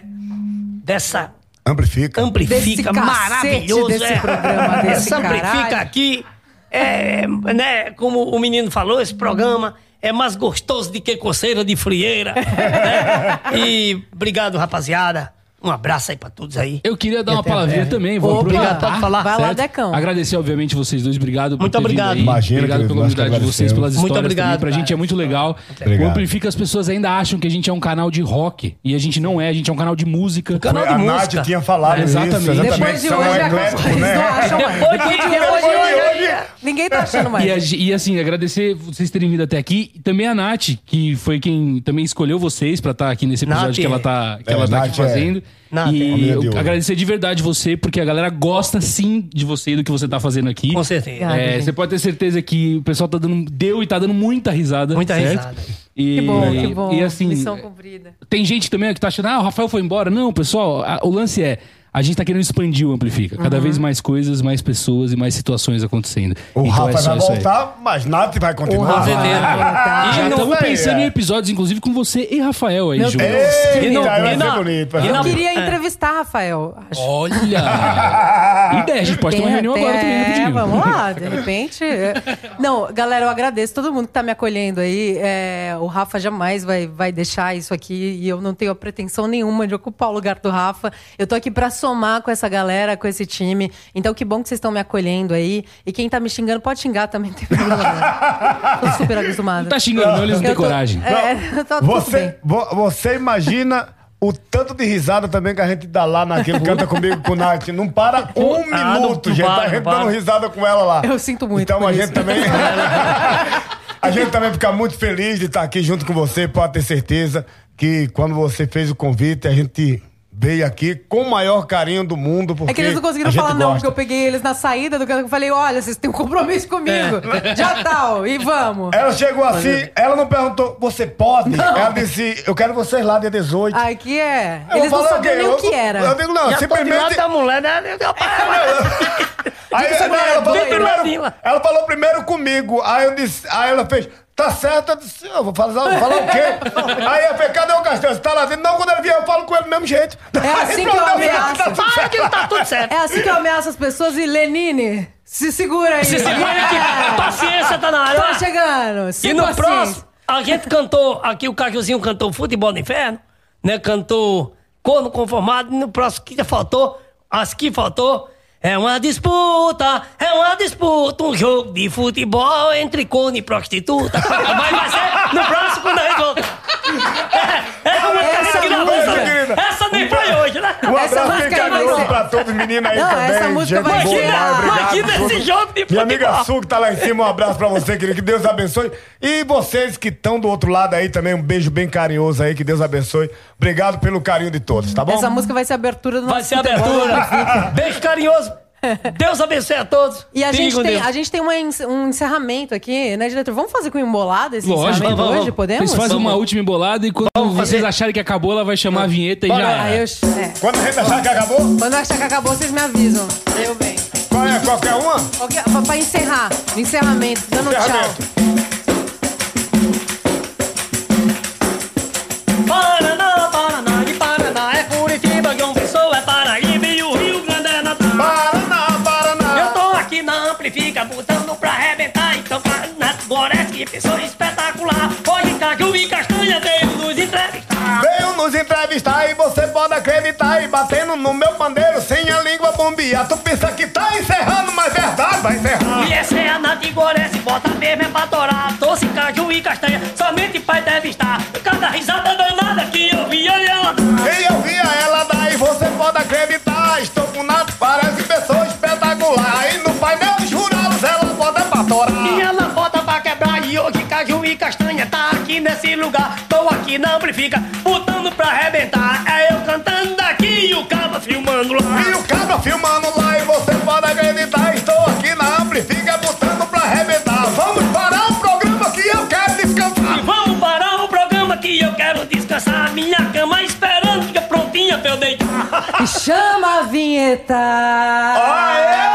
dessa
Amplifica.
Desse
amplifica
cacete
maravilhoso
desse
é. [laughs]
programa, desse
Essa amplifica
caralho.
aqui é, é, né, como o menino falou, esse programa é
[laughs]
mais gostoso de que coceira de frieira. né? E obrigado, rapaziada. Um abraço aí pra todos aí.
Eu queria dar uma palavrinha também. Vou
Opa,
aproveitar.
pode falar. Vai lá,
certo?
Decão.
Agradecer, obviamente, vocês dois. Obrigado por
Muito
ter vindo
obrigado.
aí.
Imagina,
obrigado
querido,
pela
nós que
humildade de vocês,
agradecemos.
pelas
Muito
histórias
obrigado,
também. Pra
cara.
gente é muito legal.
Obrigado.
O Amplifica, as pessoas ainda acham que a gente é um canal de rock. E a gente não é. A gente é um canal de música.
Canal
a
de música. É,
Nádia tinha falado
Exatamente.
isso. Exatamente. um
Depois de
São
hoje, agora
ecléticos, né?
[laughs] eles não acham mais.
Depois de-
depois de
depois de
hoje, ninguém tá achando mais.
E, a gi- e, assim, agradecer vocês terem vindo até aqui. E também a Nath, que foi quem também escolheu vocês pra estar aqui nesse episódio
Nath.
que ela tá, que
É,
ela tá aqui
Nath é-
fazendo.
Nath.
E
Homem de
eu
ouro.
agradecer de verdade você, porque a galera gosta sim de você e do que você tá fazendo aqui.
Com certeza.
Obrigada,
É,
gente.
você pode ter certeza que o pessoal tá dando, deu e tá dando muita risada.
Muita
certo?
risada.
E,
Que bom, que
e-
bom.
E assim,
Missão cumprida.
tem gente também que tá achando, ah, o Rafael foi embora. Não, pessoal, a- o lance é. A gente tá querendo expandir o Amplifica. Cada vez mais coisas, mais pessoas e mais situações acontecendo.
O
Então é
Rafa
só
vai
isso aí.
voltar, mas Nath vai continuar.
Com certeza.
Ah,
E já
não
estamos
sei,
pensando
é.
em episódios, inclusive, com você e Rafael aí, juntos.
Eita,
E não-
É, vai
e
ser
não-
bonito. vai
e
ser
não-
Eu
bonito.
queria entrevistar Rafael. Acho.
Olha! Ideia, a gente pode ter uma
Tem-
reunião
tem-
agora também, né,
é,
rapidinho.
vamos
[laughs]
lá, de repente. é. Não, galera, eu agradeço todo mundo que tá me acolhendo aí. É, o Rafa jamais vai, vai deixar isso aqui e eu não tenho a pretensão nenhuma de ocupar o lugar do Rafa. Eu tô aqui pra somar com essa galera, com esse time. Então, que bom que vocês estão me acolhendo aí. E quem tá me xingando pode xingar também, [laughs] não tem problema. tô super acostumada.
Não tá xingando, não, eles não
Eu
têm
tô-
coragem.
[laughs] É, eu tô tudo bem.
Você, vo- você imagina o tanto de risada também que a gente dá lá
[laughs]
naquele Canta Comigo com Nath. Não para um
Ah, não-
minuto,
não
gente.
para,
a gente
não para.
dando risada com ela lá.
Eu sinto muito
Então
por
a
isso. [laughs]
gente também. [laughs] a gente também fica muito feliz de estar aqui junto com você. Pode ter certeza que quando você fez o convite, a gente veio aqui com o maior carinho do mundo. Porque
É que eles não
a
conseguiram
gente
falar não,
gosta.
porque eu peguei eles na saída do canto e falei, olha, vocês têm um compromisso comigo.
É.
Já tal, e vamos.
Ela chegou assim, ela não perguntou, você pode? Ela disse, eu quero vocês lá dia 18.
Aqui é.
Eu
Eles não
falei,
sabiam nem
eu-
o que
Eu
era.
digo,
Já tô
não,
de lado
simplesmente.
da mulher, né?
[laughs] Aí,
Diga,
não, ela, falou
doido.
primeiro, ela falou primeiro comigo. Aí eu disse, aí ela fez, tá certo? Eu disse, eu vou falar, falar o quê?
[laughs]
aí ela fez, cadê o Castelo? Você tá lá dentro? Não, quando ele vier, eu falo com ele do mesmo jeito.
É assim
Aí
que eu
pronto, falei,
ameaço.
tá tudo certo.
Para que não tá tudo certo.
É assim que eu ameaço as pessoas e Lenine, se segura aí.
Se segura que paciência tá na área.
Tô chegando.
E
sem
no
paciência.
próximo, Tipo assim, a gente cantou, aqui o Cajuzinho cantou Futebol do Inferno, né? Cantou Corno Conformado, e no próximo que já faltou, as que faltou, é uma disputa, é uma disputa, um jogo de futebol entre corno e prostituta. Mas vai ser no próximo quando a gente volta. É, é uma
Essa
essa,
música,
querida.
essa nem foi hoje, né?
Um
Essa
abraço bem
música aí vai
carinhoso
ser-
pra todos os meninos aí
Não,
também.
essa música
gente
vai
boa,
ser-
demais, obrigado.
Imagina esse jogo de
Minha
futebol.
amiga Su, que tá lá em cima, um abraço pra você, querido. Que Deus abençoe. E vocês que estão do outro lado aí também, um beijo bem carinhoso aí. Que Deus abençoe. Obrigado pelo carinho de todos, tá bom?
Essa música vai ser a abertura do nosso
Vai ser a
futebol.
abertura. Beijo carinhoso. Deus abençoe a todos.
E a
Fiquem
gente,
com
tem,
Deus.
a gente tem uma ens- um encerramento aqui, né, diretor? Vamos fazer com embolada esse
Lógico,
encerramento
vamos,
hoje?
vamos.
Podemos?
Vocês fazem uma última embolada e quando vocês
fazer.
acharem que acabou, ela vai chamar a vinheta e já era.
Aí eu... é.
Quando a gente achar que acabou,
Quando eu achar que acabou, vocês me avisam. Eu bem.
qual é? Qualquer uma?
Ok, pra- pra encerrar, no encerramento, dando um tchau.
Encerramento.
Paraná, Paraná de Paraná É Curitiba, João Pessoa, é Paraíba E o Rio Grande é Natal
Paraná, Paraná.
Eu tô aqui na Amplifica, botando pra arrebentar Então Paraná, Gorete, que pessoa espetacular Hoje Caju e Castanha veio nos entrevistar
Veio nos entrevistar e você pode acreditar. E batendo no meu pandeiro sem a língua bombear. Tu pensa que tá encerrando, mas verdade vai encerrar.
E essa é a Nath Gorete, bota mesmo é pra torar Doce Caju e Castanha, somente pra entrevistar Cada risada danada que eu vi, olha lá
E eu via ela daí, você pode acreditar. Estou com nada, parece pessoa espetacular. E no painel dos jurados ela bota pra
E
torar.
ela bota pra quebrar e hoje caju e castanha tá aqui nesse lugar. Tô aqui na amplifica, botando pra arrebentar. É eu cantando aqui e o cabo filmando
E
lá.
o cabra filmando lá e você pode acreditar. Estou aqui na Amplifica botando pra arrebentar. Vamos parar o programa que eu quero descansar.
E vamos parar o programa que eu quero descansar. Minha cama é esperando, fica prontinha pra eu deitar.
E chama a vinheta!
Aê!